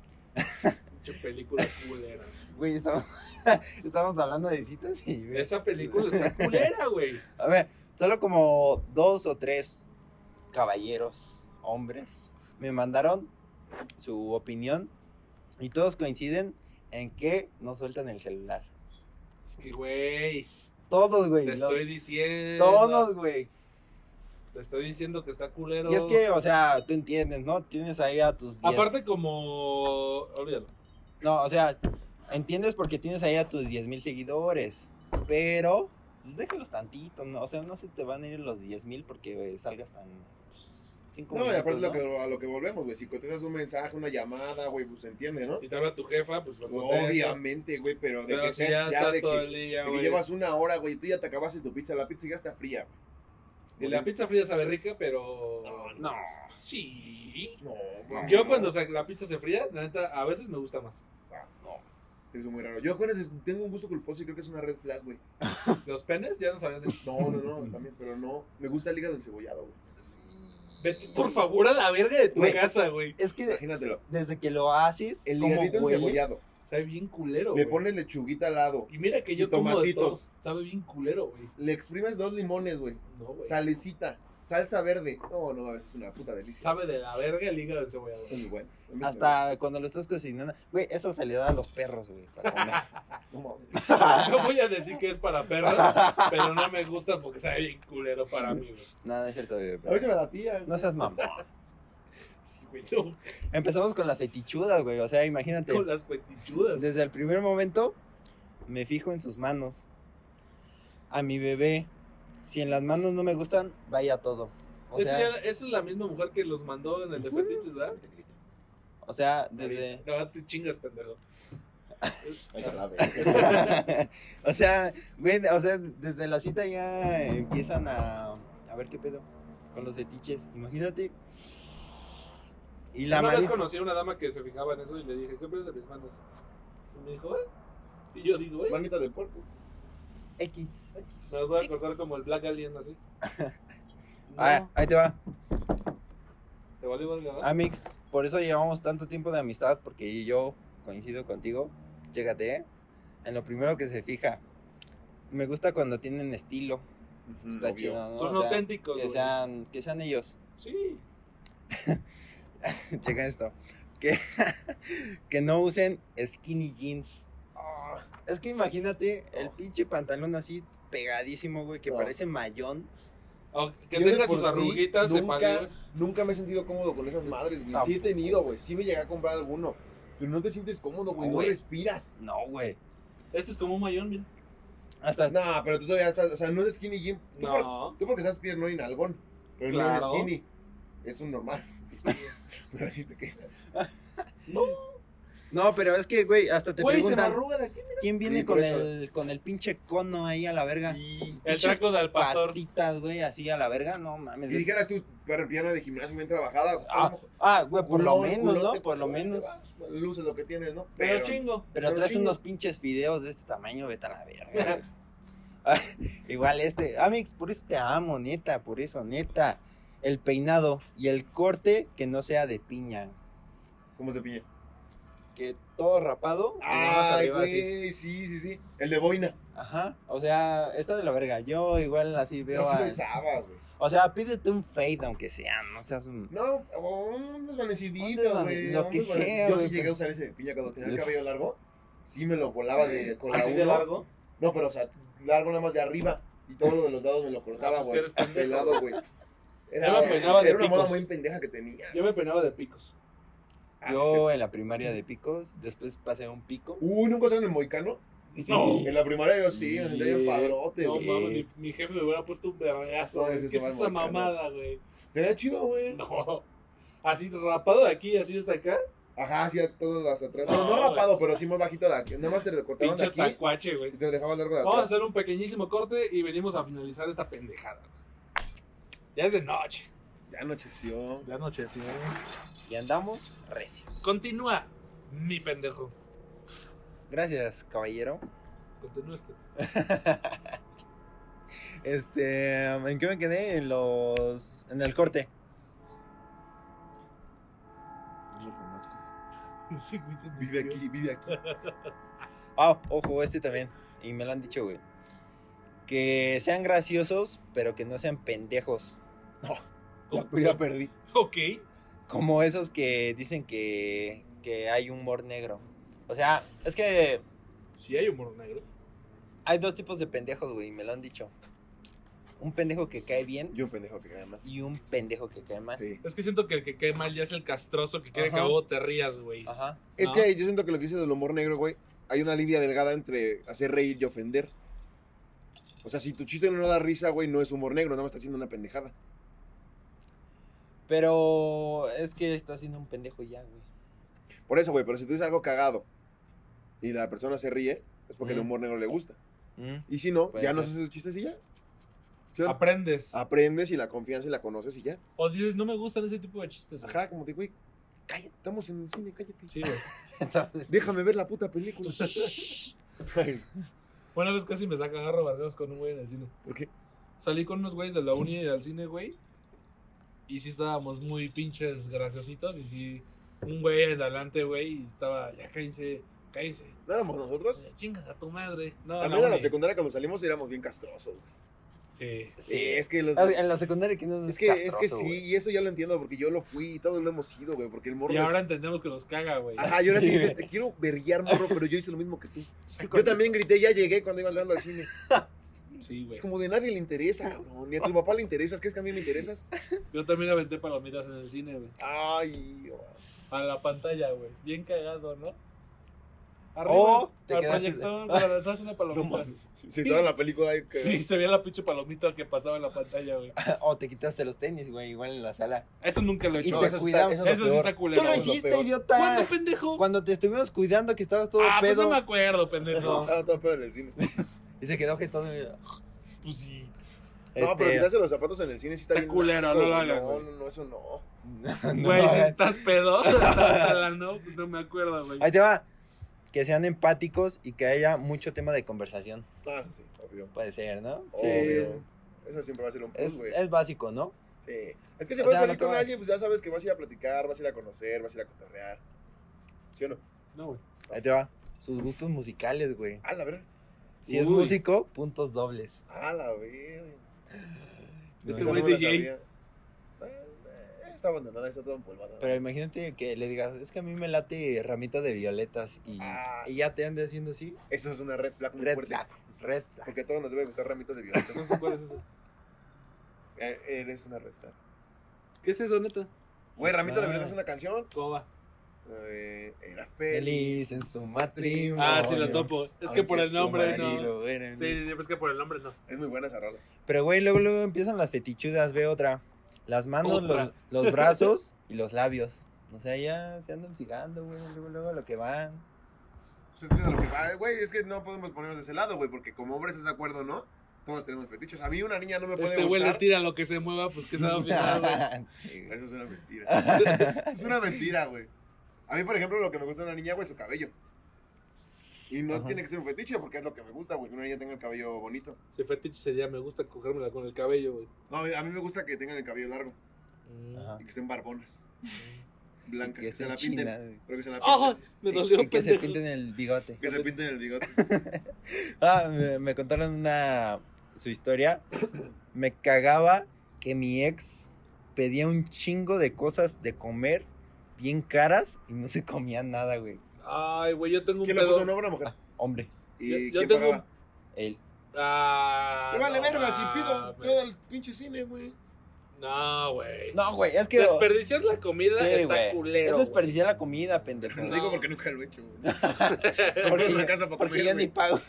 Speaker 1: Mucha película culera.
Speaker 2: Güey, [laughs] estamos, estamos hablando de citas y... güey.
Speaker 1: Esa película está culera, güey.
Speaker 2: A ver, solo como dos o tres caballeros, hombres, me mandaron su opinión y todos coinciden en que no sueltan el celular.
Speaker 1: Es que, güey,
Speaker 2: Todos, güey.
Speaker 1: te
Speaker 2: los-
Speaker 1: estoy diciendo.
Speaker 2: Todos, güey.
Speaker 1: Te estoy diciendo que está culero.
Speaker 2: Y es que, o sea, tú entiendes, ¿no? Tienes ahí a tus 10.
Speaker 1: Aparte como... Olvídalo.
Speaker 2: No, o sea, entiendes porque tienes ahí a tus 10 mil seguidores. Pero, pues déjalos tantito, ¿no? O sea, no se te van a ir los 10 mil porque güey, salgas tan. pues, 5
Speaker 3: No, y aparte lo que, a lo que volvemos, güey. Si contestas un mensaje, una llamada, güey, pues se entiende, ¿no?
Speaker 1: Y te habla tu jefa, pues lo contesta.
Speaker 3: Obviamente, güey, pero de
Speaker 1: Pero
Speaker 3: que
Speaker 1: si
Speaker 3: seas
Speaker 1: ya
Speaker 3: ya,
Speaker 1: estás
Speaker 3: de
Speaker 1: todo
Speaker 3: que,
Speaker 1: el día,
Speaker 3: de que
Speaker 1: güey.
Speaker 3: llevas una hora, güey, y tú ya te acabaste tu pizza, la pizza ya está fría, güey.
Speaker 1: Y la pizza fría sabe rica, pero.
Speaker 3: No,
Speaker 1: No.
Speaker 3: no.
Speaker 1: Sí.
Speaker 3: No, no,
Speaker 1: Yo
Speaker 3: no.
Speaker 1: cuando sa- la pizza se fría, la neta, a veces me gusta más.
Speaker 3: Eso es muy raro. Yo, acuérdense, tengo un gusto culposo y creo que es una red flag, güey.
Speaker 1: Los penes ya no sabías de.
Speaker 3: No, no,
Speaker 1: [laughs]
Speaker 3: no, también, pero no. Me gusta el hígado encebollado, güey.
Speaker 1: Vete por favor a la verga de tu
Speaker 3: Güey.
Speaker 1: casa, güey.
Speaker 2: Es que
Speaker 3: Imagínatelo.
Speaker 2: desde que lo haces,
Speaker 3: El
Speaker 2: como
Speaker 3: hígado
Speaker 2: huele,
Speaker 3: encebollado.
Speaker 1: Sabe bien culero,
Speaker 3: Le
Speaker 1: güey.
Speaker 3: pones lechuguita al lado.
Speaker 1: Y mira que
Speaker 3: y
Speaker 1: yo como de todo.
Speaker 3: tomatitos.
Speaker 1: Sabe bien culero, güey.
Speaker 3: Le exprimes dos limones, güey.
Speaker 1: No, güey.
Speaker 3: Salecita. Salsa verde. No, no, es una puta delicia.
Speaker 1: Sabe de la verga el hígado del cebollado.
Speaker 3: Es muy bueno. A mí me
Speaker 2: hasta cuando lo estás cocinando. Güey, eso se le da a los perros, güey, para
Speaker 3: [laughs]
Speaker 2: comer.
Speaker 3: gusta. No mames.
Speaker 1: No voy a decir que es para perros, pero no me gusta porque sabe bien culero para mí, güey.
Speaker 2: Nada, es cierto, güey.
Speaker 3: A
Speaker 2: pero-
Speaker 3: veces me da tía.
Speaker 2: No seas mamón.
Speaker 1: Sí, güey, no,
Speaker 2: Empezamos con las fetichudas, güey. O sea, imagínate.
Speaker 1: con las cuentichudas.
Speaker 2: Desde el primer momento me fijo en sus manos. A mi bebé. Si en las manos no me gustan, vaya todo. O
Speaker 1: Esa
Speaker 2: sea,
Speaker 1: ya- esa es la misma mujer que los mandó en el de fetiches, ¿verdad?
Speaker 2: o sea, desde.
Speaker 1: No, te chingas, pendejo.
Speaker 3: Ay, a la verga.
Speaker 2: [laughs] o sea, güey, o sea, desde la cita ya empiezan a. A ver qué pedo. Con los fetiches. Imagínate. Y la
Speaker 1: Una vez
Speaker 2: mano.
Speaker 1: conocí a una dama que se fijaba en eso y le dije, ¿qué piensas de mis manos? Y me dijo, "Ah". Y yo digo, eh,
Speaker 3: Manita de puerco.
Speaker 2: X.
Speaker 1: me los voy a cortar como el Black Alien
Speaker 2: [laughs]
Speaker 1: así.
Speaker 2: Ah, ahí te va.
Speaker 1: ¿Te valió verga? ¿verdad?
Speaker 2: Amix, por eso llevamos tanto tiempo de amistad, porque yo coincido contigo. Chécate, ¿eh? En lo primero que se fija. Me gusta cuando tienen estilo. Está chido, Ah, ¿no?
Speaker 1: Son
Speaker 2: O sea,
Speaker 1: auténticos,
Speaker 2: Que
Speaker 1: güey.
Speaker 2: sean, que sean ellos.
Speaker 1: Sí.
Speaker 2: [laughs] Checa esto. Que, [laughs] que no usen skinny jeans. Ah, Es que imagínate el pinche pantalón así pegadísimo, güey, que
Speaker 3: Oh. No.
Speaker 2: parece mayón.
Speaker 1: O que
Speaker 3: Yo de
Speaker 1: tenga
Speaker 3: por
Speaker 1: sus
Speaker 3: sí
Speaker 1: arruguitas, se
Speaker 3: nunca,
Speaker 1: pare-
Speaker 3: nunca me he sentido cómodo con esas madres, güey. Sí he
Speaker 2: Tampoco.
Speaker 3: tenido, güey. Sí me llegué a comprar alguno. Pero no te sientes cómodo, güey.
Speaker 2: No,
Speaker 3: No,
Speaker 2: güey.
Speaker 3: respiras.
Speaker 2: No, güey.
Speaker 1: Este es como un mayón, mira.
Speaker 2: Hasta
Speaker 3: No, pero tú todavía estás. O sea, no es skinny jean. Tú, por-
Speaker 1: No.
Speaker 3: tú porque estás pierno y nalgón. Pero
Speaker 1: Claro.
Speaker 3: no es skinny. Es un normal. [laughs] pero así te quedas.
Speaker 2: No, pero es que, güey, hasta te
Speaker 1: Güey, se me
Speaker 2: preguntan
Speaker 1: arruga de aquí.
Speaker 2: quién viene
Speaker 3: Sí, por
Speaker 2: con
Speaker 3: eso.
Speaker 2: el con el pinche cono ahí a la verga.
Speaker 3: Sí.
Speaker 1: El
Speaker 2: Pinches
Speaker 1: traco del pastor.
Speaker 2: Patitas, güey, así a la verga, no mames.
Speaker 3: Y
Speaker 2: güey.
Speaker 3: dijeras tú, para pierna de gimnasio bien trabajada. pues, a
Speaker 2: Ah,
Speaker 3: lo mejor-
Speaker 2: ah, güey, por lo
Speaker 3: culón,
Speaker 2: menos, ¿no?
Speaker 3: culote,
Speaker 2: Por lo
Speaker 3: pero ahí te
Speaker 2: menos.
Speaker 3: va, Luces lo que tienes, ¿no?
Speaker 1: Pero chingo.
Speaker 2: Pero
Speaker 3: pero
Speaker 2: traes
Speaker 3: chingo.
Speaker 2: unos pinches fideos de este tamaño, vete a la verga. güey. Ah, Igual este, Amix, por eso te amo, neta, por eso, neta. El peinado y el corte que no sea de piña.
Speaker 3: ¿Cómo te pillé?
Speaker 2: Que todo rapado. y nada más
Speaker 3: Ay,
Speaker 2: arriba así.
Speaker 3: güey, sí, sí, sí. El de boina.
Speaker 2: Ajá. O sea, está de la verga. Yo igual así veo
Speaker 3: Yo sí
Speaker 2: a-
Speaker 3: lo usaba, güey.
Speaker 2: O sea, pídete un fade, aunque sea, no seas un.
Speaker 3: No, o un
Speaker 2: Un
Speaker 3: desvanecidito,
Speaker 2: desvane-
Speaker 3: güey.
Speaker 2: lo
Speaker 3: un
Speaker 2: que
Speaker 3: desvanecido.
Speaker 2: sea,
Speaker 3: Yo
Speaker 2: güey,
Speaker 3: sí llegué a
Speaker 2: pero-
Speaker 3: usar ese de piña cuando tenía el
Speaker 2: Uf.
Speaker 3: cabello largo. Sí me lo volaba de con la
Speaker 1: Así de
Speaker 3: uno.
Speaker 1: largo.
Speaker 3: No, pero o sea, largo nada más de arriba. Y todo lo de los lados me lo cortaba,
Speaker 1: pues, que
Speaker 3: güey.
Speaker 1: eres pendejo.
Speaker 3: pelado, güey.
Speaker 1: Yo me peinaba de
Speaker 3: era una moda
Speaker 1: picos.
Speaker 3: muy pendeja que tenía.
Speaker 1: Yo me peinaba de picos.
Speaker 3: Ah, sí, sí.
Speaker 2: Yo en la primaria de picos, después pasé a un pico.
Speaker 3: Uy, ¿nunca usaron el moicano?
Speaker 1: No.
Speaker 3: En la primaria yo sí, me sentía bien
Speaker 2: Yeah.
Speaker 3: padrote,
Speaker 1: No,
Speaker 3: güey.
Speaker 2: Sí.
Speaker 1: mames, mi, mi jefe me hubiera puesto un vergazo.
Speaker 3: No,
Speaker 1: güey.
Speaker 3: ese
Speaker 1: ¿Qué es
Speaker 3: se va
Speaker 1: esa
Speaker 3: marcando.
Speaker 1: mamada, güey?
Speaker 3: Sería chido, güey.
Speaker 1: No. Así rapado de aquí, así hasta acá.
Speaker 3: Ajá, hacía todos los atrás.
Speaker 1: No,
Speaker 3: No, no
Speaker 1: güey.
Speaker 3: rapado, pero sí más bajito de aquí. Nada más te recortaban de
Speaker 1: Pinche
Speaker 3: aquí
Speaker 1: tacuache, güey.
Speaker 3: y te lo dejabas largo de
Speaker 1: Vamos a
Speaker 3: atrás.
Speaker 1: hacer un pequeñísimo corte y venimos a finalizar esta pendejada. Ya es de noche.
Speaker 3: Ya anocheció.
Speaker 1: Ya noche, sí. ¿eh?
Speaker 2: Y andamos recios.
Speaker 1: Continúa, mi pendejo.
Speaker 2: Gracias, caballero.
Speaker 1: Continúa este.
Speaker 2: Este, ¿en qué me quedé? En los. En el corte.
Speaker 1: Sí, güey, se me
Speaker 3: Vive
Speaker 1: dio.
Speaker 3: aquí, vive aquí.
Speaker 2: Ah, ojo, este también. Y me lo han dicho, güey. Que sean graciosos, pero que no sean pendejos.
Speaker 3: Ya, [laughs] ya perdí.
Speaker 1: Ok.
Speaker 2: Como esos que dicen que, que hay humor negro. O sea, es que
Speaker 1: Sí hay humor negro.
Speaker 2: hay dos tipos de pendejos, güey, y me lo han dicho. Un pendejo que cae bien
Speaker 3: Yo un pendejo que cae mal.
Speaker 2: y un pendejo que cae mal.
Speaker 3: Sí.
Speaker 1: Es que siento que el que cae mal ya es el castroso que quiere que a
Speaker 2: Ajá.
Speaker 1: huevo te rías, güey.
Speaker 2: Ajá.
Speaker 3: Es
Speaker 1: No.
Speaker 3: que yo siento que lo que dice del humor negro, güey, hay una línea delgada entre hacer reír y ofender. O sea, si tu chiste no da risa, güey, no es humor negro, nada más está haciendo una pendejada.
Speaker 2: Pero es que está siendo un pendejo ya, güey.
Speaker 3: Por eso, güey, pero si tú dices algo cagado y la persona se ríe, es porque el
Speaker 2: Mm.
Speaker 3: humor negro le gusta.
Speaker 2: [laughs] Mm.
Speaker 3: Y si no,
Speaker 2: Puede
Speaker 3: ya no
Speaker 2: ser.
Speaker 3: haces esos chistes y ya. ¿Sí o no?
Speaker 1: Aprendes.
Speaker 3: Ah. Aprendes y la confianza y la conoces y ya.
Speaker 1: O dices, no me gustan ese tipo de chistes. güey.
Speaker 3: Ajá, como de, güey, cállate, estamos en el cine, cállate.
Speaker 1: Sí, güey. [laughs]
Speaker 3: Déjame ver la puta película.
Speaker 1: Una vez casi me sacan a robardeos con un güey en el cine.
Speaker 3: ¿Por qué?
Speaker 1: Salí con unos güeyes de la uni al cine, güey. Y sí estábamos muy pinches graciositos. Y sí, un güey en adelante, güey, y estaba, ya cállense, cállense. Pues,
Speaker 3: ¿No éramos nosotros?
Speaker 1: Ya Chingas a tu madre. No,
Speaker 3: También en la
Speaker 1: uni.
Speaker 3: secundaria cuando salimos éramos bien castrosos. güey.
Speaker 1: Sí.
Speaker 3: Sí, es que los...
Speaker 2: Ah, En la secundaria que no
Speaker 3: Es que, es que sí, y eso ya lo entiendo porque yo lo fui y todos lo hemos sido, güey, porque el morro...
Speaker 1: Y
Speaker 3: es-
Speaker 1: ahora entendemos que los caga, güey.
Speaker 3: [laughs] Ajá, yo ahora sí
Speaker 2: Sí,
Speaker 3: dices,
Speaker 2: güey.
Speaker 3: te quiero verguiar, morro, pero yo hice lo mismo
Speaker 1: [laughs]
Speaker 3: que tú.
Speaker 1: Sí,
Speaker 3: Yo también grité, ya llegué cuando iba andando
Speaker 1: [laughs]
Speaker 3: al cine.
Speaker 1: Sí, güey.
Speaker 3: Es como de nadie le interesa, cabrón. Ni a tu papá le interesas, ¿crees que a mí me interesas?
Speaker 1: Yo también aventé palomitas en el cine, güey.
Speaker 3: Ay, oh.
Speaker 1: A la pantalla, güey. Bien cagado, ¿no? Arriba,
Speaker 2: Oh, te
Speaker 1: al
Speaker 2: quedaste-
Speaker 1: proyector, para lanzarse una
Speaker 3: Ah. No
Speaker 1: palomita.
Speaker 3: mames. Si estaba en la película ahí, que-
Speaker 1: Sí, se veía la pinche palomita que pasaba en la pantalla, güey.
Speaker 2: [laughs] O te quitaste los tenis, güey, igual en la sala.
Speaker 1: Eso nunca lo he
Speaker 2: Y
Speaker 1: hecho.
Speaker 2: te
Speaker 1: Eso,
Speaker 2: cuidaba.
Speaker 3: es lo
Speaker 1: sí
Speaker 3: peor.
Speaker 1: está culero.
Speaker 2: Tú lo
Speaker 1: güey.
Speaker 3: hice,
Speaker 2: hiciste,
Speaker 3: peor.
Speaker 2: idiota.
Speaker 1: ¿Cuándo, pendejo?
Speaker 2: Cuando te estuvimos cuidando que estabas todo
Speaker 1: ah, pues
Speaker 2: pedo.
Speaker 1: no me acuerdo, pendejo.
Speaker 3: Estaba todo pedo en el cine.
Speaker 2: Y se quedó que todo. este, No,
Speaker 1: pues sí.
Speaker 3: No, pero quitarse los zapatos en el cine sí está
Speaker 1: Este, Está
Speaker 3: bien.
Speaker 1: culero,
Speaker 3: naco,
Speaker 1: no lo hagas,
Speaker 3: No,
Speaker 1: güey.
Speaker 3: no, no, eso
Speaker 2: [laughs] [laughs]
Speaker 3: no.
Speaker 2: No,
Speaker 1: Güey, si [laughs]
Speaker 2: ahí-
Speaker 1: estás pedo, estás hablando, pues no me acuerdo, güey.
Speaker 2: ahí te va. que sean empáticos y que haya mucho tema de conversación.
Speaker 3: Ah, eso sí, obvio.
Speaker 2: Puede ser, ¿no?
Speaker 3: Sí.
Speaker 2: Obvio.
Speaker 3: Eso siempre va a ser un plus,
Speaker 2: Es,
Speaker 3: güey.
Speaker 2: es básico, ¿no?
Speaker 3: Sí. Es que si
Speaker 2: O
Speaker 3: vas
Speaker 2: sea,
Speaker 3: a salir
Speaker 2: lo que
Speaker 3: con
Speaker 2: va-
Speaker 3: alguien, pues ya sabes que vas a ir a platicar, vas a ir a conocer, vas a ir a cotorrear. ¿Sí o no?
Speaker 1: No, güey.
Speaker 2: Ahí te va. Sus gustos musicales, güey.
Speaker 3: A la verga.
Speaker 2: Si es
Speaker 1: Uy.
Speaker 2: músico, puntos dobles.
Speaker 3: A la verga.
Speaker 1: Este
Speaker 3: Esa
Speaker 1: güey es
Speaker 3: me la
Speaker 1: DJ.
Speaker 3: sabía. Ah, eh, Está abandonada, está todo empolvada.
Speaker 2: Pero imagínate que le digas, es que a mí me late ramita de violetas y,
Speaker 3: Ah.
Speaker 2: y ya te ande haciendo así.
Speaker 3: Eso es una red flag muy
Speaker 2: Red
Speaker 3: fuerte.
Speaker 2: flag, red flag.
Speaker 3: Porque a todos nos debe gustar ramitas de violetas.
Speaker 2: [laughs]
Speaker 1: No sé cuál es eso.
Speaker 3: Eh, Eres una red flag.
Speaker 1: ¿Qué es eso, neta?
Speaker 3: Güey, Ramito de
Speaker 2: Ah.
Speaker 3: Violetas es una canción.
Speaker 1: ¿Cómo va?
Speaker 3: Eh, era
Speaker 2: Feliz
Speaker 3: feliz.
Speaker 2: en su matrimonio.
Speaker 1: Ah, sí, la
Speaker 3: no.
Speaker 1: topo. Es que por el
Speaker 2: Aunque su
Speaker 1: nombre, no.
Speaker 2: marido era
Speaker 1: Sí,
Speaker 2: mi-
Speaker 1: sí, sí, es que por el nombre, no.
Speaker 3: Es muy buena esa rola.
Speaker 2: Pero, güey, luego, luego empiezan las fetichudas, ve otra. Las manos, los,
Speaker 1: Otra.
Speaker 2: los brazos y los labios. O sea, ya se andan fijando, güey, luego, luego a lo que van.
Speaker 3: Pues es que es a lo que va, güey, es que no podemos ponernos de ese lado, güey, porque como hombres estás de acuerdo, ¿no? Todos tenemos fetiches. A mí una niña no me puede
Speaker 1: Este güey le
Speaker 3: gustar.
Speaker 1: tira lo que se mueva, pues que se va a fijar, güey.
Speaker 2: [laughs] Sí, güey.
Speaker 3: Eso es una
Speaker 2: [laughs]
Speaker 3: mentira. es una mentira, güey. A mí, por ejemplo, lo que me gusta de una niña, güey, es su cabello. Y no
Speaker 2: Ajá.
Speaker 3: tiene que ser un fetiche, porque es lo que me gusta, güey, que una niña tenga el cabello bonito.
Speaker 1: Si fetiche sería, me gusta cogérmela con el cabello, güey.
Speaker 3: No, a mí, a mí me gusta que tengan el cabello largo
Speaker 2: Mm. Ajá.
Speaker 3: y que estén barbonas,
Speaker 2: Y
Speaker 3: blancas,
Speaker 2: que
Speaker 3: que se
Speaker 2: estén
Speaker 3: la
Speaker 2: chinas,
Speaker 3: pinten.
Speaker 2: güey.
Speaker 3: Pero que se la
Speaker 1: ¡Ojo!
Speaker 3: pinten.
Speaker 1: Ah, Me
Speaker 2: Y-
Speaker 1: dolió,
Speaker 2: y que se
Speaker 1: pendejo.
Speaker 2: pinten el bigote.
Speaker 3: Que se pinten
Speaker 2: [laughs]
Speaker 3: el bigote.
Speaker 2: Ah, me, me contaron una su historia. Me cagaba que mi ex pedía un chingo de cosas de comer bien caras y no se comía nada, güey.
Speaker 1: Ay, güey, yo tengo un
Speaker 3: ¿Quién lo puso,
Speaker 1: pedo.
Speaker 3: no, una mujer?
Speaker 2: Hombre,
Speaker 1: Yo-
Speaker 3: ¿Y
Speaker 1: yo
Speaker 3: quién
Speaker 1: tengo
Speaker 3: pagaba?
Speaker 2: él.
Speaker 1: Ah,
Speaker 3: Me vale
Speaker 1: no
Speaker 3: verga si pido
Speaker 1: mames.
Speaker 3: todo el pinche cine, güey.
Speaker 1: No, güey.
Speaker 2: No, güey, es que
Speaker 1: Desperdiciar la comida
Speaker 2: Sí,
Speaker 1: está
Speaker 2: güey.
Speaker 1: culero.
Speaker 2: es
Speaker 1: güey.
Speaker 2: desperdiciar la comida, pendejo.
Speaker 3: Lo
Speaker 1: No.
Speaker 3: digo porque nunca lo
Speaker 2: [laughs]
Speaker 3: he hecho, güey.
Speaker 2: Porque
Speaker 3: Porque,
Speaker 2: yo-
Speaker 3: casa para
Speaker 2: Porque
Speaker 3: comer,
Speaker 2: yo
Speaker 3: güey.
Speaker 2: ni pago.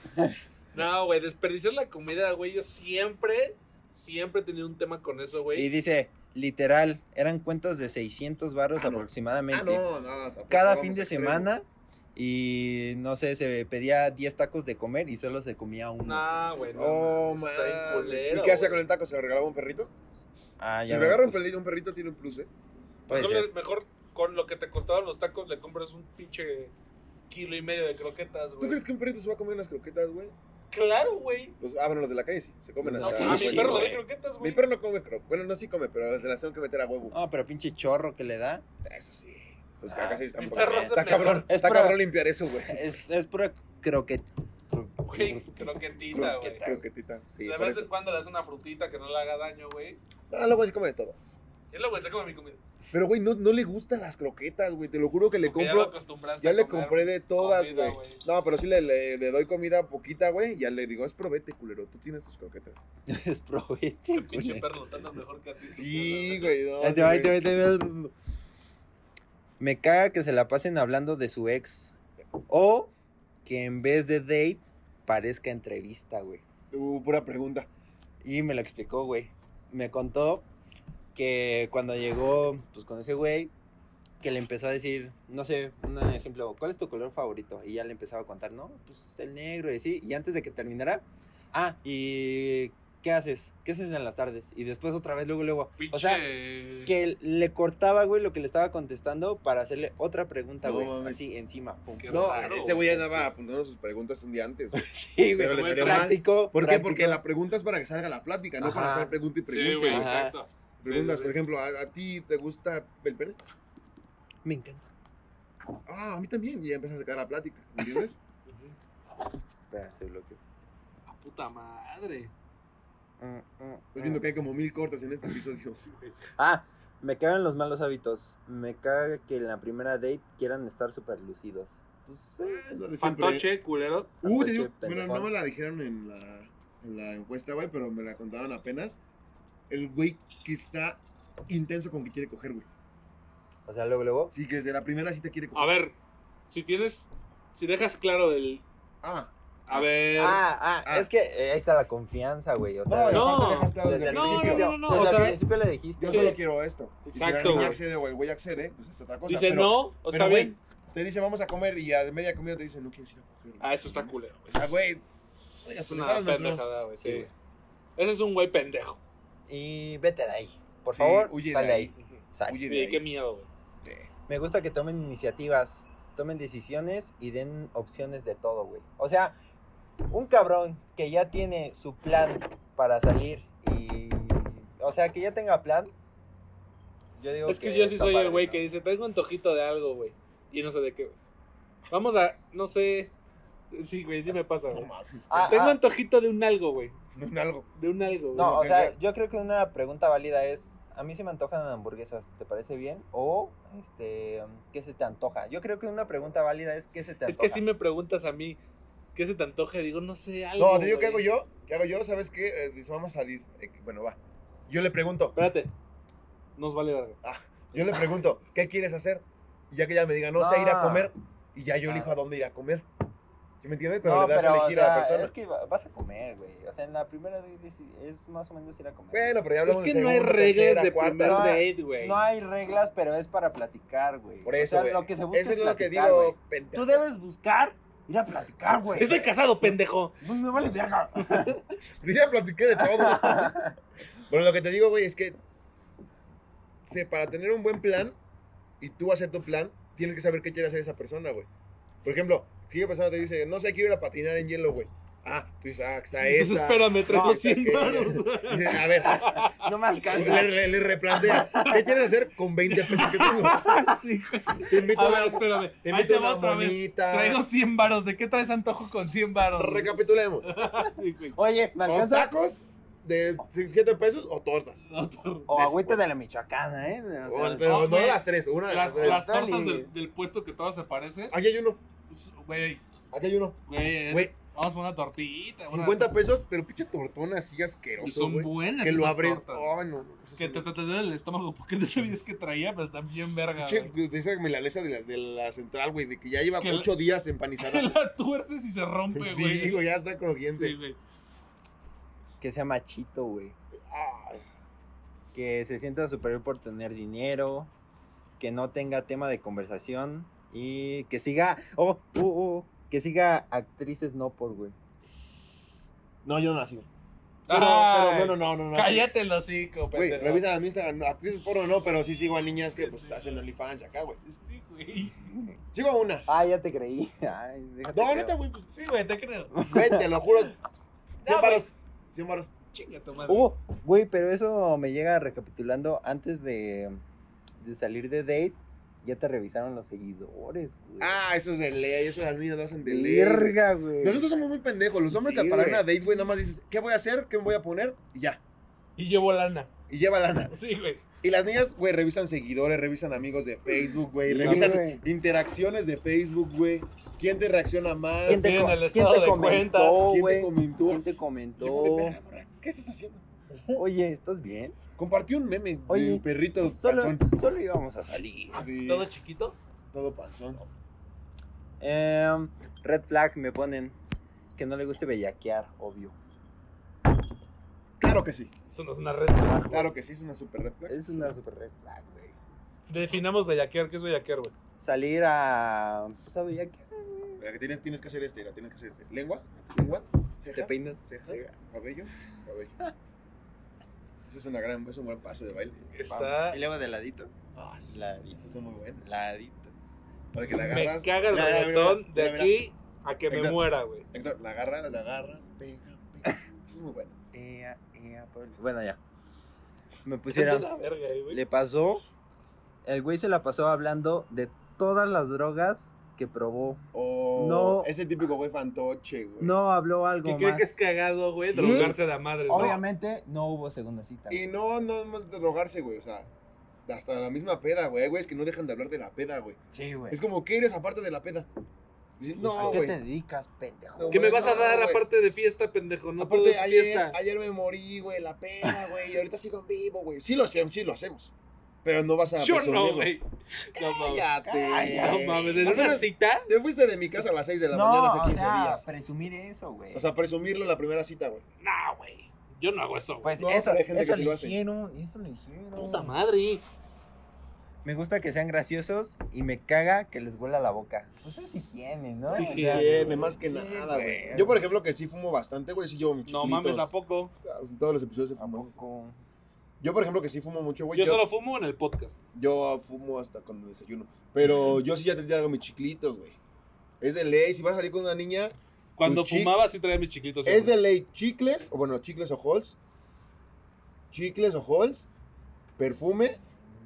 Speaker 1: No, güey, desperdiciar la comida, güey. Yo siempre, siempre he tenido un tema con eso,
Speaker 2: Y
Speaker 1: güey.
Speaker 2: dice, literal, eran cuentas de 600 varos
Speaker 3: Ah, no.
Speaker 2: aproximadamente.
Speaker 3: Ah, no, no. tampoco
Speaker 2: Cada
Speaker 3: vamos
Speaker 2: fin de
Speaker 3: a extremo.
Speaker 2: semana y no sé, se pedía 10 tacos de comer y solo se comía uno.
Speaker 1: No, güey. No,
Speaker 3: No,
Speaker 1: mames,
Speaker 3: man.
Speaker 1: está bien culero,
Speaker 3: Oh, ¿Y qué hacía
Speaker 1: güey.
Speaker 3: con el taco? ¿Se lo regalaba a un perrito?
Speaker 2: Ah,
Speaker 3: Si le
Speaker 2: no,
Speaker 3: agarra un
Speaker 2: pues,
Speaker 3: perrito, un perrito tiene un plus, ¿eh?
Speaker 2: puede
Speaker 1: mejor,
Speaker 2: ser.
Speaker 1: le- mejor con lo que te costaban los tacos le compras un pinche kilo y medio de croquetas,
Speaker 3: ¿Tú
Speaker 1: güey.
Speaker 3: crees que un perrito se va a comer unas croquetas, güey?
Speaker 1: Claro, güey.
Speaker 3: Los, ah, bueno, los de la calle sí. Se comen
Speaker 2: Los
Speaker 1: No,
Speaker 2: de
Speaker 3: hasta.
Speaker 2: la
Speaker 1: a mi
Speaker 2: sí,
Speaker 1: perro le
Speaker 2: güey.
Speaker 1: doy croquetas,
Speaker 3: Mi
Speaker 1: güey.
Speaker 3: perro no come croquetas. Bueno, no sí come, pero las las tengo que meter a huevo.
Speaker 2: No, pero pinche chorro que le da.
Speaker 3: Eso sí. Los cacas sí están
Speaker 1: mi
Speaker 3: poca-
Speaker 1: Ah, perro hace
Speaker 3: Está
Speaker 1: mejor.
Speaker 3: cabrón.
Speaker 2: Es
Speaker 3: Está
Speaker 2: pura-
Speaker 3: cabrón limpiar eso, güey.
Speaker 2: Es, es pura croquet.
Speaker 1: Güey, croquetita, güey.
Speaker 2: Croqueta.
Speaker 3: Croquetita. Sí,
Speaker 1: De
Speaker 3: por
Speaker 1: vez en
Speaker 3: eso.
Speaker 1: cuando le das una frutita que no le haga daño, güey.
Speaker 3: Ah, luego se come de todo.
Speaker 1: Y luego se come mi comida.
Speaker 3: Pero, güey, no, no le gustan las croquetas, güey. Te lo juro que le
Speaker 1: Porque ya lo
Speaker 3: compro.
Speaker 1: acostumbraste
Speaker 3: Ya
Speaker 1: a
Speaker 3: le
Speaker 1: comer.
Speaker 3: compré de todas,
Speaker 1: comida,
Speaker 3: güey. No, pero sí le, le- le doy comida poquita, güey. Ya le digo, es probete, culero. Tú tienes tus croquetas.
Speaker 2: [laughs] Es [laughs] probete.
Speaker 1: Ese [laughs]
Speaker 2: güey.
Speaker 1: pinche perro lo tanto mejor que a ti.
Speaker 3: Sí, güey. No,
Speaker 2: Ahí
Speaker 3: sí,
Speaker 2: te va, ahí
Speaker 3: güey.
Speaker 2: te va, ahí te va. Me caga que se la pasen hablando de su ex. O que en vez de date parezca entrevista, güey.
Speaker 3: Uh, pura pregunta.
Speaker 2: Y me lo explicó, güey. Me contó que cuando llegó, pues con ese güey, que le empezó a decir, no sé, un ejemplo, ¿cuál es tu color favorito? Y ya le empezaba a contar, no, pues el negro y así. Y antes de que terminara, ah, ¿y qué haces? ¿Qué haces en las tardes? Y después otra vez, luego, luego.
Speaker 1: Pinche.
Speaker 2: O sea, que le cortaba, güey, lo que le estaba contestando para hacerle otra pregunta,
Speaker 3: No
Speaker 2: güey.
Speaker 3: mames.
Speaker 2: así encima. Pum.
Speaker 1: Qué
Speaker 3: no,
Speaker 1: raro,
Speaker 3: Ah, ese güey andaba apuntando sus preguntas un día antes. güey.
Speaker 2: [laughs] Sí,
Speaker 3: Pero
Speaker 1: le
Speaker 2: güey,
Speaker 1: salió
Speaker 2: práctico.
Speaker 3: ¿Por qué?
Speaker 2: práctico.
Speaker 3: Porque la pregunta es para que salga la plática, no para
Speaker 2: Ajá.
Speaker 3: estar pregunta y
Speaker 1: Sí,
Speaker 3: pregunta.
Speaker 1: güey,
Speaker 3: güey.
Speaker 2: Ajá.
Speaker 1: exacto.
Speaker 3: Preguntas,
Speaker 1: Sí, sí,
Speaker 3: por
Speaker 1: sí.
Speaker 3: ejemplo, ¿a, a ti te gusta el pene?
Speaker 2: Me encanta.
Speaker 3: Ah, a mí también. Y ya empieza a sacar la plática, ¿me ¿entiendes?
Speaker 1: Ujú.
Speaker 2: Espera, se bloqueó.
Speaker 1: A puta madre.
Speaker 2: Mm, mm,
Speaker 3: Estás viendo
Speaker 2: mm.
Speaker 3: que hay como mil cortes en este episodio.
Speaker 1: Sí, güey.
Speaker 2: Ah, me cagan los malos hábitos. Me caga que en la primera date quieran estar súper lucidos. Pues es-
Speaker 3: ah, Eso de siempre.
Speaker 1: Fantoche, culero.
Speaker 3: Uh, te digo,
Speaker 2: Fantoche,
Speaker 3: bueno,
Speaker 2: pendejón.
Speaker 3: no me la dijeron en la, en la encuesta, güey, pero me la contaron apenas. El güey que está intenso con que quiere coger, güey.
Speaker 2: O sea, luego, luego.
Speaker 3: Sí, que desde la primera sí te quiere coger.
Speaker 1: A ver, si tienes. Si dejas claro el.
Speaker 3: Ah,
Speaker 1: A ver.
Speaker 2: Ah, ah,
Speaker 3: Ah.
Speaker 2: es que eh, ahí está la confianza, güey. O sea,
Speaker 3: no,
Speaker 1: no,
Speaker 3: no, dejas claro desde el
Speaker 1: no,
Speaker 3: principio.
Speaker 1: no, no, no,
Speaker 2: Desde
Speaker 1: o
Speaker 2: el
Speaker 1: sea,
Speaker 2: principio le dijiste.
Speaker 3: Yo
Speaker 1: Sí.
Speaker 3: solo quiero esto. Y si
Speaker 1: Exacto,
Speaker 3: la niña
Speaker 1: güey.
Speaker 3: accede o el güey accede, pues es otra cosa.
Speaker 1: dice
Speaker 3: pero
Speaker 1: no, o
Speaker 3: pero,
Speaker 1: está
Speaker 3: güey,
Speaker 1: bien.
Speaker 3: Te dice vamos a comer y a media comida te dice no quieres ir a coger. güey".
Speaker 1: Ah, eso está culero, güey.
Speaker 3: O sea, güey. pues,
Speaker 1: Es
Speaker 3: oigas,
Speaker 1: una
Speaker 3: pendejadas, no.
Speaker 1: pendejada, güey.
Speaker 2: Sí,
Speaker 1: Sí.
Speaker 2: güey.
Speaker 1: Ese es un güey pendejo.
Speaker 2: Y vete de ahí. Por
Speaker 3: Sí,
Speaker 2: favor,
Speaker 3: huye de
Speaker 2: sal de
Speaker 3: ahí.
Speaker 2: ahí. Sal.
Speaker 3: Huye de
Speaker 1: Y
Speaker 3: ahí.
Speaker 1: qué miedo, güey.
Speaker 3: Sí.
Speaker 2: Me gusta que tomen iniciativas. tomen decisiones y den opciones de todo, güey. O sea, un cabrón que ya tiene su plan para salir y. O sea, que ya tenga plan. Yo digo
Speaker 1: Es que yo sí
Speaker 2: está
Speaker 1: soy
Speaker 2: padre,
Speaker 1: el güey
Speaker 2: ¿no?
Speaker 1: que dice, traigo antojito de algo, güey. Y no sé de qué, güey. Vamos a, no sé. Sí, güey, sí me pasa, güey.
Speaker 2: Ah,
Speaker 1: Tengo
Speaker 2: ah,
Speaker 1: antojito de un algo, güey.
Speaker 3: En [laughs] algo.
Speaker 1: De un algo, güey.
Speaker 2: No, o
Speaker 3: que
Speaker 2: sea,
Speaker 3: sea.
Speaker 2: yo creo que una pregunta válida es, a mí se me antojan hamburguesas, ¿te parece bien? O, este, ¿qué se te antoja? Yo creo que una pregunta válida es, ¿qué se te
Speaker 1: es
Speaker 2: antoja?
Speaker 1: que si me preguntas a mí, ¿qué se te antoja? Digo, no sé, algo.
Speaker 3: No, te digo, ¿qué hago
Speaker 1: güey.
Speaker 3: yo? ¿Qué hago yo? ¿Sabes qué? Eh, dice, vamos a salir. Eh, bueno, va. Yo le pregunto,
Speaker 1: Espérate. Nos vale verga.
Speaker 3: yo le pregunto, ¿qué quieres hacer? Y ya que ella me diga, no, sé, ir a
Speaker 2: Ah.
Speaker 3: comer. Y ya yo
Speaker 2: Ah.
Speaker 3: elijo a dónde ir a comer. ¿Sí me entiendes? Pero
Speaker 2: No,
Speaker 3: le das
Speaker 2: pero,
Speaker 3: a
Speaker 2: o
Speaker 3: elegir a
Speaker 2: sea,
Speaker 3: la persona.
Speaker 2: es que va- vas a comer, güey. O sea, en la primera date es, es más o menos ir a comer.
Speaker 3: Bueno, pero ya
Speaker 1: Es
Speaker 3: hablamos
Speaker 1: que
Speaker 3: de
Speaker 1: no hay
Speaker 3: segunda,
Speaker 1: reglas
Speaker 3: tercera,
Speaker 1: de
Speaker 3: cuarta.
Speaker 1: primer
Speaker 2: No hay-
Speaker 1: date, güey.
Speaker 2: no hay reglas, pero es para platicar, güey.
Speaker 3: Por eso,
Speaker 2: o
Speaker 3: güey.
Speaker 2: sea, lo que se busca
Speaker 3: Eso es
Speaker 2: es
Speaker 3: lo que
Speaker 2: platicar,
Speaker 3: digo,
Speaker 2: güey.
Speaker 3: pendejo.
Speaker 2: Tú debes buscar ir a platicar, güey.
Speaker 1: Estoy casado, pendejo.
Speaker 2: No me vale verga.
Speaker 3: Pero [laughs] ya platiqué de todo.
Speaker 2: [laughs]
Speaker 3: Pero lo que te digo, güey, es que sé, para tener un buen plan y tú hacer tu plan, tienes que saber qué quiere hacer esa persona, güey. Por ejemplo, si una persona te dice, no sé, quiero ir a patinar en hielo, güey. Ah, tú dices, ah, está
Speaker 1: Dices,
Speaker 3: esa.
Speaker 1: espérame, traigo
Speaker 3: No,
Speaker 1: 100
Speaker 3: está que- [laughs]
Speaker 1: varos. [laughs]
Speaker 3: Dices, a ver,
Speaker 2: No me alcanza.
Speaker 3: le, le- le replanteas, ¿qué quieres hacer con 20 pesos que tengo?
Speaker 1: Sí, güey.
Speaker 3: Te invito
Speaker 1: A
Speaker 3: a
Speaker 1: ver,
Speaker 3: una,
Speaker 1: espérame.
Speaker 3: te
Speaker 1: Ahí
Speaker 3: invito
Speaker 1: te
Speaker 3: a una
Speaker 1: va otra vez.
Speaker 3: monita.
Speaker 1: Traigo 100 varos. ¿De qué traes antojo con 100 varos? güey?
Speaker 3: Recapitulemos.
Speaker 1: [laughs] Sí, güey.
Speaker 2: Oye, ¿me
Speaker 3: O
Speaker 2: alcanza?
Speaker 3: tacos de 7 pesos o tortas.
Speaker 1: Otro.
Speaker 2: O
Speaker 3: de-
Speaker 2: agüita de la Michoacana, ¿eh? O sea,
Speaker 3: O- pero no
Speaker 1: güey.
Speaker 3: las tres, una de las
Speaker 1: Las,
Speaker 3: tres.
Speaker 1: las
Speaker 2: Dale.
Speaker 1: tortas del, del puesto que todas se parecen.
Speaker 3: Aquí hay uno,
Speaker 1: Güey,
Speaker 3: aquí hay uno.
Speaker 1: güey.
Speaker 3: Güey,
Speaker 1: Vamos por una tortita. una-
Speaker 3: 50 pesos, pero pinche tortona así
Speaker 1: Y
Speaker 3: asqueroso,
Speaker 1: son
Speaker 3: güey.
Speaker 1: buenas.
Speaker 3: Que lo
Speaker 1: esas
Speaker 3: abres. oh,
Speaker 1: tortas.
Speaker 3: Ay, no, no. eso
Speaker 1: que
Speaker 3: es
Speaker 1: te,
Speaker 3: un-
Speaker 1: te, te duele el estómago porque no sabías que traía, pero están bien verga.
Speaker 3: Pinche
Speaker 1: güey.
Speaker 3: de esa milanesa de la, de la central, güey, de que ya lleva
Speaker 1: Que la-
Speaker 3: 8
Speaker 1: [laughs]
Speaker 3: días
Speaker 1: Que
Speaker 3: empanizada.
Speaker 1: la tuerces y se rompe, güey.
Speaker 3: Sí, güey, ya está
Speaker 1: Sí,
Speaker 3: crujiente.
Speaker 1: güey.
Speaker 2: Que sea machito, güey.
Speaker 3: Ay,
Speaker 2: Que se sienta superior por tener dinero. Que no tenga tema de conversación. Y que siga. Oh, oh, oh, que siga actrices no por, güey.
Speaker 3: No, yo no nací. Pero,
Speaker 1: Ay,
Speaker 3: pero bueno, no, no, no.
Speaker 1: Cállate el hocico,
Speaker 3: Güey,
Speaker 1: pendejo.
Speaker 3: revisa mi Instagram. no, Actrices porno no, pero sí sigo a niñas que pues hacen OnlyFans acá, güey.
Speaker 1: Sí, güey.
Speaker 3: Sigo a una.
Speaker 2: Ah, ya te creí. [laughs] Ay, déjate
Speaker 3: No,
Speaker 2: creo.
Speaker 3: neta, güey. pues,
Speaker 1: Sí, güey, te creo.
Speaker 3: Güey, te
Speaker 2: [laughs]
Speaker 3: lo juro. 100
Speaker 1: güey.
Speaker 3: varos. 100 varos.
Speaker 1: Chinga tu
Speaker 3: Uh.
Speaker 1: madre.
Speaker 2: Oh, güey, pero eso me llega recapitulando. Antes de, de salir de date, ya te revisaron los seguidores, güey.
Speaker 3: Ah, eso es de ley. Eso las niñas lo hacen de ley. güey.
Speaker 2: verga, güey.
Speaker 3: Nosotros somos muy pendejos. Los hombres
Speaker 2: Sí,
Speaker 3: que para
Speaker 2: güey.
Speaker 3: una date, güey, nada más dices, ¿qué voy a hacer? ¿Qué me voy a poner? Y ya.
Speaker 1: Y llevo lana.
Speaker 3: Y lleva lana.
Speaker 1: Sí, güey.
Speaker 3: Y las niñas, güey, revisan seguidores, revisan amigos de Facebook, güey.
Speaker 2: Sí,
Speaker 3: Revisan
Speaker 2: güey.
Speaker 3: interacciones de Facebook, güey. ¿Quién te reacciona más?
Speaker 2: ¿Quién
Speaker 1: Sí,
Speaker 2: te,
Speaker 1: en
Speaker 2: co-
Speaker 1: el
Speaker 2: quién
Speaker 1: estado
Speaker 2: te
Speaker 1: de cuenta.
Speaker 2: comentó,
Speaker 3: ¿Quién te
Speaker 2: güey?
Speaker 3: comentó?
Speaker 2: ¿Quién te
Speaker 3: Yo
Speaker 2: comentó?
Speaker 3: como de, "Espera, morra, ¿Qué estás haciendo?
Speaker 2: Oye, ¿estás bien?
Speaker 3: Compartí un meme de
Speaker 2: Oye,
Speaker 3: un perrito
Speaker 2: Solo,
Speaker 3: panzón.
Speaker 2: solo íbamos a salir.
Speaker 3: Sí,
Speaker 1: Todo chiquito.
Speaker 3: todo panzón.
Speaker 2: Em, red flag me ponen que no le guste bellaquear, obvio.
Speaker 3: Claro que sí.
Speaker 1: Eso no es una red. flag, güey.
Speaker 3: Claro que Pues sí, es una super red flag.
Speaker 2: Es una super red flag, güey.
Speaker 1: Definamos bellaquear. ¿Qué es bellaquear, güey?
Speaker 2: Salir a. Pues a bellaquear.
Speaker 3: Mira, que tienes, tienes que hacer este, mira, tienes que hacer este. ¿Lengua? ¿Lengua?
Speaker 2: Te
Speaker 3: ¿Ceja?
Speaker 2: peinas.
Speaker 3: ¿Ceja? ¿Cabello? Cabello. Ese es, una gran, es un gran paso de baile.
Speaker 1: Está.
Speaker 2: Y luego de ladito.
Speaker 3: Ah,
Speaker 2: Ladito.
Speaker 3: Esas son muy buenas.
Speaker 2: Ladito.
Speaker 3: Para que la agarras.
Speaker 1: Me caga el
Speaker 3: Mira, mira,
Speaker 1: reggaetón
Speaker 3: mira,
Speaker 1: de
Speaker 3: mira, mira.
Speaker 1: aquí a que me
Speaker 3: Mira.
Speaker 1: muera, güey.
Speaker 3: Héctor, la agarras, la agarras, pega, pega. Eso es muy bueno.
Speaker 2: Ea, ea, Pablo. Bueno, ya. Me
Speaker 1: Vete
Speaker 3: [laughs]
Speaker 2: pusieron.
Speaker 1: a la verga, ahí, güey.
Speaker 2: Le pasó. El güey se la pasó hablando de todas las drogas que probó.
Speaker 3: O
Speaker 2: No.
Speaker 3: ese típico güey fantoche, güey.
Speaker 2: No habló algo
Speaker 1: Que cree
Speaker 2: más.
Speaker 1: que es cagado, güey,
Speaker 2: Sí.
Speaker 1: drogarse de la madre. ¿no?
Speaker 2: Obviamente no hubo segunda cita.
Speaker 3: Y no, no más de drogarse, güey. O sea, hasta la misma peda, güey. Hay güeyes que no dejan de hablar de la peda, güey.
Speaker 2: Sí, güey. Pues,
Speaker 3: Es como, ¿qué eres aparte de la peda? Dice,
Speaker 1: Pues,
Speaker 3: no,
Speaker 2: ¿A qué te
Speaker 3: güey.
Speaker 2: dedicas, pendejo?
Speaker 3: No,
Speaker 1: ¿Qué me
Speaker 3: Bueno,
Speaker 1: vas a dar
Speaker 3: güey.
Speaker 1: aparte de fiesta, pendejo? No todo
Speaker 3: Aparte,
Speaker 1: es
Speaker 3: ayer,
Speaker 1: fiesta.
Speaker 3: ayer me morí, güey, la peda, güey. Y ahorita sigo en vivo, güey. Sí lo hacemos, sí lo hacemos. Pero no vas a.
Speaker 1: Yo no,
Speaker 3: presumirlo.
Speaker 1: güey. No mames.
Speaker 3: Cállate.
Speaker 1: No mames, en una
Speaker 3: Apenas
Speaker 1: cita.
Speaker 3: Te fuiste de mi casa a las 6 de la
Speaker 2: No,
Speaker 3: mañana
Speaker 2: o
Speaker 3: hace 15
Speaker 2: sea,
Speaker 3: días.
Speaker 2: presumir eso, güey.
Speaker 3: O sea, presumirlo en la primera cita, güey.
Speaker 1: No, güey. Yo no hago eso, güey.
Speaker 2: pues
Speaker 3: no,
Speaker 2: eso,
Speaker 3: pero hay gente
Speaker 2: eso
Speaker 3: que sí
Speaker 2: lo
Speaker 3: lo hace.
Speaker 2: hicieron, eso lo hicieron.
Speaker 1: Puta madre.
Speaker 2: Me gusta que sean graciosos y me caga que les huela la boca. Pues es higiene, ¿no?
Speaker 1: Sí,
Speaker 2: O sea,
Speaker 1: higiene,
Speaker 3: Tiene más que
Speaker 2: sí,
Speaker 3: nada, güey.
Speaker 2: güey.
Speaker 3: Yo, por ejemplo, que sí fumo bastante, güey, sí llevo mis
Speaker 1: No
Speaker 3: chiquilitos.
Speaker 1: mames, ¿a poco?
Speaker 3: En todos los episodios de
Speaker 2: ¿A
Speaker 3: fumo.
Speaker 2: poco?
Speaker 3: Yo, por ejemplo, que sí fumo mucho, güey.
Speaker 1: Yo solo fumo en el podcast.
Speaker 3: Yo fumo hasta cuando desayuno. Pero yo sí ya te traigo mis chiclitos, güey. Es de ley. Si vas a salir con una niña,
Speaker 1: Cuando
Speaker 3: Pues sí.
Speaker 1: fumaba sí traía mis chiquitos.
Speaker 2: Pues
Speaker 3: es de ley chicles, o bueno, chicles o holes. Chicles o holes, perfume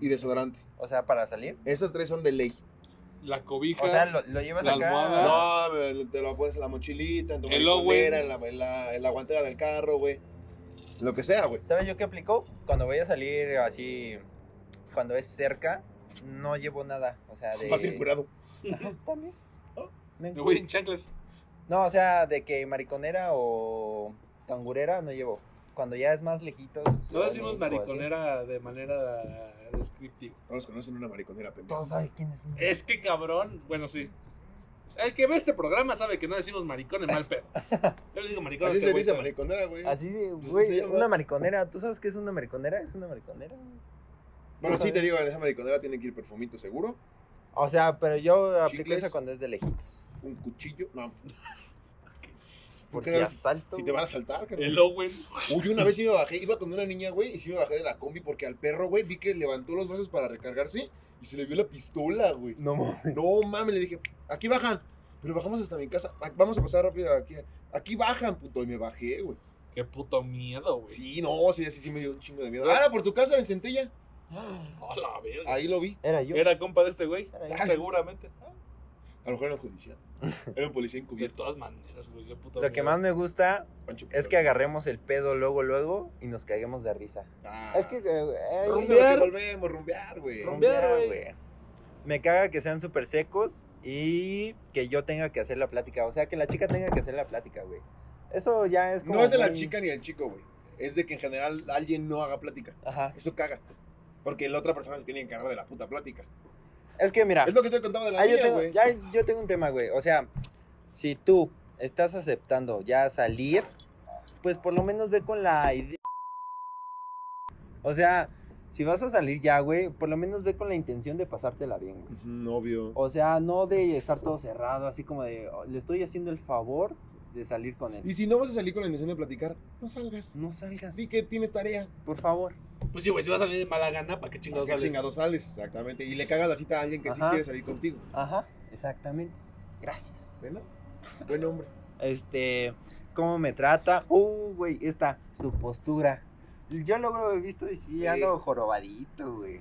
Speaker 3: y desodorante.
Speaker 2: O sea, para salir.
Speaker 3: Esas tres son de ley.
Speaker 1: La cobija.
Speaker 2: O sea, lo, lo llevas
Speaker 1: La
Speaker 2: acá.
Speaker 1: almohada.
Speaker 2: No.
Speaker 3: No, me- te lo pones en la mochilita, en tu
Speaker 1: El Owen.
Speaker 3: mariconera, en la, en, la, en la guantera del carro, güey. Lo que sea, güey.
Speaker 2: ¿Sabes yo qué aplico? Cuando voy a salir así, cuando es cerca, no llevo nada. O sea, de.
Speaker 3: Vas a ir curado.
Speaker 2: Ajá, también. Me
Speaker 1: Me voy en chanclas.
Speaker 2: No, o sea, de que mariconera o cangurera no llevo. Cuando ya es más lejitos.
Speaker 1: No
Speaker 2: Ciudad de
Speaker 1: decimos
Speaker 2: México, así.
Speaker 1: mariconera de manera descriptiva.
Speaker 3: Todos conocen una mariconera, pendejo.
Speaker 2: Todos saben quién es.
Speaker 1: Es que cabrón, bueno, sí. El que ve este programa sabe que no decimos maricón en mal pedo. Yo le digo maricón. a
Speaker 3: Así
Speaker 1: este
Speaker 3: se
Speaker 1: güey,
Speaker 3: dice
Speaker 1: pero-
Speaker 3: mariconera, güey.
Speaker 2: Así,
Speaker 3: se
Speaker 2: güey,
Speaker 3: llama.
Speaker 2: una mariconera. ¿Tú sabes qué es una mariconera? Es una mariconera.
Speaker 3: Bueno, sí
Speaker 2: Ojalá.
Speaker 3: te digo, en esa mariconera tiene que ir perfumito seguro,
Speaker 2: O sea, pero yo aplico
Speaker 3: Chicles.
Speaker 2: eso cuando es de lejitos.
Speaker 3: un cuchillo. No,
Speaker 2: Por
Speaker 3: qué
Speaker 2: si
Speaker 3: no?
Speaker 2: asalto.
Speaker 3: si te
Speaker 2: güey.
Speaker 3: van a saltar, carnal.
Speaker 1: El Owen.
Speaker 3: Uy, una vez sí me bajé, iba con una niña, güey, y sí me bajé de la combi porque al perro, güey, vi que levantó los brazos para recargarse y se le vio la pistola, güey.
Speaker 2: No mames.
Speaker 3: No mames, le dije, aquí bajan, pero bajamos hasta mi casa, "Ah, vamos a pasar rápido aquí. Aquí bajan, puto, y me bajé, güey.
Speaker 1: Qué puto miedo, güey.
Speaker 3: Sí, no, sí, sí, sí me dio un chingo de miedo. Ah, era por tu casa en Centella,
Speaker 1: A la verga.
Speaker 3: ahí lo vi.
Speaker 2: [gasps] Era yo.
Speaker 1: Era compa de este güey.
Speaker 2: Era yo.
Speaker 1: Seguramente.
Speaker 3: A lo mejor era un judicial, era un policía
Speaker 1: De
Speaker 3: encubierto.
Speaker 1: todas maneras, güey. Qué puto
Speaker 2: Lo que
Speaker 1: miedo.
Speaker 2: más me gusta
Speaker 3: Pancho
Speaker 2: es que
Speaker 3: Pistola.
Speaker 2: agarremos el pedo luego, luego y nos caguemos de risa.
Speaker 3: Ah,
Speaker 2: Es que. eh, ahí-
Speaker 3: eso es lo que
Speaker 1: rumbear.
Speaker 3: volvemos, rumbear, güey.
Speaker 1: Rumbear. güey.
Speaker 2: Me caga que sean súper secos y que yo tenga que hacer la plática. O sea, que la chica tenga que hacer la plática, güey. Eso ya es como.
Speaker 3: No es de la
Speaker 2: muy-
Speaker 3: chica ni del chico, güey. Es de que en general alguien no haga plática.
Speaker 2: Ajá.
Speaker 3: Eso caga. Porque la otra persona se tiene que encargar de la puta plática.
Speaker 2: Es que mira.
Speaker 3: Es lo que te contaba de la
Speaker 2: Ah, yo
Speaker 3: niña,
Speaker 2: tengo,
Speaker 3: güey.
Speaker 2: ya, yo tengo un tema, güey. O sea, si tú estás aceptando ya salir, pues por lo menos ve con la idea. O sea, si vas a salir ya, güey, por lo menos ve con la intención de pasártela bien, güey.
Speaker 3: Ujú, Obvio.
Speaker 2: O sea, no de estar todo cerrado, así como de, "Oh, le estoy haciendo el favor de salir con él.
Speaker 3: Y si no vas a salir con la intención de platicar, no salgas.
Speaker 2: No salgas,
Speaker 3: Di que tienes tarea.
Speaker 2: por favor.
Speaker 1: Pues sí, güey, si vas a salir de mala gana, ¿para qué
Speaker 3: No
Speaker 1: chingados
Speaker 3: sales.
Speaker 1: sales?
Speaker 3: chingado sales, exactamente. Y le cagas la cita a alguien que sí
Speaker 2: Ajá.
Speaker 3: quiere salir contigo.
Speaker 2: Ajá, exactamente. Gracias.
Speaker 3: Bueno, buen hombre.
Speaker 2: Este, cómo me trata. Uh, güey, esta, su postura. Yo luego lo he visto y sí, ando jorobadito, güey.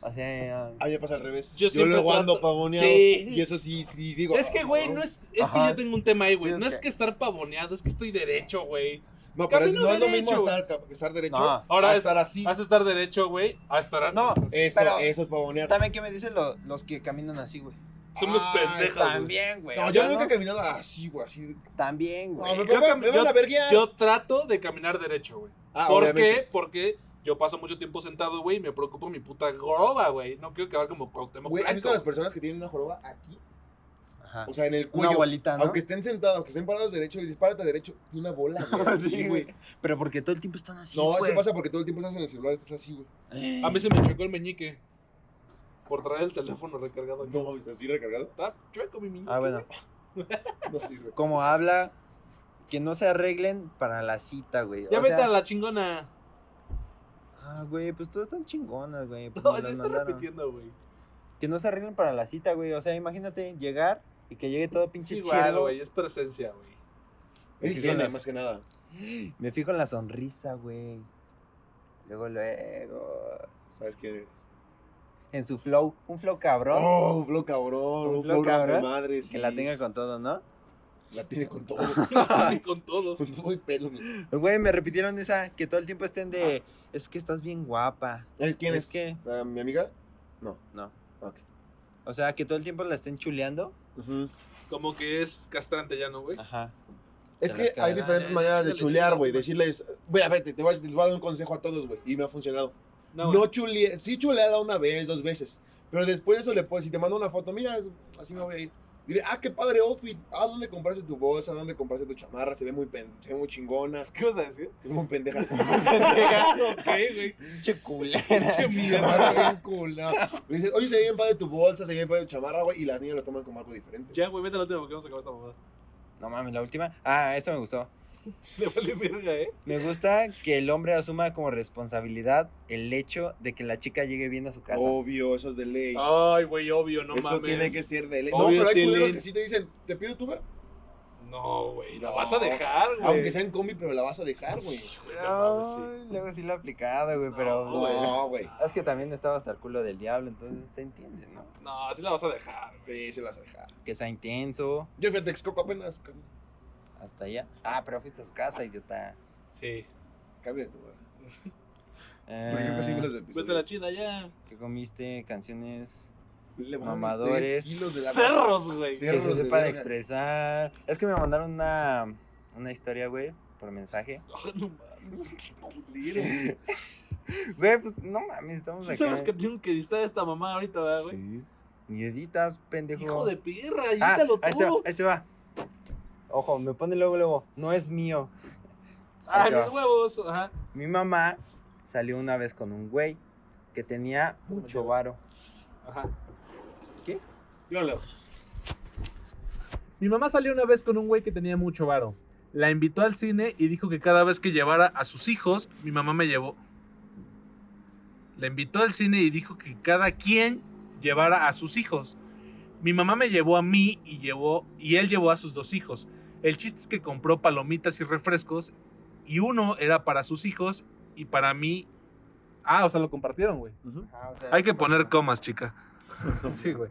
Speaker 2: O sea, ah,
Speaker 3: A mí me pasa al revés.
Speaker 1: Yo
Speaker 3: Yo,
Speaker 1: siempre
Speaker 3: luego ando
Speaker 1: trato-
Speaker 3: pavoneado.
Speaker 1: Sí.
Speaker 3: Y eso sí, sí, digo. "Ah,
Speaker 1: Es que, güey, no es. Es que
Speaker 2: Ajá.
Speaker 1: yo tengo un tema ahí, güey.
Speaker 2: Tienes
Speaker 1: No es
Speaker 2: que-
Speaker 1: que estar pavoneado, es que estoy derecho, güey.
Speaker 3: No, pero es-
Speaker 1: camino
Speaker 3: no es lo
Speaker 1: derecho,
Speaker 3: mismo estar, ca- estar derecho.
Speaker 2: No.
Speaker 1: Ahora
Speaker 3: a
Speaker 1: es.
Speaker 3: estar así.
Speaker 1: Vas a estar derecho, güey. A estar antes.
Speaker 2: No, eh.
Speaker 3: Eso,
Speaker 2: pero-
Speaker 3: eso es pavonear.
Speaker 2: también que me dicen lo- los que caminan así, güey.
Speaker 1: Son unos
Speaker 3: Ah,
Speaker 1: pendejos. güey.
Speaker 2: También, güey.
Speaker 3: No,
Speaker 2: o
Speaker 3: yo
Speaker 2: sea,
Speaker 3: nunca he
Speaker 2: no,
Speaker 3: caminado así, güey, así.
Speaker 2: También,
Speaker 3: No,
Speaker 2: güey.
Speaker 3: me,
Speaker 1: yo
Speaker 3: me-
Speaker 1: cam-
Speaker 3: me van a
Speaker 1: yo-
Speaker 3: verguear.
Speaker 1: Yo trato de caminar derecho, güey.
Speaker 3: Ah,
Speaker 1: ¿Por
Speaker 3: obviamente.
Speaker 1: qué? Porque yo paso mucho tiempo sentado, güey, y me preocupo mi puta joroba, güey. No quiero acabar como Cuauhtémoc
Speaker 3: Güey, ¿has visto
Speaker 1: Blanco.
Speaker 3: las personas que tienen una joroba aquí?
Speaker 2: Ajá.
Speaker 3: O sea, en el
Speaker 2: Una
Speaker 3: cuello.
Speaker 2: abuelita, ¿no?
Speaker 3: Aunque estén sentados, aunque estén parados derecho, les dispárate derecho y una
Speaker 2: [laughs]
Speaker 3: bola, güey.
Speaker 2: Sí,
Speaker 3: así,
Speaker 2: güey. Pero porque todo el tiempo están así,
Speaker 3: No,
Speaker 2: güey. Eh.
Speaker 3: eso pasa porque todo el tiempo estás en el celular, estás así, güey.
Speaker 1: A mí se me chocó el meñique por traer el teléfono recargado. aquí.
Speaker 3: No mames, así recargado.
Speaker 1: Está chueco mi meñique.
Speaker 2: Ah, bueno.
Speaker 3: No sirve.
Speaker 2: Como habla, que no se arreglen para la cita, güey.
Speaker 1: Ya
Speaker 2: o
Speaker 1: vete
Speaker 2: sea-
Speaker 1: a la chingona.
Speaker 2: Ah, güey, pues todas están chingonas, güey. Pues
Speaker 1: No,
Speaker 2: nos
Speaker 1: ya
Speaker 2: las
Speaker 1: está
Speaker 2: mandaron.
Speaker 1: repitiendo, güey.
Speaker 2: Que no se arreglen para la cita, güey. O sea, imagínate llegar y que llegue todo
Speaker 1: Es
Speaker 2: pinche
Speaker 1: igual,
Speaker 2: chirro.
Speaker 1: güey. Es presencia,
Speaker 3: [laughs]
Speaker 1: güey.
Speaker 3: Es
Speaker 2: Sí,
Speaker 3: higiene,
Speaker 2: las-
Speaker 3: más que nada.
Speaker 2: Me fijo en la sonrisa, güey. Luego, luego.
Speaker 3: ¿Sabes quién eres?
Speaker 2: En su flow. Un flow cabrón.
Speaker 3: Oh, un flow cabrón,
Speaker 2: Un flow
Speaker 3: un flow de
Speaker 2: cabrón,
Speaker 3: madre.
Speaker 2: que la tenga con todo, ¿no?
Speaker 3: La tiene
Speaker 2: [laughs]
Speaker 3: con todo.
Speaker 1: Y con todo.
Speaker 3: con todo el pelo, güey.
Speaker 2: Güey, me repitieron esa. Que todo el tiempo estén de. Es que estás bien guapa.
Speaker 3: ¿Sabes quién es?
Speaker 2: que.
Speaker 3: ¿La- ¿Mi amiga? No.
Speaker 2: No.
Speaker 3: Ok.
Speaker 2: O sea, que todo el tiempo la estén chuleando.
Speaker 3: Ujú.
Speaker 1: Como que es castrante ya, ¿no, güey?
Speaker 3: Ah.
Speaker 2: Ajá.
Speaker 3: Es
Speaker 2: Te
Speaker 3: que
Speaker 2: las
Speaker 3: hay
Speaker 2: cagan,
Speaker 3: diferentes
Speaker 1: eh,
Speaker 3: maneras de
Speaker 1: chícale,
Speaker 3: chulear,
Speaker 1: chícale.
Speaker 3: güey. Decirles, mira, vete, te voy, a- les voy a dar un consejo a todos, güey. Y me ha funcionado.
Speaker 1: No,
Speaker 3: No,
Speaker 1: güey.
Speaker 3: chule, sí chuleala una vez, dos veces. Pero después de eso le puedes, si te mando una foto, mira, así me voy a ir. Dile, ah, qué padre outfit. ¿A dónde compraste tu bolsa? ¿A dónde compraste tu chamarra? Se ve muy, pen- se ve muy chingona. Se
Speaker 1: ¿Qué vas a decir?
Speaker 3: ve muy
Speaker 4: [laughs]
Speaker 3: pendeja.
Speaker 1: [laughs]
Speaker 3: [laughs]
Speaker 1: ok, güey.
Speaker 2: Pinche culera.
Speaker 1: Pinche
Speaker 3: Mi
Speaker 1: mierda.
Speaker 3: chamarra bien culona. Le dices, oye, se ve bien padre tu bolsa, se ve bien padre tu chamarra, güey. Y las niñas lo toman como algo
Speaker 1: [laughs]
Speaker 3: diferente.
Speaker 1: Ya, güey, vete a la última porque vamos a acabar esta mamada.
Speaker 2: No mames, la última. Ah, esta me gustó.
Speaker 4: Me vale verga, ¿eh?
Speaker 2: Me gusta que el hombre asuma como responsabilidad el hecho de que la chica llegue bien a su casa.
Speaker 3: Obvio, eso es de ley.
Speaker 4: Ay, güey, obvio, Ah, no
Speaker 3: eso
Speaker 4: mames.
Speaker 3: tiene que ser de ley.
Speaker 4: Obvio,
Speaker 3: no, pero hay
Speaker 4: tiene-
Speaker 3: culeros que sí te dicen, te pido tu Uber.
Speaker 4: No, güey, la
Speaker 3: No.
Speaker 4: vas a dejar, güey.
Speaker 3: Aunque sea en combi, pero la vas a dejar, güey.
Speaker 4: Sí,
Speaker 1: Pues
Speaker 4: güey, no
Speaker 2: No,
Speaker 4: mames, sí.
Speaker 2: luego sí lo he aplicado, güey, pero...
Speaker 4: No, güey.
Speaker 3: No, güey.
Speaker 2: Es que también estaba hasta el culo del diablo, entonces se entiende, ¿no?
Speaker 4: No, sí la vas a dejar. güey.
Speaker 3: Sí, se las vas a dejar.
Speaker 2: Que sea intenso,
Speaker 3: Yo fui a Texcoco apenas. carnal.
Speaker 2: hasta allá. Ah, pero fuiste a su casa, idiota.
Speaker 4: Sí.
Speaker 3: Cambia de tu lugar.
Speaker 2: Eh,
Speaker 3: Por ejemplo, sí, los episodios.
Speaker 1: Vete a la china ya.
Speaker 2: ¿Qué comiste? Canciones.
Speaker 3: Le mandaron
Speaker 2: mamadores.
Speaker 3: tres kilos de la-
Speaker 4: Cerros, güey.
Speaker 3: Sí.
Speaker 2: Que
Speaker 3: Perros
Speaker 2: se [laughs]
Speaker 3: de
Speaker 2: sepan
Speaker 3: verga.
Speaker 2: expresar. Es que me mandaron una, una historia, güey, por mensaje.
Speaker 1: Ay, no mames. qué culero.
Speaker 2: Güey, pues no mames, estamos
Speaker 1: Sí
Speaker 2: acá.
Speaker 1: sabes que tengo que editar a esta mamá ahorita, ¿verdad, güey?
Speaker 2: Sí. Ni editas, pendejo.
Speaker 1: Hijo de perra,
Speaker 2: Ah,
Speaker 1: edítalo
Speaker 2: ahí te va,
Speaker 1: tú.
Speaker 2: ahí te va. Ojo, me pone luego, luego. No es mío.
Speaker 1: Ah,
Speaker 2: ahí te va.
Speaker 1: mis huevos. Ajá.
Speaker 2: Mi mamá salió una vez con un güey que tenía mucho varo.
Speaker 4: Ajá.
Speaker 2: ¿Qué?
Speaker 4: Yo leo. Mi mamá salió una vez con un güey que tenía mucho varo. La invitó al cine y dijo que cada vez que llevara a sus hijos, mi mamá me llevó. La invitó al cine y dijo que cada quien llevara a sus hijos. Mi mamá me llevó a mí y, llevó, y él llevó a sus dos hijos. El chiste es que compró palomitas y refrescos y uno era para sus hijos y para mí... Ah, o sea, lo compartieron, güey. Hay que poner comas, chica. [laughs] Sí, güey.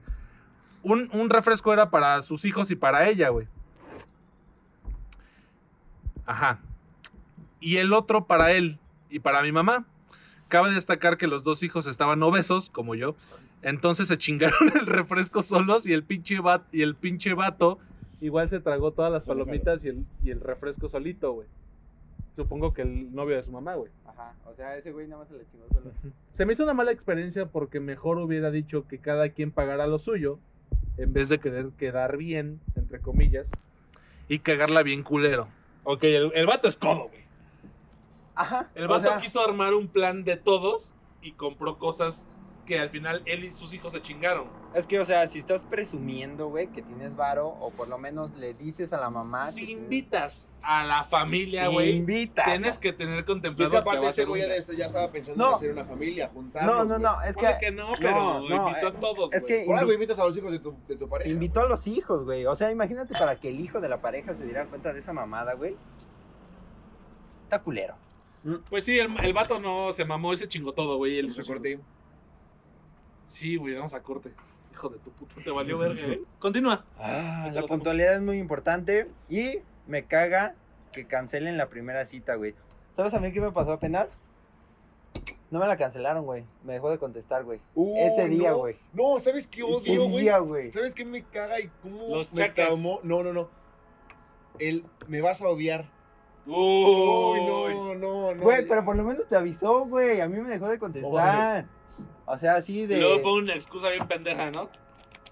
Speaker 4: Un, un refresco era para sus hijos y para ella, güey. Ajá. Y el otro para él y para mi mamá. Cabe destacar que los dos hijos estaban obesos, como yo. Entonces se chingaron [laughs] el refresco solos y el pinche, va- y el pinche vato. Igual se tragó todas las palomitas y el, y el refresco solito, güey. Supongo que el novio de su mamá, güey.
Speaker 2: Ajá, o sea, ese güey nada más se le chingó solo.
Speaker 4: Se me hizo una mala experiencia porque mejor hubiera dicho que cada quien pagara lo suyo en vez de querer quedar bien, entre comillas, y cagarla bien culero. Ok, el, el vato es codo, güey.
Speaker 2: Ajá.
Speaker 4: El
Speaker 2: o
Speaker 4: vato
Speaker 2: sea,
Speaker 4: quiso armar un plan de todos y compró cosas que al final él y sus hijos se chingaron.
Speaker 2: Es que, o sea, si estás presumiendo, güey, que tienes varo, o por lo menos le dices a la mamá. que
Speaker 4: si
Speaker 2: te-
Speaker 4: invitas a la familia,
Speaker 2: Si
Speaker 4: güey,
Speaker 2: invitas.
Speaker 4: tienes que tener
Speaker 3: Y es
Speaker 4: contemplado
Speaker 3: que Pues
Speaker 4: que
Speaker 3: aparte
Speaker 4: va a
Speaker 3: ese
Speaker 4: ser un-
Speaker 3: güey ya, de esto ya estaba pensando en
Speaker 2: No.
Speaker 3: hacer una familia, juntarnos.
Speaker 2: No, no,
Speaker 3: güey.
Speaker 2: no, es que.
Speaker 4: Ponle que no, pero
Speaker 2: no, no,
Speaker 4: invitó
Speaker 2: eh,
Speaker 4: a todos,
Speaker 2: es
Speaker 4: güey.
Speaker 2: que
Speaker 3: Por algo
Speaker 2: invi-
Speaker 3: invitas a los hijos de tu, de tu pareja.
Speaker 2: invitó a los hijos, güey. O sea, imagínate para que el hijo de la pareja se diera cuenta de esa mamada, güey. Está culero.
Speaker 4: Pues sí, el, el vato no se mamó y se chingó todo, güey. él
Speaker 3: güey.
Speaker 4: y
Speaker 3: Se
Speaker 4: sus
Speaker 3: corté.
Speaker 4: Sí, güey, vamos a corte. Hijo de tu puta, te valió verga, ¿eh? Continúa.
Speaker 2: Ah,
Speaker 4: Te
Speaker 2: la
Speaker 4: los
Speaker 2: puntualidad es muy importante y me caga que cancelen la primera cita, güey. ¿Sabes a mí qué me pasó apenas? No me la cancelaron, güey. Me dejó de contestar, güey.
Speaker 3: Uh,
Speaker 2: Ese día,
Speaker 3: no.
Speaker 2: güey.
Speaker 3: No, ¿sabes qué
Speaker 2: Ese
Speaker 3: odio, güey?
Speaker 2: día, güey.
Speaker 3: ¿Sabes qué me caga y cómo
Speaker 4: Los
Speaker 3: me
Speaker 4: chacas.
Speaker 3: traumó? No, no, no. El me vas a odiar. Uy,
Speaker 4: Uy,
Speaker 3: no, no, no.
Speaker 2: Güey, pero por lo menos te avisó, güey. A mí me dejó de contestar. O sea, así de...
Speaker 4: Luego pone una excusa bien pendeja, ¿no?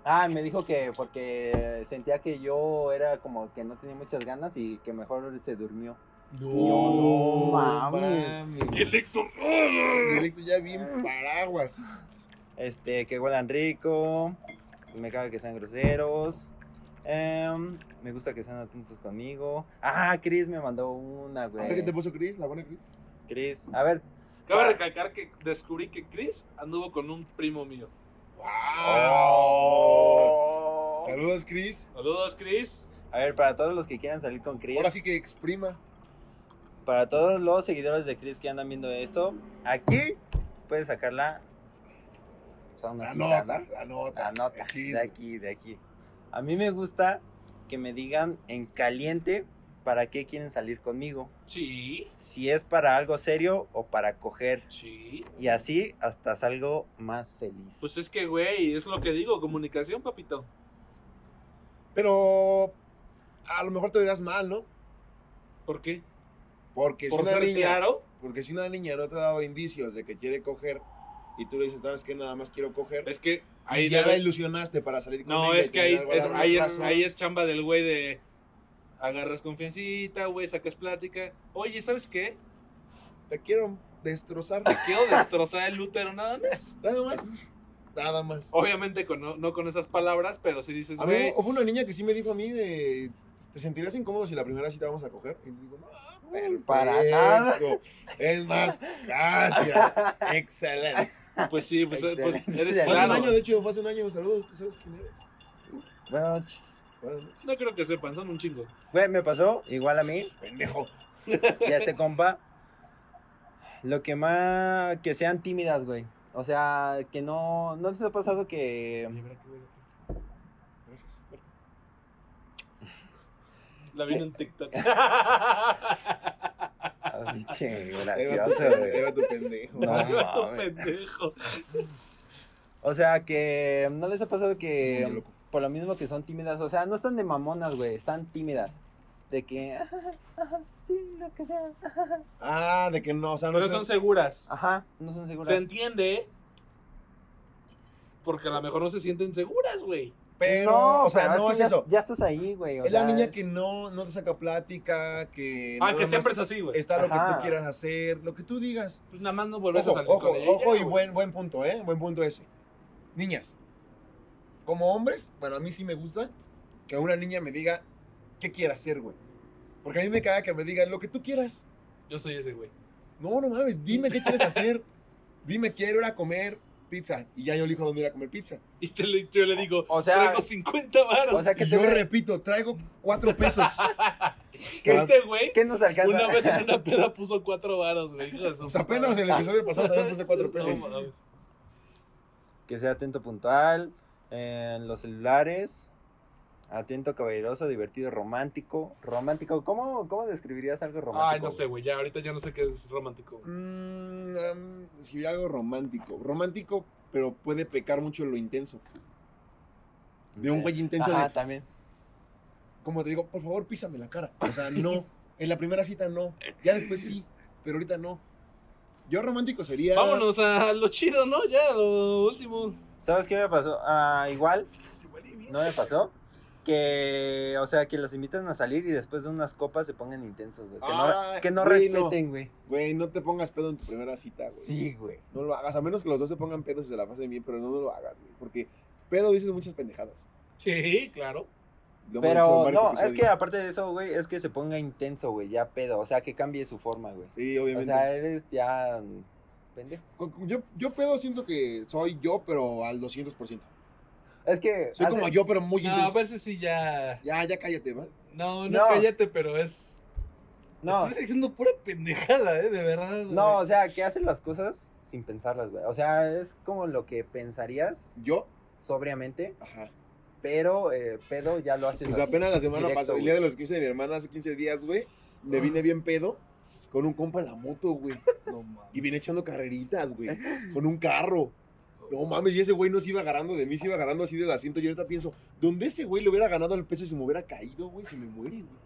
Speaker 2: Ah, me dijo que porque sentía que yo era como que no tenía muchas ganas y que mejor se durmió.
Speaker 3: No,
Speaker 2: No, mames.
Speaker 3: mames.
Speaker 4: Y el Héctor. ¡ah!
Speaker 3: Directo ya bien paraguas.
Speaker 2: Este, que huelan rico. Me caga que sean groseros. em, me gusta que sean atentos conmigo. Ah, Chris me mandó una,
Speaker 3: ¿A ver Ah, qué
Speaker 2: güey.
Speaker 3: te puso Chris? ¿La buena Chris?
Speaker 2: Chris, a ver.
Speaker 4: Cabe recalcar que descubrí que Chris anduvo con un primo mío.
Speaker 3: ¡Wow! Oh. Saludos, Chris.
Speaker 4: Saludos, Chris.
Speaker 2: A ver, para todos los que quieran salir con Chris.
Speaker 3: Ahora sí que exprima.
Speaker 2: Para todos los seguidores de Chris que andan viendo esto. Aquí puedes sacarla. O sea, una
Speaker 3: La
Speaker 2: cita,
Speaker 3: nota,
Speaker 2: ¿no?
Speaker 3: la nota.
Speaker 2: La nota.
Speaker 3: el chisme.
Speaker 2: De aquí, de aquí. A mí me gusta que me digan en caliente para qué quieren salir conmigo.
Speaker 4: Sí,
Speaker 2: si es para algo serio o para coger.
Speaker 4: sí.
Speaker 2: Y así hasta salgo más feliz.
Speaker 4: Pues es que, güey, es lo que digo, comunicación, papito.
Speaker 3: Pero a lo mejor te verás mal, ¿no?
Speaker 4: ¿Por qué?
Speaker 3: Porque si
Speaker 4: Por
Speaker 3: una
Speaker 4: ser
Speaker 3: niña,
Speaker 4: claro.
Speaker 3: porque si una niña no te ha dado indicios de que quiere coger y tú le dices, "Sabes que nada más quiero coger."
Speaker 4: Es que
Speaker 3: Ahí
Speaker 4: ahí
Speaker 3: ya
Speaker 4: debe-
Speaker 3: la ilusionaste para salir con
Speaker 4: No,
Speaker 3: ella y
Speaker 4: es que ahí
Speaker 3: tener
Speaker 4: es,
Speaker 3: algo a largo
Speaker 4: ahí, es,
Speaker 3: plazo.
Speaker 4: ahí es chamba del güey de agarras confiancita, güey, sacas plática. Oye, ¿sabes qué?
Speaker 3: te quiero
Speaker 4: [laughs]
Speaker 3: destrozar [laughs]
Speaker 4: Quiero destrozar el útero nada más.
Speaker 3: nada más. Nada más.
Speaker 4: Obviamente con- no, no con esas palabras, pero si dices,
Speaker 3: A mí
Speaker 4: Pues, güey,
Speaker 3: hubo una niña que sí me dijo a mí de ¿Te sentirías incómodo si la primera cita vamos a coger? Y digo, no,
Speaker 2: para nada.
Speaker 3: perfecto. Es más,
Speaker 2: [laughs]
Speaker 3: gracias. Excelente.
Speaker 4: Pues sí, pues, eh, pues,
Speaker 2: Excelente.
Speaker 4: eres
Speaker 3: Fue
Speaker 2: Claro.
Speaker 3: hace un año,
Speaker 4: claro.
Speaker 3: de hecho, fue hace un año. Saludos, ¿tú sabes quién eres?
Speaker 2: Buenas noches.
Speaker 3: Buenas noches.
Speaker 4: No creo que sepan, son un chingo.
Speaker 2: Güey, me pasó igual a mí
Speaker 3: Pendejo.
Speaker 2: y a este compa. Lo que más que sean tímidas, güey. O sea, que no no les ha pasado que
Speaker 3: Gracias.
Speaker 4: La vi en
Speaker 3: [laughs]
Speaker 4: un TikTok. [laughs]
Speaker 2: Ah, [laughs] pinche
Speaker 3: Ahí va
Speaker 2: gracioso,
Speaker 3: tu [laughs] pendejo, ahí
Speaker 2: güey.
Speaker 3: va tu pendejo. Ah,
Speaker 2: No.
Speaker 4: Alberto
Speaker 2: mames.
Speaker 4: pendejo.
Speaker 2: O sea, que no les ha pasado que
Speaker 3: Muy loco.
Speaker 2: por lo mismo que son tímidas, o sea, no están de mamonas, güey, están tímidas. De que, ajá, ajá, sí, lo que sea.
Speaker 3: Ah, de que no, o sea, no
Speaker 4: Pero
Speaker 3: te-
Speaker 4: son seguras.
Speaker 2: Ajá, no son seguras.
Speaker 4: Se entiende. Porque a lo mejor no se sienten seguras, güey.
Speaker 3: pero, o sea,
Speaker 2: pero
Speaker 3: no
Speaker 2: que
Speaker 3: es
Speaker 2: ya,
Speaker 3: eso.
Speaker 2: Ya estás ahí, güey. o
Speaker 3: Es la
Speaker 2: sea,
Speaker 3: niña
Speaker 2: es-
Speaker 3: que no, no te saca plática, que...
Speaker 4: Ah,
Speaker 3: nada
Speaker 4: que
Speaker 3: más
Speaker 4: siempre es así, güey.
Speaker 3: Está lo que
Speaker 2: Ajá.
Speaker 3: tú quieras hacer, lo que tú digas.
Speaker 4: Pues nada más no volvés
Speaker 3: Ojo,
Speaker 4: a salir
Speaker 3: ojo,
Speaker 4: con ella.
Speaker 3: ojo
Speaker 4: ya,
Speaker 3: y
Speaker 4: güey.
Speaker 3: buen, buen punto, ¿eh? Buen punto ese. Niñas, como hombres, bueno, a mí sí me gusta que una niña me diga qué quiere hacer, güey. Porque a mí me caga que me digan lo que tú quieras.
Speaker 4: Yo soy ese, güey.
Speaker 3: No, no mames, dime qué quieres hacer. Dime, quiero ir a comer pizza. Y ya yo elijo dónde ir a comer pizza.
Speaker 4: Y te le- yo le digo,
Speaker 2: O sea,
Speaker 4: traigo 50 varos.
Speaker 2: o sea que
Speaker 3: Y
Speaker 2: te
Speaker 3: yo
Speaker 2: ve-
Speaker 3: repito, traigo cuatro pesos.
Speaker 4: que este güey,
Speaker 2: ¿qué nos alcanza?
Speaker 4: una vez en una peda puso 4 varos, güey. hijo [laughs] de su
Speaker 3: Pues apenas
Speaker 4: madre.
Speaker 3: el episodio pasado también puse cuatro pesos.
Speaker 4: No mames.
Speaker 2: [laughs] Que sea atento puntual, en los celulares, atento caballeroso, divertido, romántico. Romántico, ¿cómo, cómo describirías algo romántico?
Speaker 4: Ay, no sé, güey. Ya, ahorita ya no sé qué es romántico. güey.
Speaker 3: Mm, um, escribir algo romántico. Romántico, pero puede pecar mucho lo intenso. De un güey intenso
Speaker 2: Ajá,
Speaker 3: de,
Speaker 2: también.
Speaker 3: como te digo, por favor, písame la cara. O sea,
Speaker 2: [laughs]
Speaker 3: no. En la primera cita no. Ya después sí, pero ahorita no. Yo romántico sería.
Speaker 4: Vámonos a lo chido, ¿no? Ya, lo último.
Speaker 2: ¿Sabes qué me pasó? Ah, igual, no me pasó. Que, o sea, que los invitan a salir y después de unas copas se pongan intensos, güey. Que
Speaker 3: Ah,
Speaker 2: no, que no
Speaker 3: güey, no.
Speaker 2: respeten, güey.
Speaker 3: Güey, no te pongas pedo en tu primera cita, güey.
Speaker 2: Sí, güey.
Speaker 3: No lo hagas, a menos que los dos se pongan pedos y se la pasen bien, pero no, lo hagas, güey. Porque pedo dices muchas pendejadas.
Speaker 4: Sí, claro.
Speaker 3: Lo hemos dicho en
Speaker 2: Pero no,
Speaker 3: varios
Speaker 2: es
Speaker 3: episodios.
Speaker 2: que aparte de eso, güey, es que se ponga intenso, güey, ya pedo. O sea, que cambie su forma, güey.
Speaker 3: Sí,
Speaker 2: O
Speaker 3: obviamente.
Speaker 2: sea, eh eres ya mm, pendejo.
Speaker 3: Con- con- yo, yo pedo siento que soy yo, pero al 200%.
Speaker 2: Es que.
Speaker 3: Soy
Speaker 2: hace-
Speaker 3: como yo, pero muy
Speaker 4: No, a
Speaker 3: intenso.
Speaker 4: veces sí ya.
Speaker 3: Ya, ya cállate, ¿va?
Speaker 4: No, no,
Speaker 2: No.
Speaker 4: cállate, pero es.
Speaker 2: No,
Speaker 4: Estás diciendo pura pendejada, ¿eh? De verdad. güey.
Speaker 2: no, o sea, que hacen las cosas sin pensarlas, güey. O sea, es como lo que pensarías
Speaker 3: Yo,
Speaker 2: sobriamente,
Speaker 3: ajá.
Speaker 2: pero eh, pedo ya lo haces
Speaker 3: Pues
Speaker 2: así.
Speaker 3: apenas la semana
Speaker 2: directo,
Speaker 3: pasada, el
Speaker 2: güey.
Speaker 3: día de los 15 de mi hermana, hace 15 días, güey, me vine bien pedo con un compa en la moto, güey.
Speaker 4: No mames.
Speaker 3: Y vine echando carreritas, güey, con un carro. No mames, y ese güey no se iba agarrando de mí, se iba agarrando así del asiento. Yo ahorita pienso, ¿dónde ese güey le hubiera ganado al peso y se me hubiera caído, güey? Se me muere, güey.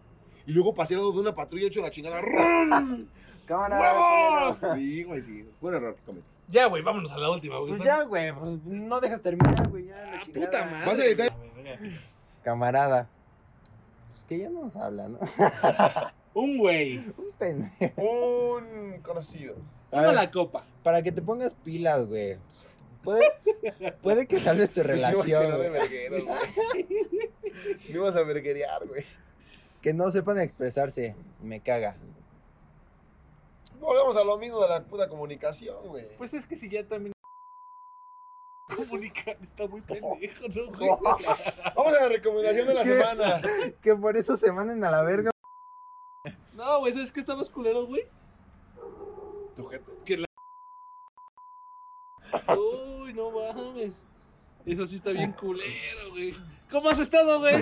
Speaker 3: Y luego pasé al lado de una patrulla, hecho
Speaker 2: [laughs]
Speaker 3: la chingada. ¡Rum!
Speaker 2: Cámara,
Speaker 3: ¡Huevos!
Speaker 2: culero.
Speaker 3: Sí, güey, sí. Fue un error que cometí.
Speaker 4: Ya, güey, vámonos a la última, güey.
Speaker 2: Pues ya, güey, pues no dejas terminar, güey, ya la
Speaker 4: Ah,
Speaker 2: chingada.
Speaker 4: puta madre.
Speaker 3: ¿Vas a editar?
Speaker 4: güey, verga.
Speaker 2: Camarada. Pues que ya no nos habla, ¿no? [laughs]
Speaker 4: Un güey.
Speaker 2: Un pendejo.
Speaker 3: Un [laughs] conocido.
Speaker 2: A
Speaker 4: Una
Speaker 2: ver,
Speaker 4: la copa.
Speaker 2: Para que te pongas pilas, güey. Puede, puede que salves tu
Speaker 3: Relación.
Speaker 2: relación,
Speaker 3: No de
Speaker 2: güey.
Speaker 3: vergueros, güey. Me ibas a verguerear, güey.
Speaker 2: Que no sepan expresarse. Me caga.
Speaker 3: Volvemos a lo mismo de la puta comunicación, güey. [laughs]
Speaker 4: Pues es que si ya también. Comunicar está muy pendejo, ¿no, güey?
Speaker 3: Vamos a la recomendación de la
Speaker 2: ¿Qué?
Speaker 3: semana.
Speaker 2: Que por eso se manden a la verga.
Speaker 4: No, güey, ¿sabes qué está más culero, güey?
Speaker 3: Tu gente.
Speaker 4: Uy, no mames. Eso sí está bien culero, güey. ¿Cómo has estado, güey?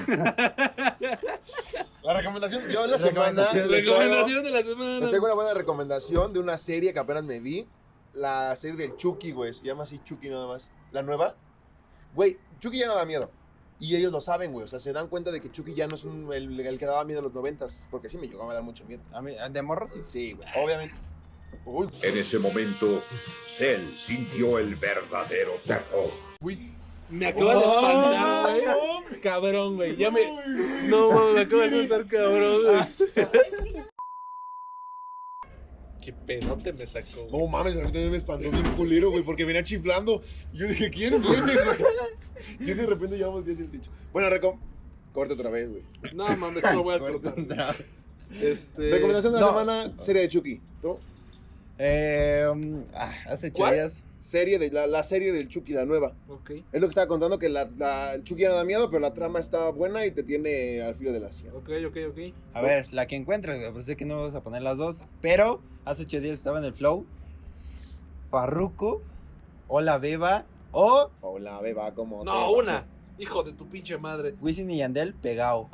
Speaker 3: La recomendación yo la semana.
Speaker 2: Recomendación
Speaker 3: les
Speaker 4: Recomendación de la
Speaker 3: traigo-
Speaker 4: semana.
Speaker 3: Les tengo una buena recomendación de una serie que apenas me vi. La serie del Chucky, güey. Se llama así Chucky nada más. La nueva. Güey, Chucky ya no da miedo. Y ellos lo saben, güey. O sea, se dan cuenta de que Chucky ya no es un- el, el que daba miedo en los noventas. Porque sí me llegaba a dar mucho miedo.
Speaker 2: A mí, de
Speaker 3: [laughs]
Speaker 2: morro sí.
Speaker 3: Sí, güey. Obviamente. Uy,
Speaker 5: En ese momento, Cell sintió el verdadero terror.
Speaker 3: uy.
Speaker 4: Me acabas
Speaker 1: Oh.
Speaker 4: de espantar, güey. Cabrón, güey. Ya me. No mames, me acabas de espantar, cabrón, güey. Qué pedote me sacó. güey.
Speaker 3: No mames, a mí también me espantó bien culero, güey, porque venía chiflando. Y yo dije, ¿quién viene, güey? Y de repente llevamos 10 el dicho. Bueno, recom- Corte otra vez, güey.
Speaker 4: No mames, no lo voy a cortar. Este.
Speaker 3: Recomendación de la
Speaker 2: no.
Speaker 3: semana, serie de Chucky. ¿Tú?
Speaker 2: Eh, mm, ah, hace ocho
Speaker 4: ¿Cuál?
Speaker 2: días.
Speaker 3: Serie de, la, la serie del Chucky, la nueva.
Speaker 4: Ok.
Speaker 3: Es lo que estaba contando, que la, la Chucky ya no da miedo, pero la trama está buena y te tiene al filo de la sierra.
Speaker 4: Ok, ok, ok.
Speaker 2: A ver, la que encuentres, güey. Pues sé que no vas a poner las dos. Pero hace ocho días estaba en el flow. Parruco, Hola Beba o
Speaker 3: Hola, beba, como. te
Speaker 4: No,
Speaker 3: va?
Speaker 4: una. Hijo de tu pinche madre.
Speaker 2: Wisin y Yandel pegado.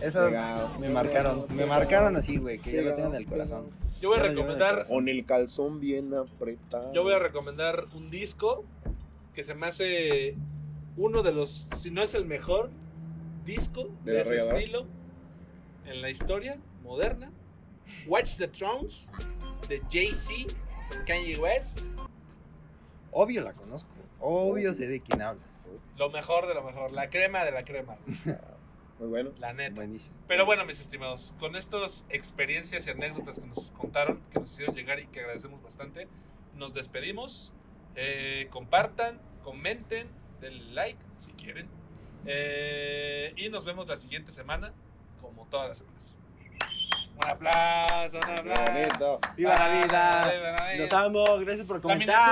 Speaker 2: Esas
Speaker 3: Pegao.
Speaker 2: me marcaron. Me
Speaker 3: Pegao.
Speaker 2: marcaron así, güey, que yo lo
Speaker 3: Pegao.
Speaker 2: tengo en el corazón.
Speaker 4: Yo voy a
Speaker 2: Ya me llegó
Speaker 4: recomendar.
Speaker 2: de
Speaker 3: Con el calzón bien apretado.
Speaker 4: Yo voy a recomendar un disco que se me hace uno de los, si no es el mejor disco
Speaker 3: ¿De
Speaker 4: de,
Speaker 3: la
Speaker 4: ese
Speaker 3: rayadora?
Speaker 4: estilo en la historia moderna. Watch the Thrones de Jay-Z, Kanye West.
Speaker 2: Obvio la conozco. Obvio sé de quién hablas.
Speaker 4: Lo mejor de lo mejor, la crema de la crema, güey,
Speaker 3: Muy bueno.
Speaker 4: la neta.
Speaker 2: Buenísimo.
Speaker 4: Pero bueno, mis estimados, con estas experiencias y anécdotas que nos contaron, que nos hicieron llegar y que agradecemos bastante, nos despedimos. Eh, compartan, comenten, denle like si quieren. Eh, y nos vemos la siguiente semana, como todas las semanas. Un aplauso, un aplauso.
Speaker 3: Bonito.
Speaker 2: ¡Viva la vida!
Speaker 4: Viva la vida.
Speaker 2: Los amo. Gracias por
Speaker 4: También-
Speaker 2: comentar.